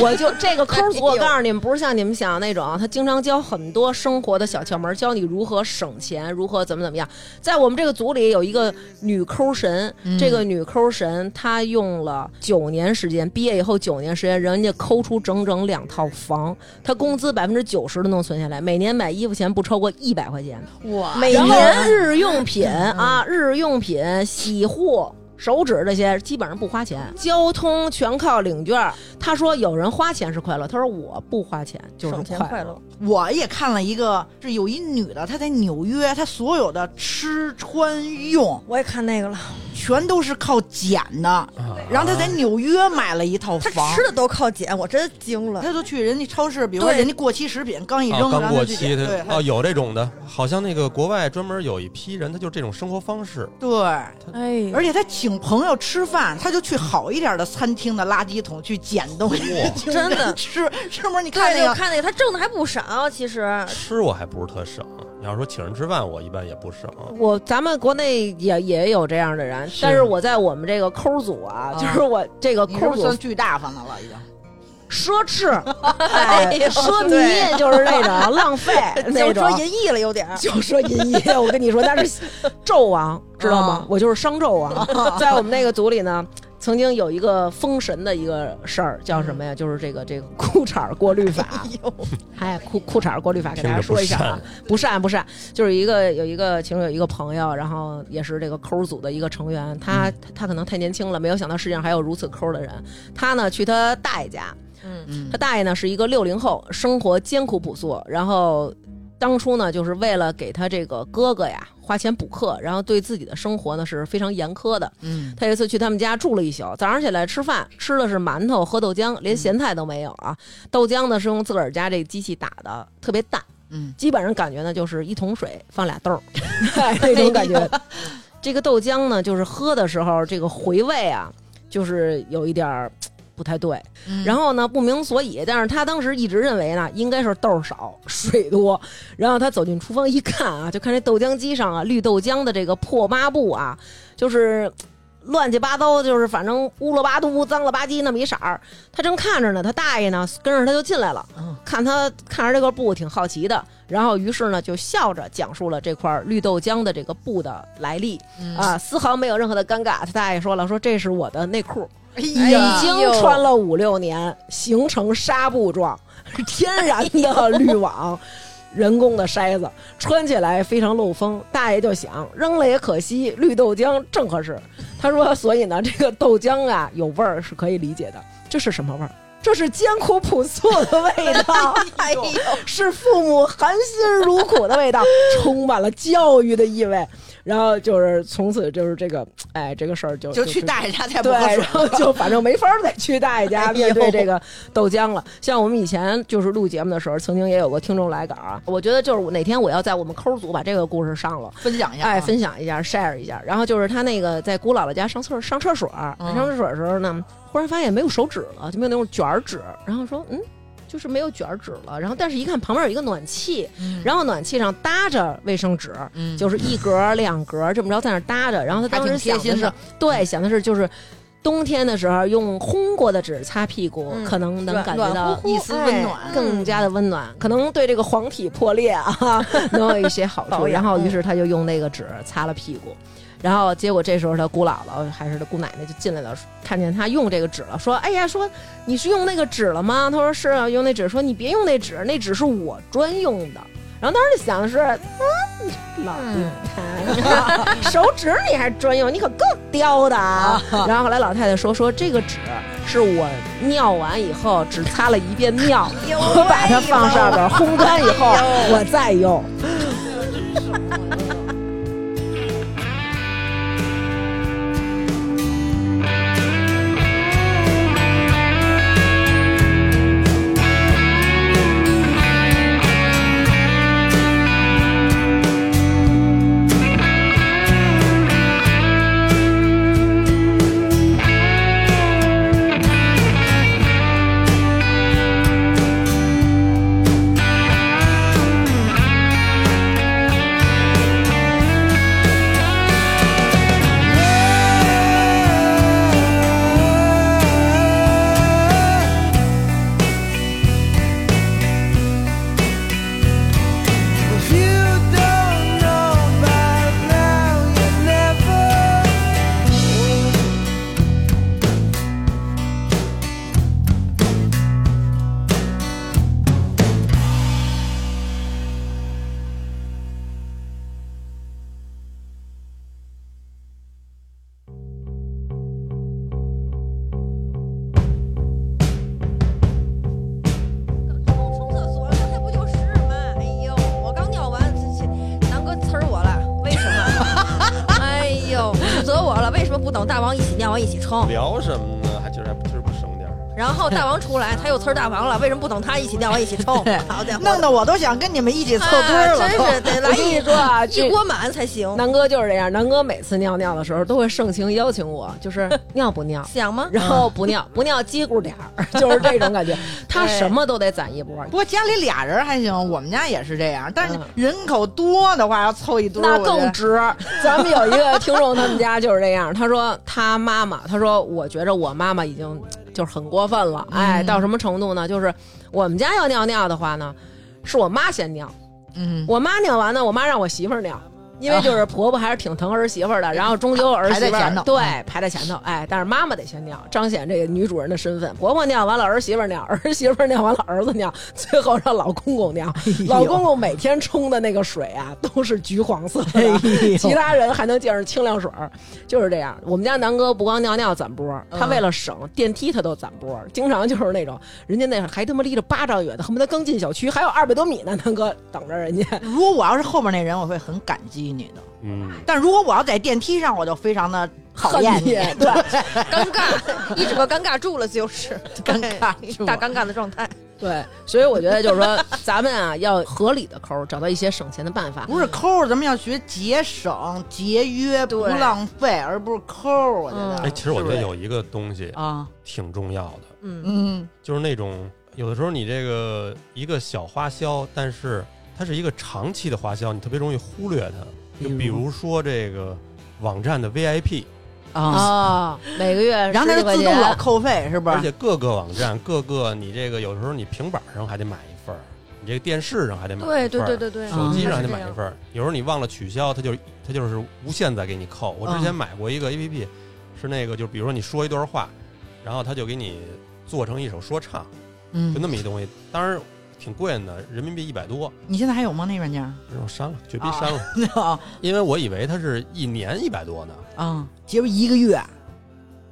Speaker 2: 我就这个抠组，我告诉你们，不是像你们想的那种，他经常教很多生活的小窍门，教你如何省钱，如何怎么怎么样。在我们这个组里有一个女抠神，
Speaker 1: 嗯
Speaker 2: 这个女抠神她用了九年时间，毕业以后九年时间，人家抠出整整两套房，她工资百分之九十都能存下来，每年买衣服钱不超过一百块钱。
Speaker 1: 哇，
Speaker 3: 每
Speaker 2: 然后
Speaker 3: 年
Speaker 2: 日用品啊，日用品、洗护、手指这些基本上不花钱，交通全靠领券儿。他说有人花钱是快乐，他说我不花钱就是
Speaker 3: 省钱
Speaker 2: 快
Speaker 3: 快
Speaker 2: 乐。
Speaker 3: 乐，
Speaker 1: 我也看了一个，是有一女的，她在纽约，她所有的吃穿用
Speaker 3: 我也看那个了，
Speaker 1: 全都是靠捡的，
Speaker 4: 啊
Speaker 1: 然后她在纽约买了一 套
Speaker 3: 他
Speaker 1: 房
Speaker 3: 吃。的都靠捡，我真惊了。
Speaker 1: 她就去人家超市，比如说
Speaker 3: 对
Speaker 1: 人家过期食品刚一
Speaker 4: 啊
Speaker 1: 扔，然
Speaker 4: 刚
Speaker 1: 后她
Speaker 4: 过
Speaker 1: 去
Speaker 4: 期
Speaker 1: 捡
Speaker 4: 的
Speaker 1: 对
Speaker 4: 啊，有这种的，好像那个国外专门有一批人，他就是这种生活方式。
Speaker 1: 对，
Speaker 3: 哎
Speaker 1: 而且他请朋友吃饭，他就去好一点的餐厅的垃圾桶去捡东西，
Speaker 4: 哇
Speaker 3: 真的
Speaker 1: 吃，是不是？你看
Speaker 3: 对，
Speaker 1: 那
Speaker 3: 我
Speaker 1: 个，
Speaker 3: 看那个，他挣的还不少，其实
Speaker 4: 吃我还不是特省，你要说请人吃饭，我一般也不省。
Speaker 2: 我咱们国内也也有这样的人，
Speaker 4: 是
Speaker 2: 但是我在我们这个抠组啊，
Speaker 1: 啊
Speaker 2: 就是我这个
Speaker 1: 你是
Speaker 2: 抠
Speaker 1: 不是
Speaker 2: 组
Speaker 1: 算巨大方的了？已经
Speaker 2: 奢侈、哎
Speaker 3: 呦
Speaker 2: 奢靡，
Speaker 3: 对
Speaker 2: 就是那种浪费那
Speaker 3: 就
Speaker 2: 种
Speaker 3: 说。 淫逸了有点儿。
Speaker 2: 就说淫逸，我跟你说，那是纣王，知道吗
Speaker 1: 啊？
Speaker 2: 我就是商纣王。 在我们那个组里呢，曾经有一个封神的一个事儿，叫什么呀？就是这个这个裤衩儿过滤法。哎，裤裤衩儿过滤法，给大家说一下啊，不善不善，就是一个有一个其中有一个朋友，然后也是这个抠组的一个成员，他他可能太年轻了，没有想到世界上还有如此抠的人。他呢去他大爷家，
Speaker 1: 嗯
Speaker 2: 他大爷呢是一个六零后，生活艰苦朴素。然后当初呢，就是为了给他这个哥哥呀花钱补课，然后对自己的生活呢是非常严苛的。
Speaker 1: 嗯，
Speaker 2: 他有一次去他们家住了一宿，早上起来吃饭吃的是馒头，喝豆浆，连咸菜都没有啊。豆浆呢是用自个儿家这机器打的，特别淡，
Speaker 1: 嗯，
Speaker 2: 基本上感觉呢就是一桶水放俩豆 儿，哎那种感觉。这个豆浆呢，就是喝的时候这个回味啊，就是有一点儿不太对。
Speaker 1: 嗯
Speaker 2: 然后呢，不明所以，但是他当时一直认为呢，应该是豆儿少水多。然后他走进厨房一看啊，就看这豆浆机上啊，绿豆浆的这个破抹布啊，就是乱七八糟，就是反正乌了吧嘟、脏了吧唧那么一色儿。他正看着呢，他大爷呢跟着他就进来了
Speaker 1: 嗯，
Speaker 2: 看他看着这个布挺好奇的，然后于是呢就笑着讲述了这块绿豆浆的这个布的来历
Speaker 1: 嗯
Speaker 2: 啊，丝毫没有任何的尴尬。他大爷说了，说这是我的内裤。
Speaker 1: 哎
Speaker 2: 已
Speaker 1: 呀，
Speaker 2: 经穿了五六年，形成纱布状，天然的滤网，人工的筛子，穿起来非常漏风。大爷就想扔了也可惜，绿豆浆正合适。他说，所以呢，这个豆浆啊有味儿是可以理解的，这是什么味儿？ 这是艰苦朴素的味道，
Speaker 3: 哎呦，
Speaker 2: 是父母含辛茹苦的味道，充满了教育的意味。然后就是从此就是这个，哎，这个事儿就
Speaker 1: 就去
Speaker 2: 是
Speaker 1: 大爷家才不
Speaker 2: 对，
Speaker 1: 喝水
Speaker 2: 然后就反正没法儿再去大爷家面对这个豆浆了。像我们以前就是录节目的时候，曾经也有过听众来稿啊，我觉得就是我哪天我要在我们抠儿组把这个故事上了。
Speaker 1: 分享一下啊，
Speaker 2: 哎，分享一下，share 一下。然后就是他那个在姑姥姥家上厕上厕所，
Speaker 1: 嗯
Speaker 2: 上厕所的时候呢，忽然发现没有手纸了，就没有那种卷儿纸。然后说，嗯，就是没有卷儿纸了。然后但是一看旁边有一个暖气，
Speaker 1: 嗯，
Speaker 2: 然后暖气上搭着卫生纸，
Speaker 1: 嗯
Speaker 2: 就是一格儿两格儿这么着在那儿搭着，然后他
Speaker 1: 还
Speaker 2: 当时
Speaker 1: 挺贴
Speaker 2: 想的
Speaker 1: 心
Speaker 2: 是
Speaker 1: 的，
Speaker 2: 对，想的是就是冬天的时候用烘过的纸擦屁股，
Speaker 3: 嗯
Speaker 2: 可能能
Speaker 3: 暖
Speaker 2: 感觉到
Speaker 1: 乎乎
Speaker 2: 一丝
Speaker 1: 哎
Speaker 2: 温暖，嗯更加的温暖，可能对这个黄体破裂 啊能有一些好处。
Speaker 3: 保养
Speaker 2: 然后于是他就用那个纸擦了屁股。然后结果这时候他姑姥姥还是他姑奶奶就进来了，看见他用这个纸了，说：“哎呀，说你是用那个纸了吗？”他说：“是啊，用那纸。”说：“你别用那纸，那纸是我专用的。”然后当时想的是，嗯，老变态，手指你还专用，你可够刁的 啊！然后后来老太太说说这个纸是我尿完以后只擦了一遍尿，
Speaker 5: 哎
Speaker 2: 我把它放上边儿烘干以后我再用。
Speaker 6: Thank
Speaker 5: 嗯哎 哎不等大王一起尿完一起冲？
Speaker 4: 聊什么呢？还今儿还今儿不省点儿？
Speaker 5: 然后大王出来，他又呲儿大王了，为什么不等他一起尿完一起冲？好家伙，
Speaker 1: 弄得我都想跟你们一起凑堆儿
Speaker 5: 啊
Speaker 1: 了。
Speaker 5: 真是得 来
Speaker 2: 我跟
Speaker 5: 一
Speaker 2: 你说啊， 这
Speaker 5: 一锅满才行。，
Speaker 2: 南哥就是这样，南哥每次尿尿的时候都会盛情邀请我，就是尿不尿
Speaker 5: 想 吗？
Speaker 2: 然后不尿不尿叽咕点儿， 就是这种感觉。他什么都得攒一波，
Speaker 1: 不过家里俩人还行，我们家也是这样。但是
Speaker 2: 嗯
Speaker 1: 人口多的话，要凑一堆儿，
Speaker 2: 那
Speaker 1: 我觉
Speaker 2: 更
Speaker 1: 得
Speaker 2: 值。 咱们有一个听众，他们家就是这样。他说他妈妈，他说我觉着我妈妈已经就是很过分了。哎，到什么程度呢？就是我们家要尿尿的话呢，是我妈先尿，
Speaker 1: 嗯，
Speaker 2: 我妈尿完呢，我妈让我媳妇儿尿。因为就是婆婆还是挺疼儿媳妇儿的，然后终究儿媳
Speaker 1: 啊排
Speaker 2: 妇
Speaker 1: 在前
Speaker 2: 儿
Speaker 1: 头嗯
Speaker 2: 对排在前头，哎，但是妈妈得先尿，彰显这个女主人的身份。婆婆尿完了，儿媳妇儿尿， 儿媳妇儿尿完了，儿子尿，最后让老公公尿。
Speaker 1: 哎
Speaker 2: 老公公每天冲的那个水啊，都是橘黄色
Speaker 1: 哎
Speaker 2: 的，其他人还能见着清凉水儿，就是这样。我们家南哥不光尿尿攒波儿，
Speaker 1: 嗯
Speaker 2: 他为了省电梯他都攒波儿，经常就是那种人家那还他妈离着八丈远的，恨不得刚进小区还有二百多米呢，南哥等着人家。
Speaker 1: 如果我要是后边那人，我会很感激你的。
Speaker 4: 嗯，
Speaker 1: 但如果我要在电梯上，我就非常的讨厌你，
Speaker 2: 恨你对
Speaker 5: 尴尬，一整个尴尬住了，就是
Speaker 1: 尴尬住
Speaker 5: 对大尴尬的状态。
Speaker 2: 对，所以我觉得就是说，咱们啊要合理的抠儿，找到一些省钱的办法。
Speaker 1: 不是抠儿，咱们要学节省、节约、不
Speaker 5: 对
Speaker 1: 浪费，而不是抠儿。我觉得
Speaker 4: 哎，其实我觉得有一个东西
Speaker 1: 啊，
Speaker 4: 挺重要的，
Speaker 5: 嗯，
Speaker 1: 嗯，
Speaker 4: 就是那种有的时候你这个一个小花销，但是它是一个长期的花销，你特别容易忽略它。就比如说这个网站的 VIP，
Speaker 1: 啊，
Speaker 2: 啊，每个月
Speaker 1: 然后它
Speaker 2: 十
Speaker 1: 就
Speaker 2: 几块
Speaker 1: 自
Speaker 2: 钱
Speaker 1: 动
Speaker 5: 啊
Speaker 1: 老扣费，是不
Speaker 4: 而
Speaker 1: 是？
Speaker 4: 且各个网站、各个你这个有时候你平板上还得买一份儿，你这个电视上还得买一份儿，
Speaker 5: 对对对对对，
Speaker 4: 手机
Speaker 1: 嗯
Speaker 4: 上还
Speaker 5: 是
Speaker 4: 得
Speaker 5: 这
Speaker 4: 买
Speaker 5: 样
Speaker 4: 一份儿，有时候你忘了取消，它就是它就是无限在给你扣。我之前
Speaker 1: 嗯
Speaker 4: 买过一个 A P P，是那个就是比如说你说一段话，然后它就给你做成一首说唱，就
Speaker 1: 嗯，
Speaker 4: 那么一东西，当然挺贵的，人民币一百多，
Speaker 1: 你现在还有吗？那软件儿？
Speaker 4: 然后删了，绝逼删了，
Speaker 1: 啊
Speaker 4: 因为我以为它是一年一百多呢，
Speaker 1: 啊，结果一个月，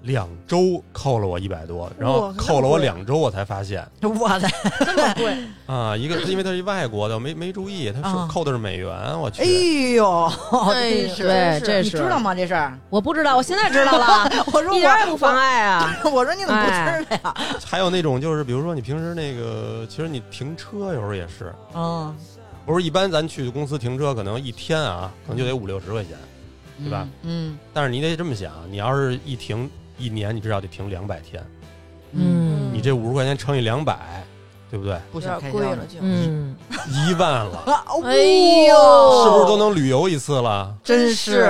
Speaker 4: 两周扣了我一百多，然后
Speaker 5: 哇
Speaker 4: 扣了
Speaker 5: 那么
Speaker 4: 我
Speaker 5: 贵
Speaker 4: 两周，我才发现
Speaker 1: 我的，
Speaker 5: 这么贵，
Speaker 4: 啊，一个因为它是一外国的，我没没注意，它
Speaker 1: 啊
Speaker 4: 是扣的是美元，我
Speaker 1: 哎
Speaker 4: 去，
Speaker 1: 呦，
Speaker 5: 对
Speaker 1: 哦 真
Speaker 2: 哎对，这
Speaker 1: 你
Speaker 2: 是
Speaker 1: 知道吗？这事儿，
Speaker 2: 我不知道，我现在知道了，
Speaker 1: 我说
Speaker 2: 一点儿也
Speaker 1: 我
Speaker 2: 不妨碍啊。
Speaker 1: 我说你怎么不哎知道呀？
Speaker 4: 还有那种就是比如说你平时那个，其实你停车有时候也是。
Speaker 1: 嗯，
Speaker 4: 不是一般，咱去公司停车可能一天啊，可能就得五六十块钱。对吧？
Speaker 1: 嗯
Speaker 4: 但是你得这么想，你要是一停一年，你至少得停两百天，
Speaker 1: 嗯，
Speaker 4: 你这五十块钱乘以两百，对不对？
Speaker 1: 不
Speaker 5: 有
Speaker 1: 想开
Speaker 5: 点
Speaker 1: 销
Speaker 5: 贵了
Speaker 1: 了。
Speaker 5: 就。
Speaker 2: 嗯，
Speaker 4: 一万了，
Speaker 1: 啊
Speaker 5: 哎呦
Speaker 1: 哦
Speaker 4: 是不是都能旅游一次了？
Speaker 1: 真是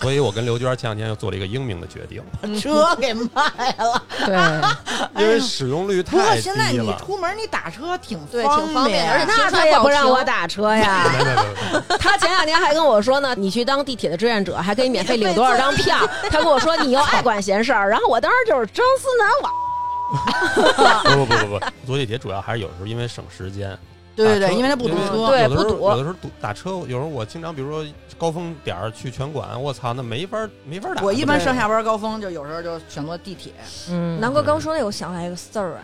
Speaker 4: 所以我跟刘娟前两天又做了一个英明的决 定，
Speaker 1: 把车给卖了？
Speaker 2: 对，
Speaker 4: 因为使用率
Speaker 1: 哎不过
Speaker 4: 太低
Speaker 1: 现在你
Speaker 4: 了。
Speaker 1: 出门你打车挺
Speaker 5: 对挺方便的而且
Speaker 2: 那他也不让我打 车呀。
Speaker 4: 没没没，
Speaker 2: 他前两天还跟我说呢，你去当地铁的志愿者，还可以免费领多少张 票。他跟我说你又爱管闲事儿，然后我当时就是张思南网。
Speaker 4: 不不不不不，坐地铁主要还是有时候因为省时间。
Speaker 1: 对对
Speaker 4: 打
Speaker 1: 对，
Speaker 4: 车
Speaker 1: 因为它不堵
Speaker 4: 因为
Speaker 1: 车，
Speaker 2: 对
Speaker 4: 有的时
Speaker 2: 不
Speaker 4: 候
Speaker 2: 堵
Speaker 4: 有的时候堵打车，有时候我经常比如说高峰点儿去拳馆，我操，那没法没法打。
Speaker 1: 我一般上下班高峰就有时候就选择地铁。
Speaker 2: 嗯
Speaker 5: 南哥刚说那，我想起来一个事儿啊，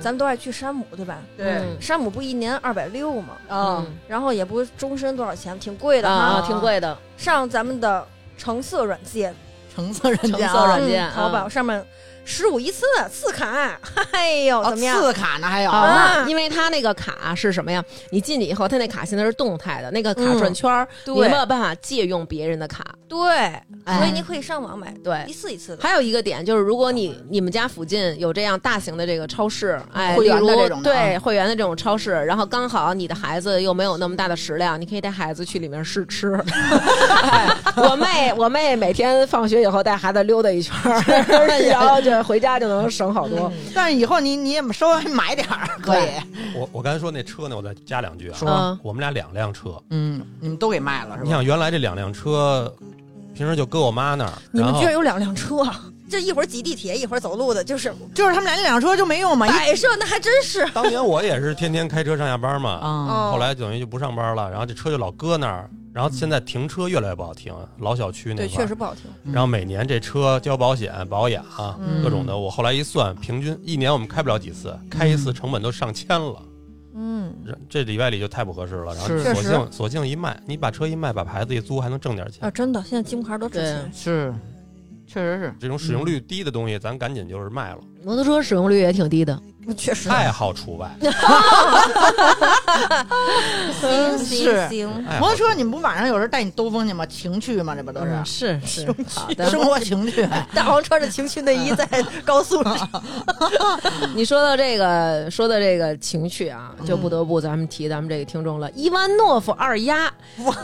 Speaker 5: 咱
Speaker 2: 咱
Speaker 1: 嗯
Speaker 2: 嗯
Speaker 5: 们都爱去山姆，对吧？
Speaker 2: 对
Speaker 5: 山姆不一年二百六吗？
Speaker 1: 啊，
Speaker 5: 然后也不终身多少钱，挺贵的
Speaker 2: 嗯啊
Speaker 5: 哈。
Speaker 2: 挺哦贵的，
Speaker 5: 上咱们的橙色软件，
Speaker 1: 橙色人
Speaker 2: 橙
Speaker 1: 家
Speaker 2: 色
Speaker 1: 啊，
Speaker 2: 软件
Speaker 5: 嗯淘宝上面十五一次次卡，哎呦，
Speaker 1: 哦
Speaker 5: 怎么样？
Speaker 1: 次卡呢还有
Speaker 5: 啊
Speaker 2: 啊，因为他那个卡是什么呀？你进去以后，他那卡现在是动态的，那个卡
Speaker 5: 嗯
Speaker 2: 转圈儿，
Speaker 5: 对
Speaker 2: 你没有办法借用别人的卡。
Speaker 5: 对，
Speaker 2: 哎
Speaker 5: 所以你可以上网买，
Speaker 2: 对
Speaker 5: 一次一次的。
Speaker 2: 还有一个点就是，如果你你们家附近有这样大型的这个超市，哎，
Speaker 1: 会员的
Speaker 2: 例如
Speaker 1: 这种的
Speaker 2: 对
Speaker 1: 啊
Speaker 2: 会员的这种超市，然后刚好你的孩子又没有那么大的食量，你可以带孩子去里面试吃。哎我妹我妹每天放学以后带孩子溜达一圈儿， 然后就回家就能省好多。
Speaker 1: 但是以后你你也稍微买点儿可以。
Speaker 4: 我我刚才说那车呢，我再加两句啊。
Speaker 2: 嗯
Speaker 4: 我们俩两辆车，
Speaker 1: 嗯，你们都给卖了是
Speaker 4: 你
Speaker 1: 吧？
Speaker 4: 想原来这两辆车，平时就搁我妈那儿，
Speaker 5: 你
Speaker 4: 然
Speaker 5: 们
Speaker 4: 后
Speaker 5: 居然有两辆车， 这一会儿挤地铁，一会儿走路的，就是
Speaker 1: 就是他们俩那辆车就没用嘛，一
Speaker 5: 摆设，那还真是。
Speaker 4: 当年我也是天天开车上下班 嘛，
Speaker 1: 啊，
Speaker 5: 哦
Speaker 4: 后来等于就不上班了，然后这车就老搁那儿，然后现在停车越来越不好停，老小区那
Speaker 5: 对，
Speaker 4: 块
Speaker 5: 确
Speaker 4: 儿
Speaker 5: 实，不好听。
Speaker 1: 嗯
Speaker 4: 然后每年这车交保险、保养、啊
Speaker 1: 嗯
Speaker 4: 各种的，我后来一算，平均一年我们开不了几次，开一次成本都上千了，
Speaker 5: 嗯，
Speaker 4: 这这里外里就太不合适了，然后
Speaker 1: 是
Speaker 4: 索
Speaker 5: 确实
Speaker 4: 性
Speaker 1: 啊
Speaker 4: 索性一卖，你把车一卖，把牌子一租还能挣点钱
Speaker 5: 啊，，真的，现在金牌都值
Speaker 2: 对
Speaker 5: 钱。
Speaker 1: 是确实是，
Speaker 4: 这种使用率低的东西，咱赶紧就是卖了，
Speaker 2: 摩托车使用率也挺低的。
Speaker 5: 确实啊
Speaker 4: 爱好 除外。
Speaker 1: 嗯是
Speaker 3: 行行，
Speaker 4: 爱好
Speaker 1: 摩托车你们不马上有人带你兜风去吗？情趣嘛，这不都是
Speaker 2: 嗯是是，好的。
Speaker 1: 生活情 趣。
Speaker 5: 大黄穿着情趣内衣在高速上，
Speaker 2: 你说到这个，说到这个情趣啊，就不得不咱们提咱们这个听众了，伊万诺夫二丫，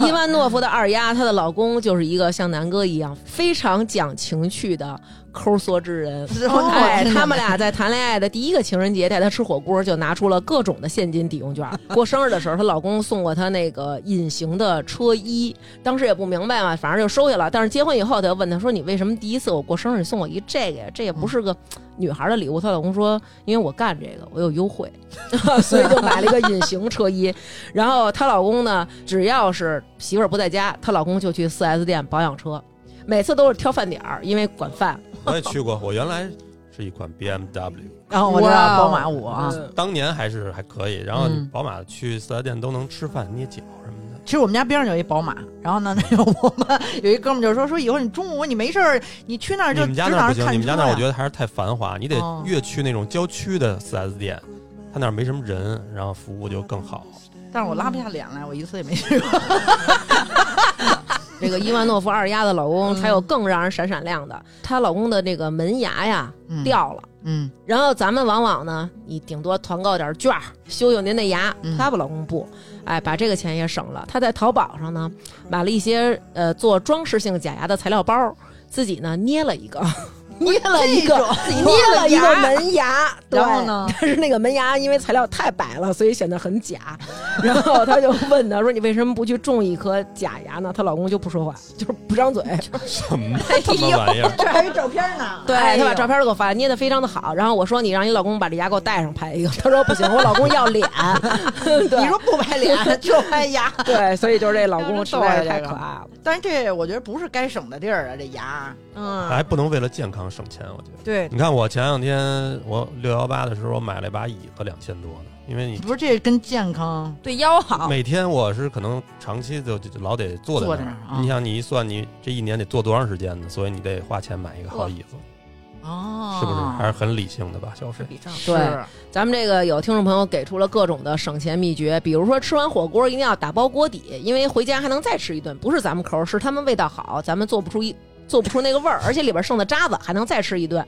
Speaker 2: 伊万诺夫的二丫，她的老公就是一个像南哥一样非常讲情趣的抠缩之人。
Speaker 1: 哦
Speaker 2: 哎，
Speaker 1: 听见
Speaker 2: 他们
Speaker 1: 没
Speaker 2: 俩在谈恋爱的第一个情人节带她吃火锅，就拿出了各种的现金抵用券。过生日的时候，她老公送过她那个隐形的车衣，当时也不明白嘛，反正就收下了。但是结婚以后，她就问她说：“你为什么第一次我过生日你送我一这个呀？这也不是个女孩的礼物。”她老公说：“因为我干这个，我有 优惠，所以就买了一个隐形车衣。”然后她老公呢，只要是媳妇儿不在家，她老公就去 4S 店保养车。每次都是挑饭点儿，因为管饭。
Speaker 4: 我也去过，我原来是一款 BMW，
Speaker 1: 然后我知
Speaker 2: 哇
Speaker 1: 道
Speaker 2: 哦
Speaker 1: 宝马五啊，
Speaker 2: 嗯
Speaker 4: 当年还是还可以。然后
Speaker 1: 嗯
Speaker 4: 宝马去四 S 店都能吃饭、捏脚什么的。
Speaker 1: 其实我们家边上有一宝马，然后呢，那个我们有一哥们就说说以后你中午你没事儿，你去那儿
Speaker 4: 你
Speaker 1: 就
Speaker 4: 们家
Speaker 1: 指
Speaker 4: 那
Speaker 1: 哪
Speaker 4: 儿
Speaker 1: 儿
Speaker 4: 不行，
Speaker 1: 看啊
Speaker 4: 你们家那儿我觉
Speaker 1: 得
Speaker 4: 得还是太繁华，你得
Speaker 1: 哦
Speaker 4: 越去那种郊区的四 S 店，他那儿没什么人，然后服务就更 好。，
Speaker 1: 但是我拉不下脸来，我一次也没去过。
Speaker 2: 这个伊万诺夫二丫的老
Speaker 1: 嗯
Speaker 2: 公还有更让人闪闪亮的，她老公的这个门牙呀
Speaker 1: 嗯
Speaker 2: 掉了。
Speaker 1: 嗯，
Speaker 2: 然后咱们往往呢，你顶多团购点券儿修修您的牙
Speaker 1: 嗯，
Speaker 2: 她不老公不，哎，把这个钱也省了。她在淘宝上呢买了一些呃做装饰性假牙的材料包，自己 呢捏了一个，捏了一个，捏了一个门牙，对
Speaker 1: 然后呢？
Speaker 2: 但是那个门牙因为材料太白了，所以显得 很假。然后她就问她说：“你为什么不去种一颗假牙呢？”她老公就不说话，就是不张嘴。
Speaker 4: 什么
Speaker 1: 哎
Speaker 4: 他妈玩意儿？
Speaker 1: 这还有照片呢。
Speaker 2: 对、
Speaker 5: 哎呦
Speaker 2: 他把照片都给我发，捏的非常的好。然后我说你让你老公把这牙给我戴上拍一个，他说不行，我老公要脸。对
Speaker 1: 你说不拍脸 就拍牙，
Speaker 2: 对，所以就是这老公实在是太
Speaker 1: 这个
Speaker 2: 可爱了。
Speaker 1: 但是这我觉得不是该省的地儿啊，这牙。嗯，
Speaker 4: 还不能为了健康省钱，我觉得。
Speaker 1: 对，
Speaker 4: 你看我前两天我六幺八的时候，我买了一把椅子，两千多呢，因为你
Speaker 1: 不是这跟健康
Speaker 5: 对腰好，
Speaker 4: 每天我是可能长期就就老得坐在
Speaker 1: 哦坐
Speaker 4: 那
Speaker 1: 在
Speaker 4: 儿。
Speaker 1: 那儿啊
Speaker 4: 你想，你一算，你这一年得坐多长时间呢？所以你得花钱买一个好椅子，
Speaker 1: 哦，
Speaker 4: 是不是？还是很理性的吧，消费。
Speaker 2: 对咱们这个有听众朋友给出了各种的省钱秘诀，比如说吃完火锅一定要打包锅底，因为回家还能再吃一顿，不是咱们抠儿，是他们味道好，咱们做不出一。做不出那个味儿，而且里边剩的渣子还能再吃一顿。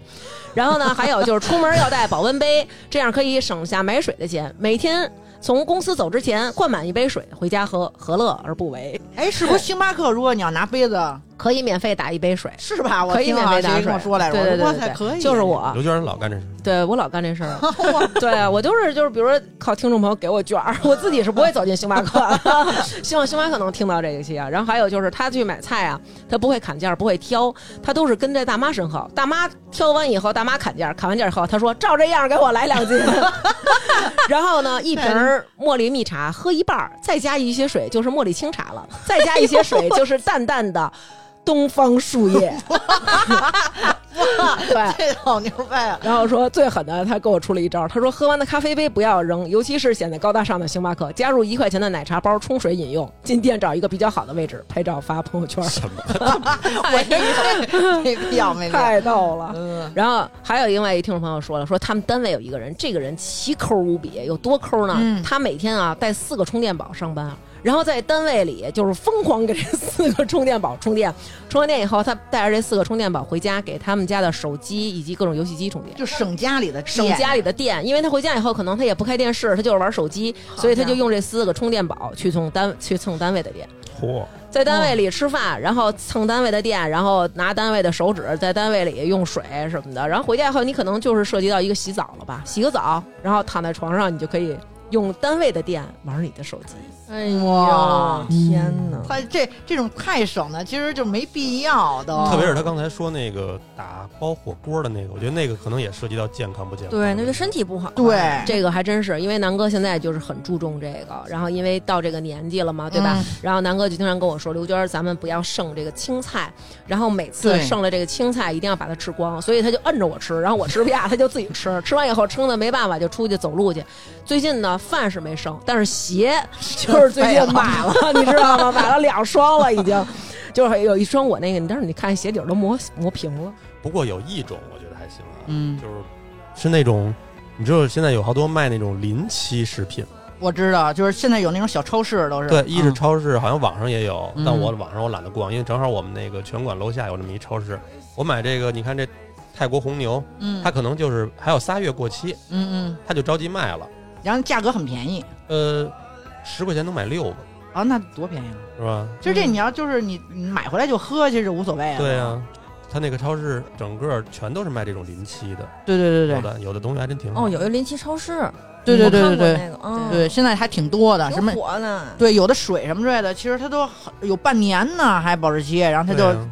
Speaker 2: 然后呢，还有就是出门要带保温杯，这样可以省下买水的钱。每天从公司走之前灌满一杯水，回家喝何乐而不为？
Speaker 1: 哎，是不是星巴克？如果你要拿杯子，
Speaker 2: 可以免费打一杯水，
Speaker 1: 是吧？我
Speaker 2: 可以
Speaker 1: 听
Speaker 2: 免
Speaker 1: 啊
Speaker 2: 费打
Speaker 1: 谁
Speaker 2: 水。
Speaker 1: 跟我说来着？
Speaker 2: 对对
Speaker 1: 我说哇
Speaker 2: 对
Speaker 1: 塞，
Speaker 2: 对
Speaker 1: 可以，
Speaker 2: 就是我
Speaker 4: 刘娟儿老干这事，
Speaker 2: 对我老干这事儿，对啊，我就是就是，比如说靠听众朋友给我券儿，我自己是不会走进星巴克的， 希望星巴克能听到这一期啊。然后还有就是他去买菜啊，他不会砍价，不会挑，他都是跟在大妈身后，大妈挑完以后，大妈砍价，砍完价以后，他说照这样给我来两斤， 然后呢，一瓶儿茉莉蜜茶喝一半儿，再加一些水就是茉莉清茶了，再加一些水就是淡淡的东方树叶， 对。
Speaker 1: 这好牛掰 啊！
Speaker 2: 然后说最狠的，他给我出了一招，他说喝完的咖啡杯不要扔，尤其是显得高大上的星巴克，加入一块钱的奶茶包冲水饮用。进店找一个比较好的位置，拍照发朋友圈，
Speaker 1: 我这没必要，没必要。
Speaker 2: 太逗了。
Speaker 1: 嗯，
Speaker 2: 然后还有另外一听众朋友说了，说他们单位有一个人，这个人奇抠无比，有多抠呢？
Speaker 1: 嗯
Speaker 2: 他每天啊带四个充电宝上班，然后在单位里就是疯狂给这四个充电宝充电，充完电以后，他带着这四个充电宝回家，给他们家的手机以及各种游戏机充电。
Speaker 1: 就省家里的电
Speaker 2: 省家里的电，因为他回家以后可能他也不开电视，他就是玩手机，所以他就用这四个充电宝去蹭单去蹭单位的电，
Speaker 4: 嚯，
Speaker 2: 在单位里吃饭，然后蹭单位的电，然后拿单位的手指在单位里用水什么的，然后回家以后你可能就是涉及到一个洗澡了吧，洗个澡，然后躺在床上你就可以用单位的电玩你的手机，
Speaker 1: 哎
Speaker 2: 嗯
Speaker 1: 哇，嗯
Speaker 5: 天哪！
Speaker 1: 他这这种太省了，其实就没必要都。
Speaker 5: 哦
Speaker 4: 嗯特别是他刚才说那个打包火锅的那个，我觉得那个可能也涉及到健康不健康。
Speaker 5: 对，那对身体不好。啊
Speaker 1: 对
Speaker 2: 这个还真是，因为南哥现在就是很注重这个，然后因为到这个年纪了嘛，对吧？
Speaker 1: 嗯
Speaker 2: 然后南哥就经常跟我说，刘娟儿，咱们不要剩这个青菜，然后每次
Speaker 1: 对
Speaker 2: 剩了这个青菜一定要把它吃光，所以他就摁着我吃，然后我吃不下，他就自己 吃，吃完以后撑的没办法就出去走路去。最近呢，饭是没 剩，但是鞋就是最近买了，你知道吗？买了两双了已经。就是有一双我那个，你当时你看鞋底儿都磨磨平了，
Speaker 4: 不过有一种我觉得还行啊，
Speaker 1: 嗯，
Speaker 4: 就是是那种，你知道现在有好多卖那种临期食品，
Speaker 1: 我知道，就是现在有那种小超市都是，
Speaker 4: 对，一是
Speaker 1: 嗯
Speaker 4: 超市，好像网上也有，
Speaker 1: 嗯
Speaker 4: 但我网上我懒得逛，因为正好我们那个拳馆楼下有那么一超市，我买这个，你看这泰国红牛，
Speaker 1: 嗯，
Speaker 4: 它可能就是还有仨月过期，
Speaker 1: 嗯嗯，
Speaker 4: 它就着急卖了，
Speaker 1: 然后价格很便宜
Speaker 4: 呃，十块钱能买六个，
Speaker 1: 啊，那多便宜啊！
Speaker 4: 是吧？
Speaker 1: 其实这你要就是你你买回来就喝，其实无所谓啊。
Speaker 4: 对呀、它那个超市整个全都是卖这种临期的，
Speaker 1: 对对对
Speaker 4: 有
Speaker 1: 对
Speaker 4: 的有的东西还真挺好。
Speaker 5: 哦，有一临期超市，
Speaker 1: 对对对对
Speaker 5: 嗯我
Speaker 1: 对
Speaker 5: 看过那个，
Speaker 1: 对，现在还挺多的，
Speaker 5: 嗯，
Speaker 1: 什么
Speaker 5: 挺火呢，
Speaker 1: 对有的水什么之类的，其实它都好有半年呢，还保质期，然后它
Speaker 4: 对啊
Speaker 1: 就
Speaker 4: 呀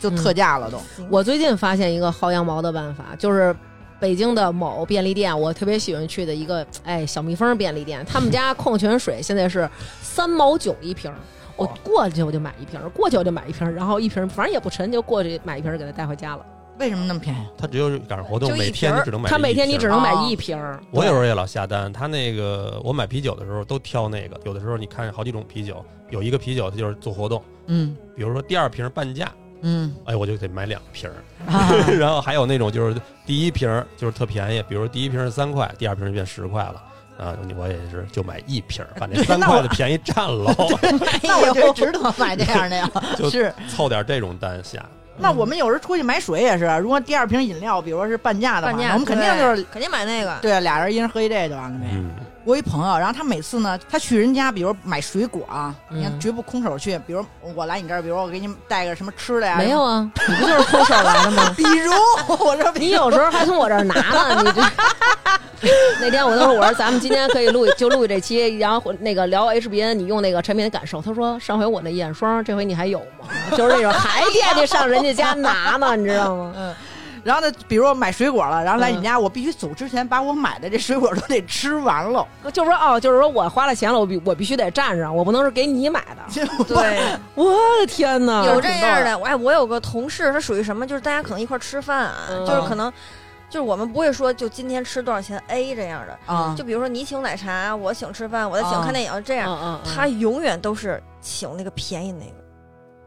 Speaker 1: 就特价了都。
Speaker 2: 我最近发现一个薅羊毛的办法，就是北京的某便利店，我特别喜欢去的一个，哎，小蜜蜂便利店，他们家矿泉水现在是三毛九一瓶儿。我过去我就买一瓶儿，过去我就买一瓶儿，然后一瓶儿反正也不沉，就过去买一瓶儿给他带回家了。
Speaker 1: 为什么那么便宜？
Speaker 4: 它只有赶上活
Speaker 5: 就
Speaker 4: 动，
Speaker 5: 一
Speaker 4: 每天
Speaker 5: 瓶
Speaker 4: 你
Speaker 5: 儿
Speaker 4: 只能买
Speaker 2: 他
Speaker 4: 这
Speaker 2: 每
Speaker 4: 一
Speaker 2: 天
Speaker 4: 瓶
Speaker 2: 你
Speaker 4: 儿
Speaker 2: 只能买
Speaker 1: 哦
Speaker 2: 一瓶儿。
Speaker 4: 我
Speaker 2: 对
Speaker 4: 有时候也老下单，他那个我买啤酒的时候都挑那个，有的时候你看好几种啤酒，有一个啤酒它就是做活动，
Speaker 1: 嗯
Speaker 4: 比如说第二瓶半价，
Speaker 1: 嗯
Speaker 4: 哎，我就得买两瓶儿，
Speaker 1: 啊，
Speaker 4: 然后还有那种就是第一瓶儿就是特便宜，比如第一瓶是三块，第二瓶就变十块了。啊，我也是就买一瓶儿，把那
Speaker 1: 对
Speaker 4: 三
Speaker 1: 那
Speaker 4: 块
Speaker 1: 我
Speaker 4: 的便宜占了，
Speaker 1: 那我觉得值得买这样的呀
Speaker 4: 就，嗯
Speaker 1: 是。
Speaker 4: 凑点这种单下。
Speaker 1: 那我们有时候出去买水也是，如果第二瓶饮料，比如说是半价的话，
Speaker 5: 半价
Speaker 1: 那我们肯定就是
Speaker 5: 肯定买那个，
Speaker 1: 对俩人一人喝一这就完了呗。
Speaker 4: 嗯，
Speaker 1: 我一朋友，然后他每次呢，他去人家，比如买水果啊，
Speaker 2: 嗯
Speaker 1: 你看绝不空手去。比如我来你这儿，比如我给你带个什么吃的呀，
Speaker 2: 没有啊？你不就是空手来的 吗？
Speaker 1: 比如我这
Speaker 2: 你有时候还从我这儿拿呢，你这。那天我都说，我说咱们今天可以录就录这期，然后那个聊 HBN，你用那个产品的感受。他说上回我那眼霜，这回你还有吗？就是那种还惦记上人家家拿呢，你知道吗？
Speaker 1: 然后呢，比如我买水果了，然后来你家，我必须走之前把我买的这水果都得吃完了。
Speaker 2: 就说哦，就是说我花了钱了，我必我必须得占上，我不能是给你买的。
Speaker 5: 对，
Speaker 2: 我的天
Speaker 1: 嗯
Speaker 2: 哪，
Speaker 5: 有这样
Speaker 2: 挺逗，
Speaker 5: 的。我哎，我有个同事，他属于什么？就是大家可能一块儿吃饭啊，
Speaker 2: 嗯
Speaker 5: 就是可能。就是我们不会说就今天吃多少钱 A 这样的，
Speaker 1: 啊
Speaker 5: 就比如说你请奶茶，我请吃饭，我再请
Speaker 1: 啊
Speaker 5: 看电影这样，
Speaker 2: 嗯嗯，
Speaker 5: 他永远都是请那个便宜那个。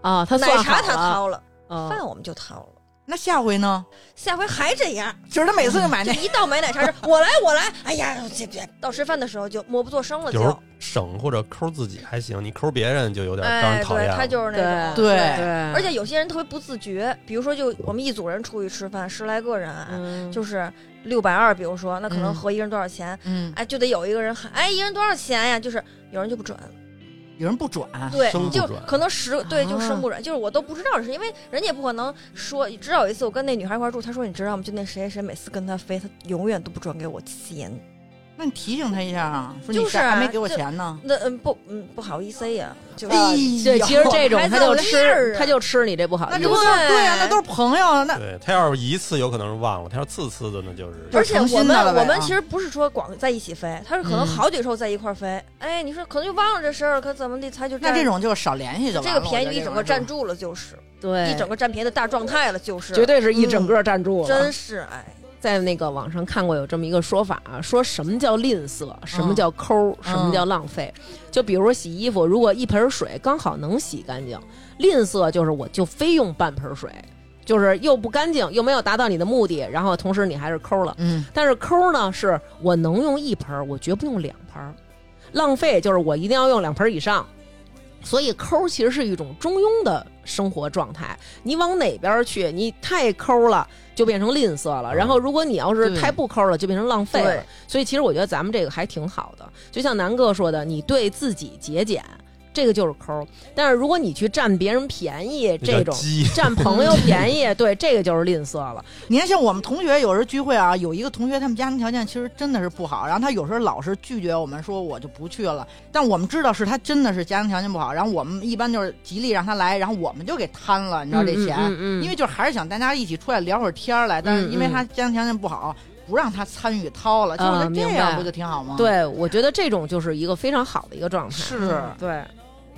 Speaker 2: 啊，他
Speaker 5: 奶
Speaker 2: 算
Speaker 5: 茶
Speaker 2: 好
Speaker 5: 他
Speaker 2: 了，
Speaker 5: 掏了，
Speaker 1: 啊
Speaker 2: 嗯
Speaker 5: 饭我们就掏了，
Speaker 1: 那下回呢？
Speaker 5: 下回还这样。
Speaker 1: 就是他每次就买
Speaker 5: 就
Speaker 1: 哎那，
Speaker 5: 一到买奶茶是我来我来，哎呀，这这到吃饭的时候就默不作声了
Speaker 4: 有时
Speaker 5: 就
Speaker 4: 候。省或者抠自己还行，你抠别人就有点让
Speaker 5: 哎，
Speaker 4: 人讨
Speaker 5: 对
Speaker 4: 厌了。
Speaker 5: 他就是那种
Speaker 1: 对对
Speaker 5: 而且有些人特别不自觉，比如说就我们一组人出去吃饭，十来个人啊，
Speaker 2: 嗯
Speaker 5: 就是六百二，比如说那可能
Speaker 1: 嗯
Speaker 5: 合一人多少钱？
Speaker 1: 嗯，
Speaker 5: 哎，就得有一个人喊，哎，一人多少钱呀？就是有人就不转，
Speaker 1: 有人不转，
Speaker 5: 对
Speaker 4: 生，不
Speaker 5: 就
Speaker 4: 转
Speaker 5: 可能十对，就
Speaker 1: 啊
Speaker 5: 生不转，就是我都不知道是因为人家也不可能说。只有一次我跟那女孩一块儿住，她说你知道吗？就那谁谁谁每次跟她飞，她永远都不转给我钱。
Speaker 1: 那你提醒他一下啊，说你
Speaker 5: 就是
Speaker 1: 下
Speaker 5: 啊
Speaker 1: 还没给我
Speaker 5: 这
Speaker 1: 钱呢。
Speaker 5: 那嗯不嗯不好意思呀，就是
Speaker 1: 哎
Speaker 2: 对，
Speaker 1: 呦
Speaker 2: 其实这种
Speaker 5: 孩子
Speaker 2: 他就
Speaker 5: 有面
Speaker 2: 吃
Speaker 5: 儿，啊
Speaker 2: 他就吃你这不好
Speaker 1: 那
Speaker 2: 意
Speaker 1: 这不
Speaker 2: 思。
Speaker 1: 就
Speaker 5: 对
Speaker 1: 对啊？那都是朋友，那
Speaker 4: 对他要是一次有可能是忘了，他要次次的呢就是
Speaker 1: 就
Speaker 5: 而
Speaker 1: 是
Speaker 5: 且
Speaker 1: 诚
Speaker 5: 我
Speaker 1: 心的了
Speaker 5: 们
Speaker 1: 呗
Speaker 5: 我们
Speaker 1: 啊
Speaker 5: 其实不是说光在一起飞，他是可能
Speaker 1: 嗯
Speaker 5: 好几时候在一块儿飞。哎，你说可能就忘了这事儿，可怎么的，他就
Speaker 1: 那
Speaker 5: 占
Speaker 1: 这种就少联系就完
Speaker 5: 这
Speaker 1: 了。
Speaker 5: 个便宜就一整个占
Speaker 1: 占，
Speaker 5: 住了，就是
Speaker 2: 对，
Speaker 5: 一整个占便宜的大状态了，就是
Speaker 2: 绝对是一整个站住了。
Speaker 5: 真是哎，
Speaker 2: 在那个网上看过有这么一个说法、啊说什么叫吝啬，什么叫抠，什么叫浪费。就比如说洗衣服，如果一盆水刚好能洗干净，吝啬就是我就非用半盆水，就是又不干净，又没有达到你的目的，然后同时你还是抠了。
Speaker 1: 嗯，
Speaker 2: 但是抠呢，是我能用一盆儿，我绝不用两盆儿。浪费就是我一定要用两盆儿以上。所以抠其实是一种中庸的生活状态。你往哪边儿去，你太抠了 就变成吝啬了。
Speaker 4: 嗯
Speaker 2: 然后如果你要是
Speaker 1: 对
Speaker 2: 太不抠了，就变成浪费了
Speaker 5: 对。
Speaker 2: 所以其实我觉得咱们这个还挺好的。就像南哥说的，你对自己节俭，这个就是抠。但是如果你去占别人便宜，
Speaker 4: 那叫
Speaker 2: 这种
Speaker 4: 鸡
Speaker 2: 占朋友便宜，对这个就是吝啬了。
Speaker 1: 你看像我们同学有时候聚会啊，有一个同学他们家庭条件其实真的是不好，然后他有时候老是拒绝我们说我就不去了，但我们知道是他真的是家庭条件不好，然后我们一般就是极力让他来，然后我们就给摊了，你知道这钱，
Speaker 2: 嗯嗯嗯嗯
Speaker 1: 因为就还是想大家一起出来聊会儿天儿来，但是因为他家庭条件不好。不让他参与掏了，结果
Speaker 2: 啊
Speaker 1: 他这
Speaker 2: 明
Speaker 1: 样
Speaker 2: 白
Speaker 1: 不就挺好吗？，
Speaker 2: 对，我觉得这种就是一个非常好的一个状态。
Speaker 1: 嗯是
Speaker 2: 对，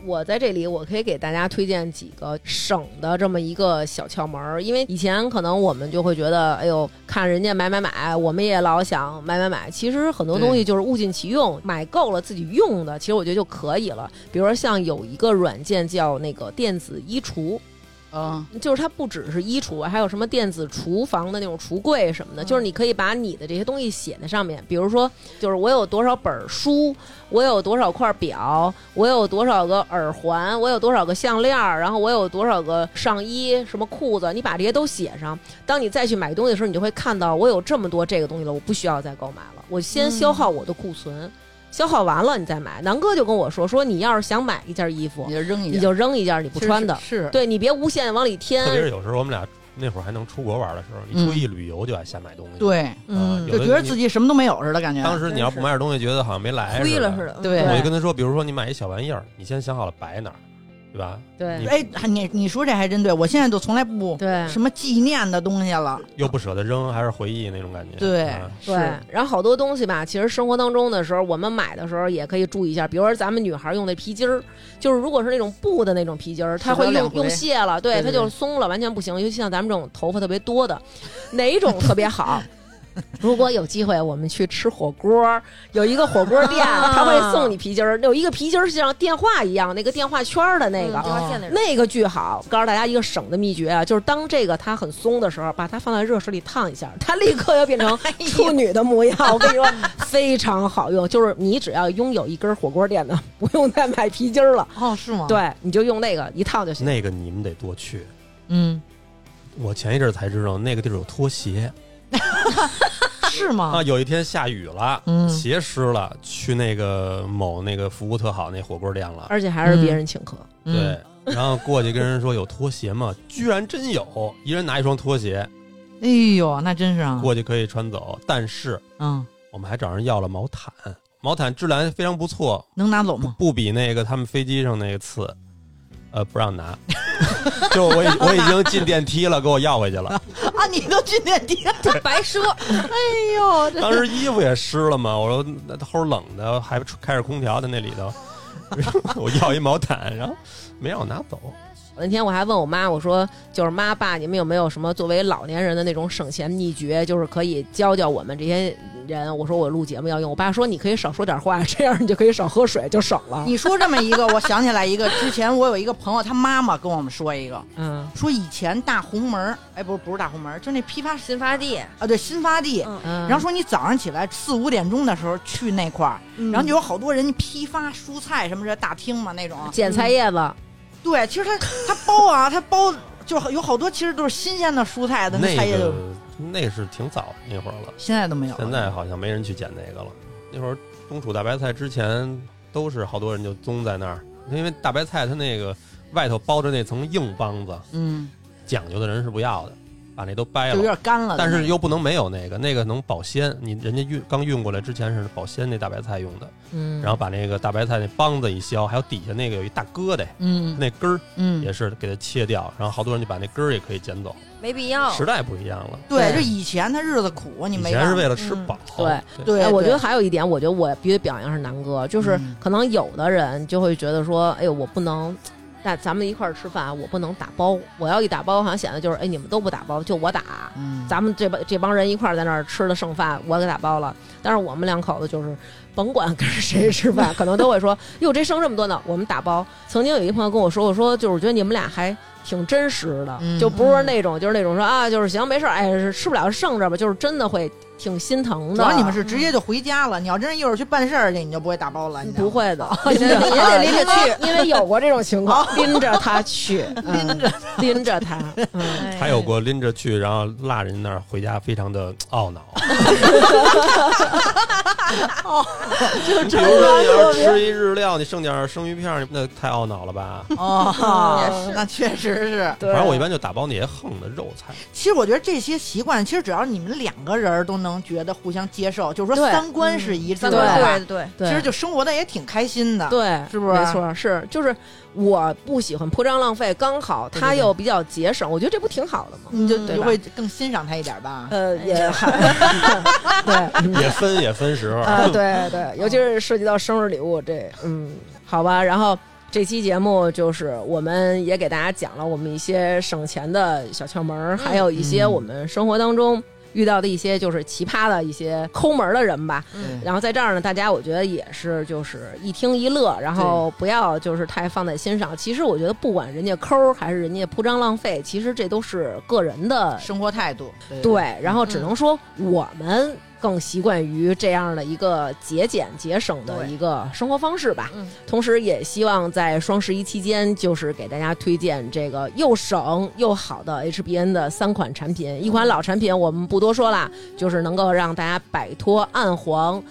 Speaker 2: 我在这里我可以给大家推荐几个省的这么一个小窍门儿，因为以前可能我们就会觉得，哎呦，看人家买买买，我们也老想买买买。其实很多东西就是物尽其用，买够了自己用的，其实我觉得就可以了。比如说像有一个软件叫那个电子衣橱，
Speaker 1: 嗯，
Speaker 2: 就是它不只是衣橱，还有什么电子厨房的那种橱柜什么的，就是你可以把你的这些东西写在上面，比如说，就是我有多少本儿书，我有多少块表，我有多少个耳环，我有多少个项链儿，然后我有多少个上衣、什么裤子，你把这些都写上。当你再去买东西的时候，你就会看到我有这么多这个东西了，我不需要再购买了，我先消耗我的库存。消耗完了，你再买。南哥就跟我说：“说你要是想买一件衣服
Speaker 1: 你，就扔一
Speaker 2: 你
Speaker 1: 下，
Speaker 2: 就扔一件你不
Speaker 1: 是
Speaker 2: 穿的。
Speaker 1: 是，
Speaker 2: 对你别无限往里添
Speaker 4: 特，别是有时候我们俩那会儿还能出国玩的时候，一出
Speaker 1: 嗯
Speaker 4: 一旅游就爱瞎买东西。，呃
Speaker 1: 对，
Speaker 2: 嗯
Speaker 4: 有
Speaker 1: 就
Speaker 4: 的
Speaker 1: 觉得
Speaker 4: 你
Speaker 1: 自己什么都没有似的感
Speaker 5: 哎
Speaker 1: 觉。
Speaker 4: 当时你要不买点东西，觉得好像没来
Speaker 5: 亏了似
Speaker 4: 的。
Speaker 5: 的。
Speaker 1: 对
Speaker 4: 我就跟他说，比如说你买一小玩意儿，你先想好了摆哪儿，对吧？
Speaker 2: 对
Speaker 4: 你
Speaker 1: 哎，还你你说这还真对，我现在就从来不
Speaker 2: 对
Speaker 1: 什么纪念的东西了。
Speaker 4: 又不舍得扔，还是回忆那种感觉。
Speaker 1: 对
Speaker 4: 啊，
Speaker 2: 对，然后好多东西吧，其实生活当中的时候，我们买的时候也可以注意一下，比如说咱们女孩用那皮筋儿，就是如果是那种布的那种皮筋儿，它
Speaker 1: 使不
Speaker 2: 会
Speaker 1: 了
Speaker 2: 用
Speaker 1: 两回
Speaker 2: 用卸了，对，
Speaker 1: 对
Speaker 2: 它
Speaker 1: 对
Speaker 2: 就
Speaker 1: 对
Speaker 2: 松了，完全不行。尤其像咱们这种头发特别多的，哪种特别好？ 如果有机会，我们去吃火锅儿，有一个火锅店，他会送你皮筋儿，有一个皮筋儿像电话一样，那个电话圈儿的那个，
Speaker 5: 电
Speaker 1: 啊
Speaker 5: 话线那种。
Speaker 2: 那个巨好，告诉大家一个省的秘诀啊，就是当这个它很松的时候，把它放在热水里烫一下，它立刻要变 成处女的模样。我跟 你说，非常好用。就是你只要拥有一根火锅店的，不用再买皮筋儿了，
Speaker 1: 哦，是吗？，
Speaker 2: 对，你就用那个一烫就行。
Speaker 4: 那个你们得多去。
Speaker 1: 嗯，
Speaker 4: 我前一阵儿才知道那个地儿有拖鞋
Speaker 1: 是吗
Speaker 4: 啊！？有一天下雨了，
Speaker 1: 嗯
Speaker 4: 鞋湿了，去那个某那个服务特好那火锅店了。
Speaker 2: 而且还是别人请客，
Speaker 1: 嗯，
Speaker 4: 对，然后过去跟人说有拖 鞋吗？居然真有，一人拿一双拖鞋
Speaker 1: 哎呦，那真是啊，
Speaker 4: 过去可以穿走，但是
Speaker 1: 嗯，
Speaker 4: 我们还找人要了毛毯，毛毯质量非常不错，
Speaker 1: 能拿走
Speaker 4: 不
Speaker 1: 吗？
Speaker 4: 不比那个他们飞机上那个次，呃，不让拿。 就我已我已经进电梯了，给我要回去了。
Speaker 1: 啊，你都去电梯，
Speaker 5: 白说，
Speaker 1: 哎呦，这
Speaker 4: 当时衣服也湿了嘛，我说那齁冷的，还不开着空调在那里头。 我要一毛毯，然后没让我拿走。
Speaker 2: 那天我还问我妈，我说就是妈爸，你们有没有什么作为老年人的那种省钱秘诀，就是可以教教我们这些人？我说我录节目要用，我爸说你可以少说点话，这样你就可以少喝水，就省了。
Speaker 1: 你说这么一个，我想起来 一个，之前我有一个朋友，他妈妈跟我们说一个，
Speaker 2: 嗯
Speaker 1: 说以前大红门儿，哎，不是不是大红门儿，就那批发市
Speaker 5: 新发地，
Speaker 1: 啊，对，新发地。
Speaker 5: 嗯
Speaker 2: 嗯，
Speaker 1: 然后说你早上起来四五点钟的时候去那块儿，然后就有好多人批发蔬菜什么的大厅嘛那种。
Speaker 2: 捡菜叶子，
Speaker 1: 对，其实他他包啊，他包就是有好多其实都是新鲜的蔬菜的那菜
Speaker 4: 那
Speaker 1: 叶
Speaker 4: 个
Speaker 1: 子，
Speaker 4: 那是挺早那会儿了，
Speaker 1: 现在都没有了。
Speaker 4: 现在好像没人去捡那个了。那会儿冬储大白菜之前都是好多人就宗在那儿，因为大白菜它那个外头包着那层硬帮子，
Speaker 1: 嗯，
Speaker 4: 讲究的人是不要的，把那都掰
Speaker 1: 就有
Speaker 4: 了。
Speaker 1: 点干了。
Speaker 4: 哎但是又不能没有那个，那个能保鲜。你人家运刚运过来之前是保鲜那大白菜用的，
Speaker 2: 嗯，
Speaker 4: 然后把那个大白菜那帮子一削，还有底下那个有一大疙瘩，
Speaker 1: 嗯
Speaker 4: 那根儿
Speaker 1: 嗯，
Speaker 4: 也是给它切掉，然后好多人就把那根儿也可以捡走。
Speaker 5: 没必要。
Speaker 4: 时代不一样了，
Speaker 1: 对，
Speaker 2: 对
Speaker 1: 就以前他日子苦，你
Speaker 4: 以
Speaker 1: 没
Speaker 4: 前
Speaker 1: 办
Speaker 4: 是
Speaker 1: 法
Speaker 4: 为了吃饱。
Speaker 2: 嗯
Speaker 4: 对，
Speaker 1: 对，
Speaker 2: 哎，我觉
Speaker 1: 对
Speaker 2: 得还有一点，我觉得我必须表扬是南哥，就是
Speaker 1: 嗯
Speaker 2: 可能有的人就会觉得说，哎呦，我不能。那咱们一块儿吃饭，我不能打包。我要一打包，好像显得就是，哎，你们都不打包，就我打。
Speaker 1: 嗯，
Speaker 2: 咱们这帮这帮人一块儿在那儿吃了剩饭，我给打包了。但是我们两口子就是，甭管跟谁吃饭，可能都会说：“哟，这剩这么多呢，我们打包。”曾经有一个朋友跟我说，我说就是我觉得你们俩还挺真实的，
Speaker 1: 嗯
Speaker 2: 就不是那种就是那种说啊，就是行没事儿，哎，是吃不了剩着吧，就是真的会挺心疼的。
Speaker 1: 主要你们是直接就回家了。你要真是一会儿去办事儿去，你就不会打包了。你知道
Speaker 2: 不
Speaker 1: 吗，
Speaker 2: 会的，
Speaker 1: 你得你得拎着去
Speaker 2: 啊因为，因为有过这种情况，拎着他去，嗯
Speaker 1: 拎着
Speaker 2: 拎着他，嗯。
Speaker 5: 哎
Speaker 4: 还有过拎着去，然后落人那儿回家，非常的懊恼。
Speaker 2: 就
Speaker 4: 比
Speaker 2: 真
Speaker 4: 如说，
Speaker 2: 的
Speaker 4: 你要
Speaker 2: 特
Speaker 4: 是
Speaker 2: 别
Speaker 4: 吃一日料，你剩点儿生鱼片儿，那太懊恼了吧？
Speaker 1: 哦，那确实是。
Speaker 2: 对
Speaker 4: 反正我一般就打包那些横的肉菜。
Speaker 1: 其实我觉得这些习惯，其实只要你们两个人儿都能觉得互相接受，就是说
Speaker 2: 对嗯
Speaker 1: 三观是一致
Speaker 5: 三
Speaker 1: 的
Speaker 5: 个
Speaker 2: 观
Speaker 1: 话，
Speaker 5: 对对，
Speaker 2: 对
Speaker 1: 其 实就生活的也挺开心的。
Speaker 2: 对，
Speaker 1: 是不是
Speaker 2: 没错，是就是我不喜欢铺张浪费，刚好
Speaker 1: 对对
Speaker 2: 他
Speaker 1: 对
Speaker 2: 又比较节省，我觉得这不挺好的吗？
Speaker 1: 你就
Speaker 5: 嗯
Speaker 1: 你
Speaker 2: 对
Speaker 1: 就
Speaker 2: 吧
Speaker 1: 会更欣赏他一点吧。
Speaker 2: 呃，也还嗯对，
Speaker 4: 也分也分时
Speaker 2: 嗯
Speaker 4: 候。
Speaker 2: 啊，对对，尤其是涉及到生日礼物这，嗯，好吧。然后这期节目就是我们也给大家讲了我们一些省钱的小窍门儿，还有一些
Speaker 1: 嗯
Speaker 2: 我们生活当中遇到的一些就是奇葩的一些抠门儿的人吧。
Speaker 1: 对
Speaker 2: 然后在这儿呢，大家我觉得也是就是一听一乐，然后不要就是太放在心上。其实我觉得不管人家抠儿还是人家铺张浪费，其实这都是个人的
Speaker 1: 生活态度，对
Speaker 2: 对，然后只能说我们更习惯于这样的一个节俭节省的
Speaker 3: 对
Speaker 2: 一个生活方式吧。
Speaker 3: 嗯
Speaker 2: 同时，也希望在双十一期间，就是给大家推荐这个又省又好的 HBN 的三款产品。一款老产品我们不多说啦，就是能够让大家摆脱暗黄。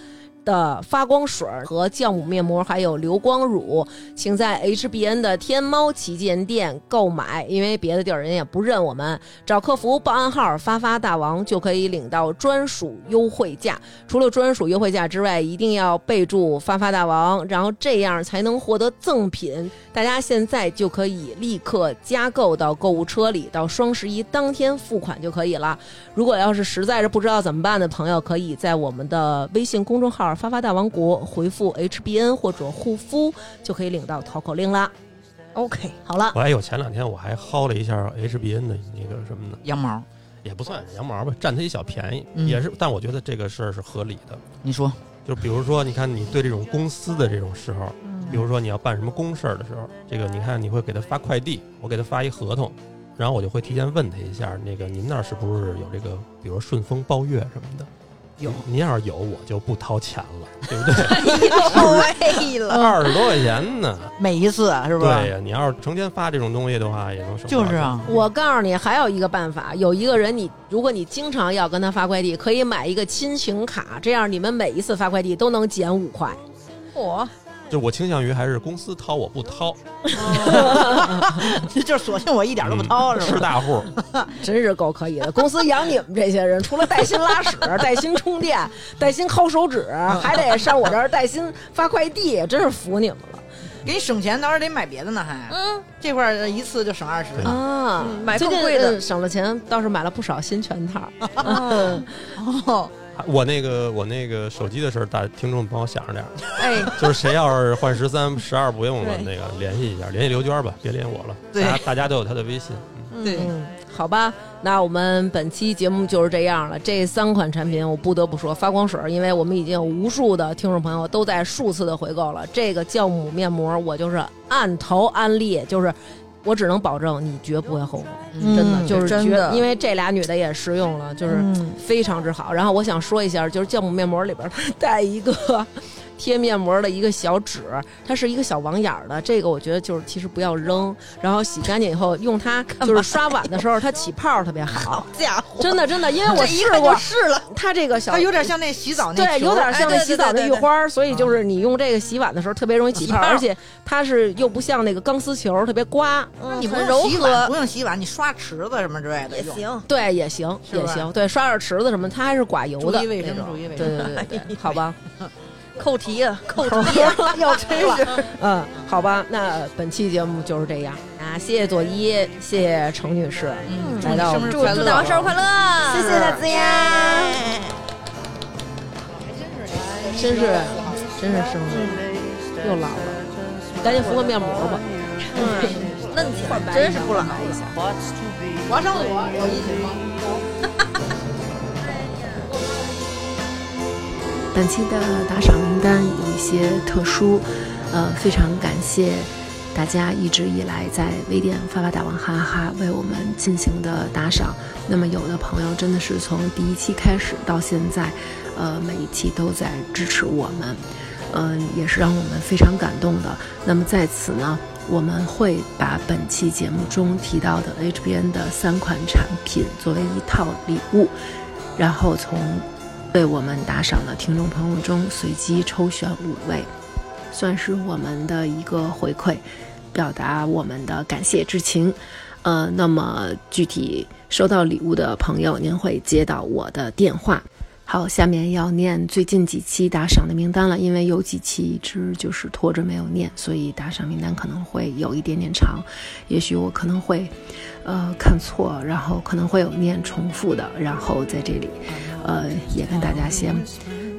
Speaker 2: 的发光水儿和酵母面膜，还有流光乳，请在 HBN 的天猫旗舰店购买，因为别的地儿人也不认我们，找客服报暗号“发发大王”就可以领到专属优惠价。除了专属优惠价之外，一定要备注“发发大王”，然后这样才能获得赠品。大家现在就可以立刻加购到购物车里，到双十一当天付款就可以了。如果要是实在是不知道怎么办的朋友，可以在我们的微信公众号“发发大王国”回复 “HBN” 或者“护肤”，就可以领到淘口令啦。
Speaker 3: OK，
Speaker 2: 好 了，
Speaker 4: 我还有前两天我还薅了一下 HBN 的那个什么的，
Speaker 1: 羊毛，
Speaker 4: 也不算羊毛吧，占它一小便宜，
Speaker 1: 嗯
Speaker 4: 也是。但我觉得这个事儿是合理的。
Speaker 1: 你说
Speaker 4: 就比如说，你看你对这种公司的这种时候，比
Speaker 1: 嗯
Speaker 4: 如说你要办什么公事儿的时候，这个你看你会给他发快递，我给他发一合同，然后我就会提前问他一下，那个您那儿是不是有这个，比如说顺丰包月什么的？
Speaker 1: 有
Speaker 4: 您要是有，我就不掏钱 了，对不对？
Speaker 3: 对了，
Speaker 4: 二十多块钱呢，
Speaker 1: 每一次 啊是不
Speaker 4: 对
Speaker 1: 是？
Speaker 4: 呀，你要是成天发这种东西的话，也能省。
Speaker 1: 就是，啊，
Speaker 2: 我告诉你，还有一个办法，有一个人你，如果你经常要跟他发快递，可以买一个亲情卡，这样你们每一次发快递都能减五 块。
Speaker 3: 我
Speaker 4: 就我倾向于还是公司掏，我不掏，
Speaker 1: 就是索性我一点都不掏，是吧？
Speaker 4: 吃嗯大户。
Speaker 2: 真是够可以的。公司养你们这些人，除了带薪拉屎、带薪充电、带薪抠 手指，还得上我这儿带薪发快递，真是服你们 了
Speaker 1: 给你省钱，到时候得买别的呢，还
Speaker 3: 嗯，
Speaker 1: 这块儿一次就省二十。
Speaker 4: 对
Speaker 2: 啊！
Speaker 3: 嗯买
Speaker 2: 最
Speaker 3: 更
Speaker 2: 近
Speaker 3: 贵的
Speaker 2: 嗯省了钱，倒是买了不少新 拳套。 嗯，
Speaker 1: 哦，
Speaker 4: 我那个我那个手机的事儿，大听众帮我想着点儿。
Speaker 3: 哎，
Speaker 4: 就是谁要是换十三、十二不用了，那
Speaker 3: 对
Speaker 4: 个联系一下，联系刘娟吧，别联系我了。
Speaker 1: 对
Speaker 4: 大家大家都有她的微信。嗯
Speaker 1: 对
Speaker 2: 嗯，好吧，那我们本期节目就是这样了。这三款产品，我不得不说，发光水儿，因为我们已经有无数的听众朋友都在数次的回购了。这个酵母面膜，我就是按头安利，就是我只能保证你绝不会后悔，
Speaker 1: 嗯嗯
Speaker 2: 真的就是
Speaker 3: 真
Speaker 2: 绝，
Speaker 3: 的
Speaker 2: 因为这俩女的也试用了，就是非常之好。然后我想说一下，就是酵母面膜里边儿 它带一个 贴面膜的一个小纸，它是一个小网眼儿的，这个我觉得就是其实不要扔，然后洗干净以后用它， 就是刷碗的时候它起泡儿特别好，
Speaker 1: 家伙，
Speaker 2: 真的真的，因为我
Speaker 1: 这一
Speaker 2: 试
Speaker 1: 看
Speaker 2: 过
Speaker 1: 就，是了，
Speaker 2: 它这个小
Speaker 1: 它有点像那洗澡那
Speaker 2: 对，
Speaker 1: 球
Speaker 2: 有点像
Speaker 3: 哎
Speaker 2: 那
Speaker 3: 对
Speaker 2: 洗澡
Speaker 3: 对对
Speaker 2: 的浴
Speaker 3: 对
Speaker 2: 花儿，所以就是你用这个洗碗的时候特别容易起
Speaker 1: 起
Speaker 2: 泡儿，
Speaker 1: 泡儿
Speaker 2: 而且它是又不像那个钢丝球儿特别刮。
Speaker 1: 那
Speaker 3: 嗯
Speaker 1: 你不
Speaker 3: 很
Speaker 1: 用
Speaker 3: 柔
Speaker 1: 洗碗，
Speaker 3: 和
Speaker 1: 不用洗碗，你刷池子什么之类的
Speaker 3: 也
Speaker 1: 用。
Speaker 3: 行，
Speaker 2: 对，也行，
Speaker 1: 是
Speaker 2: 也
Speaker 1: 吧
Speaker 2: 行。对，刷刷池子什么，它还是刮油的
Speaker 1: 注意卫生
Speaker 2: 那种
Speaker 1: 注意卫生
Speaker 2: 对对对 对，好吧，
Speaker 3: 扣题啊，扣题，
Speaker 2: 要吹了。嗯，好吧，那本期节目就是这样啊，谢谢左一，谢谢程女士，
Speaker 1: 嗯
Speaker 2: 来到我们
Speaker 1: 祝
Speaker 3: 祝
Speaker 1: 你生日快乐
Speaker 3: 祝大王生日快乐，
Speaker 5: 谢谢大家。
Speaker 2: 真是真是生日又老了，赶紧敷个面膜吧。
Speaker 3: 嫩起来，真是不老了。
Speaker 1: 华生，我有意见吗？
Speaker 8: 本期的打赏名单有一些特殊，呃，非常感谢大家一直以来在微店发发大王哈哈为我们进行的打赏。那么有的朋友真的是从第一期开始到现在，呃，每一期都在支持我们，嗯、也是让我们非常感动的。那么在此呢，我们会把本期节目中提到的 HBN 的三款产品作为一套礼物，然后从为我们打赏的听众朋友中随机抽选五位，算是我们的一个回馈，表达我们的感谢之情。呃，那么具体收到礼物的朋友，您会接到我的电话。好，下面要念最近几期打赏的名单了，因为有几期一直就是拖着没有念，所以打赏名单可能会有一点点长，也许我可能会，呃，看错，然后可能会有念重复的，然后在这里呃，也跟大家先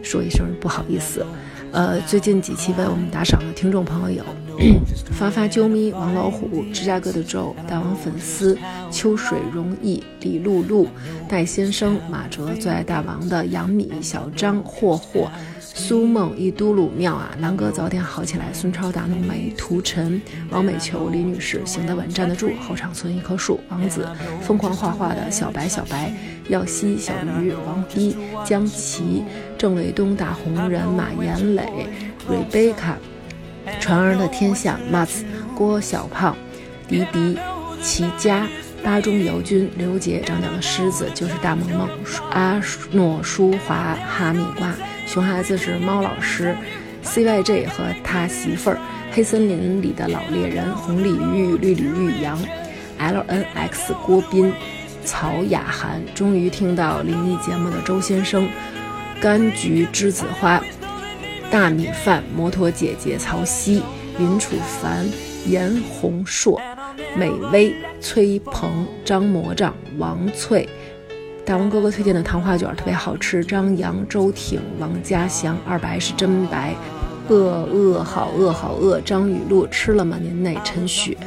Speaker 8: 说一声不好意思。呃，最近几期为我们打赏的听众朋友有 发发啾咪、王老虎、芝加哥的周、大王粉丝、秋水容易、李露露、戴先生、马哲最爱大王的杨米、小张、霍霍、苏梦一嘟噜妙啊，南哥早点好起来，孙超大浓眉、涂晨、王美球、李女士行得稳站得住，后场村一棵树、王子疯狂画画的小白小白、耀西小鱼、王一、江琪、郑卫东、大红人、马岩磊、瑞贝卡、传儿的天下、Mats、郭小胖、迪迪、齐佳、巴中姚军、刘杰、长角的狮子就是大萌萌、阿诺舒华、哈密瓜、熊孩子是猫老师、CYJ 和他媳妇儿、黑森林里的老猎人、红鲤鱼、绿鲤鱼羊、LNX 郭斌、曹雅涵，终于听到灵异节目的周先生。柑橘栀子花、大米饭、摩托姐姐曹曦、林楚凡、严宏硕、美薇、崔鹏、张魔杖、王翠。大王哥哥推荐的糖花卷特别好吃，张扬、周挺、王家祥、二白是真白。饿饿好饿好饿，张雨露吃了吗？您内陈雪。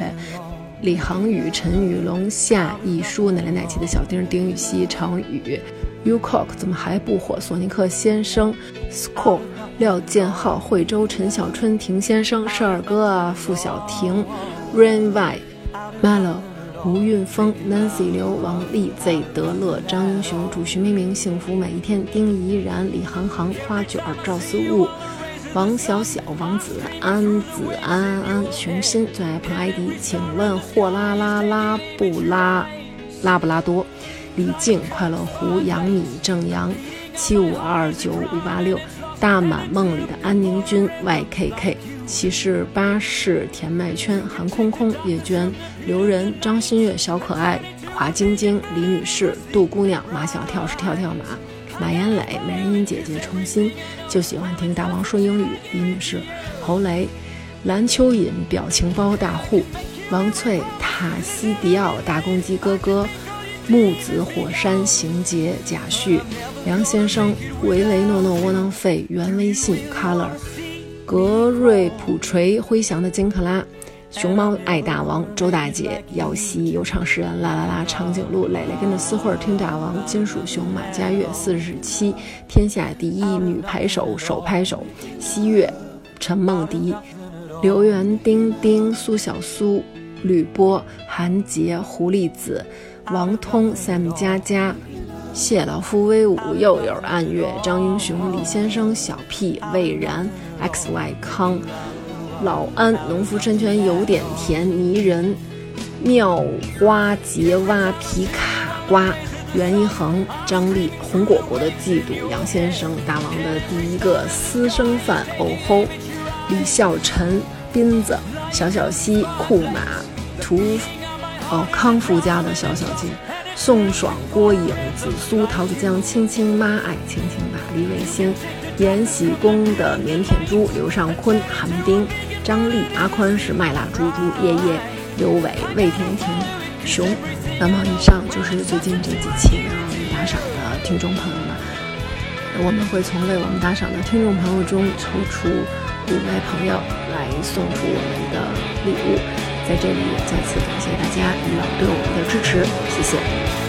Speaker 8: 李航宇、陈宇龙、夏一舒、奶来奶气的小丁、丁禹兮、常宇、Ucock 怎么还不火？索尼克先生、Score、廖建浩、惠州、陈小春、婷先生、是二哥啊、付小婷、Rain Y、Malo、吴韵峰、Nancy 刘、王丽、Z 德乐、张英雄、主徐明明、幸福每一天、丁怡然、李航航、花卷、赵思悟。王小小、王子安、子安安、熊心最爱碰艾迪，请问货拉拉拉布拉拉布拉多、李静、快乐湖、杨米、正阳、七五二九五八六、大满梦里的安宁君、YKK、骑士巴士、甜麦圈、韩空空、叶娟、刘仁、张馨月、小可爱、华晶晶、李女士、杜姑娘、马小跳是跳跳马。马岩磊、美人音姐姐重新就喜欢听大王说英语，李女士、侯雷、蓝蚯蚓、表情包大户、王翠、塔西迪奥、大公鸡哥哥、木子、火山、邢杰、贾旭、梁先生、唯唯诺诺、窝囊废、原微信、Color、格瑞普锤、辉翔的金克拉。熊猫爱大王，周大姐，姚希，有唱诗人啦啦啦，长颈鹿，蕾蕾跟着私会儿听大王，金属熊，马佳悦，四十七，天下第一女排手，手拍手，西月，陈梦迪，刘源，丁丁，苏小苏，吕波，韩杰，狐狸子，王通，Sam 佳佳。谢老夫威武，又有暗月，张英雄，李先生，小 P，魏然，X Y 康，老安农夫山泉有点甜，泥人妙花结蛙皮卡瓜，袁一恒、张丽、红果果的嫉妒，杨先生、大王的第一个私生饭，哦吼，李孝臣、斌子、小小西、库马、屠哦康夫家的小小金。宋爽、郭颖、紫苏、桃子酱、青青妈、爱青青吧、李卫星、延禧宫的腼腆猪、刘尚坤、韩冰、张丽、阿宽是卖蜡猪猪、夜夜、刘伟、魏婷婷、熊。那么以上就是最近这几期为我们打赏的听众朋友们，我们会从为我们打赏的听众朋友中抽出五位朋友来送出我们的礼物。在这里也再次感谢大家以往对我们的支持，谢谢。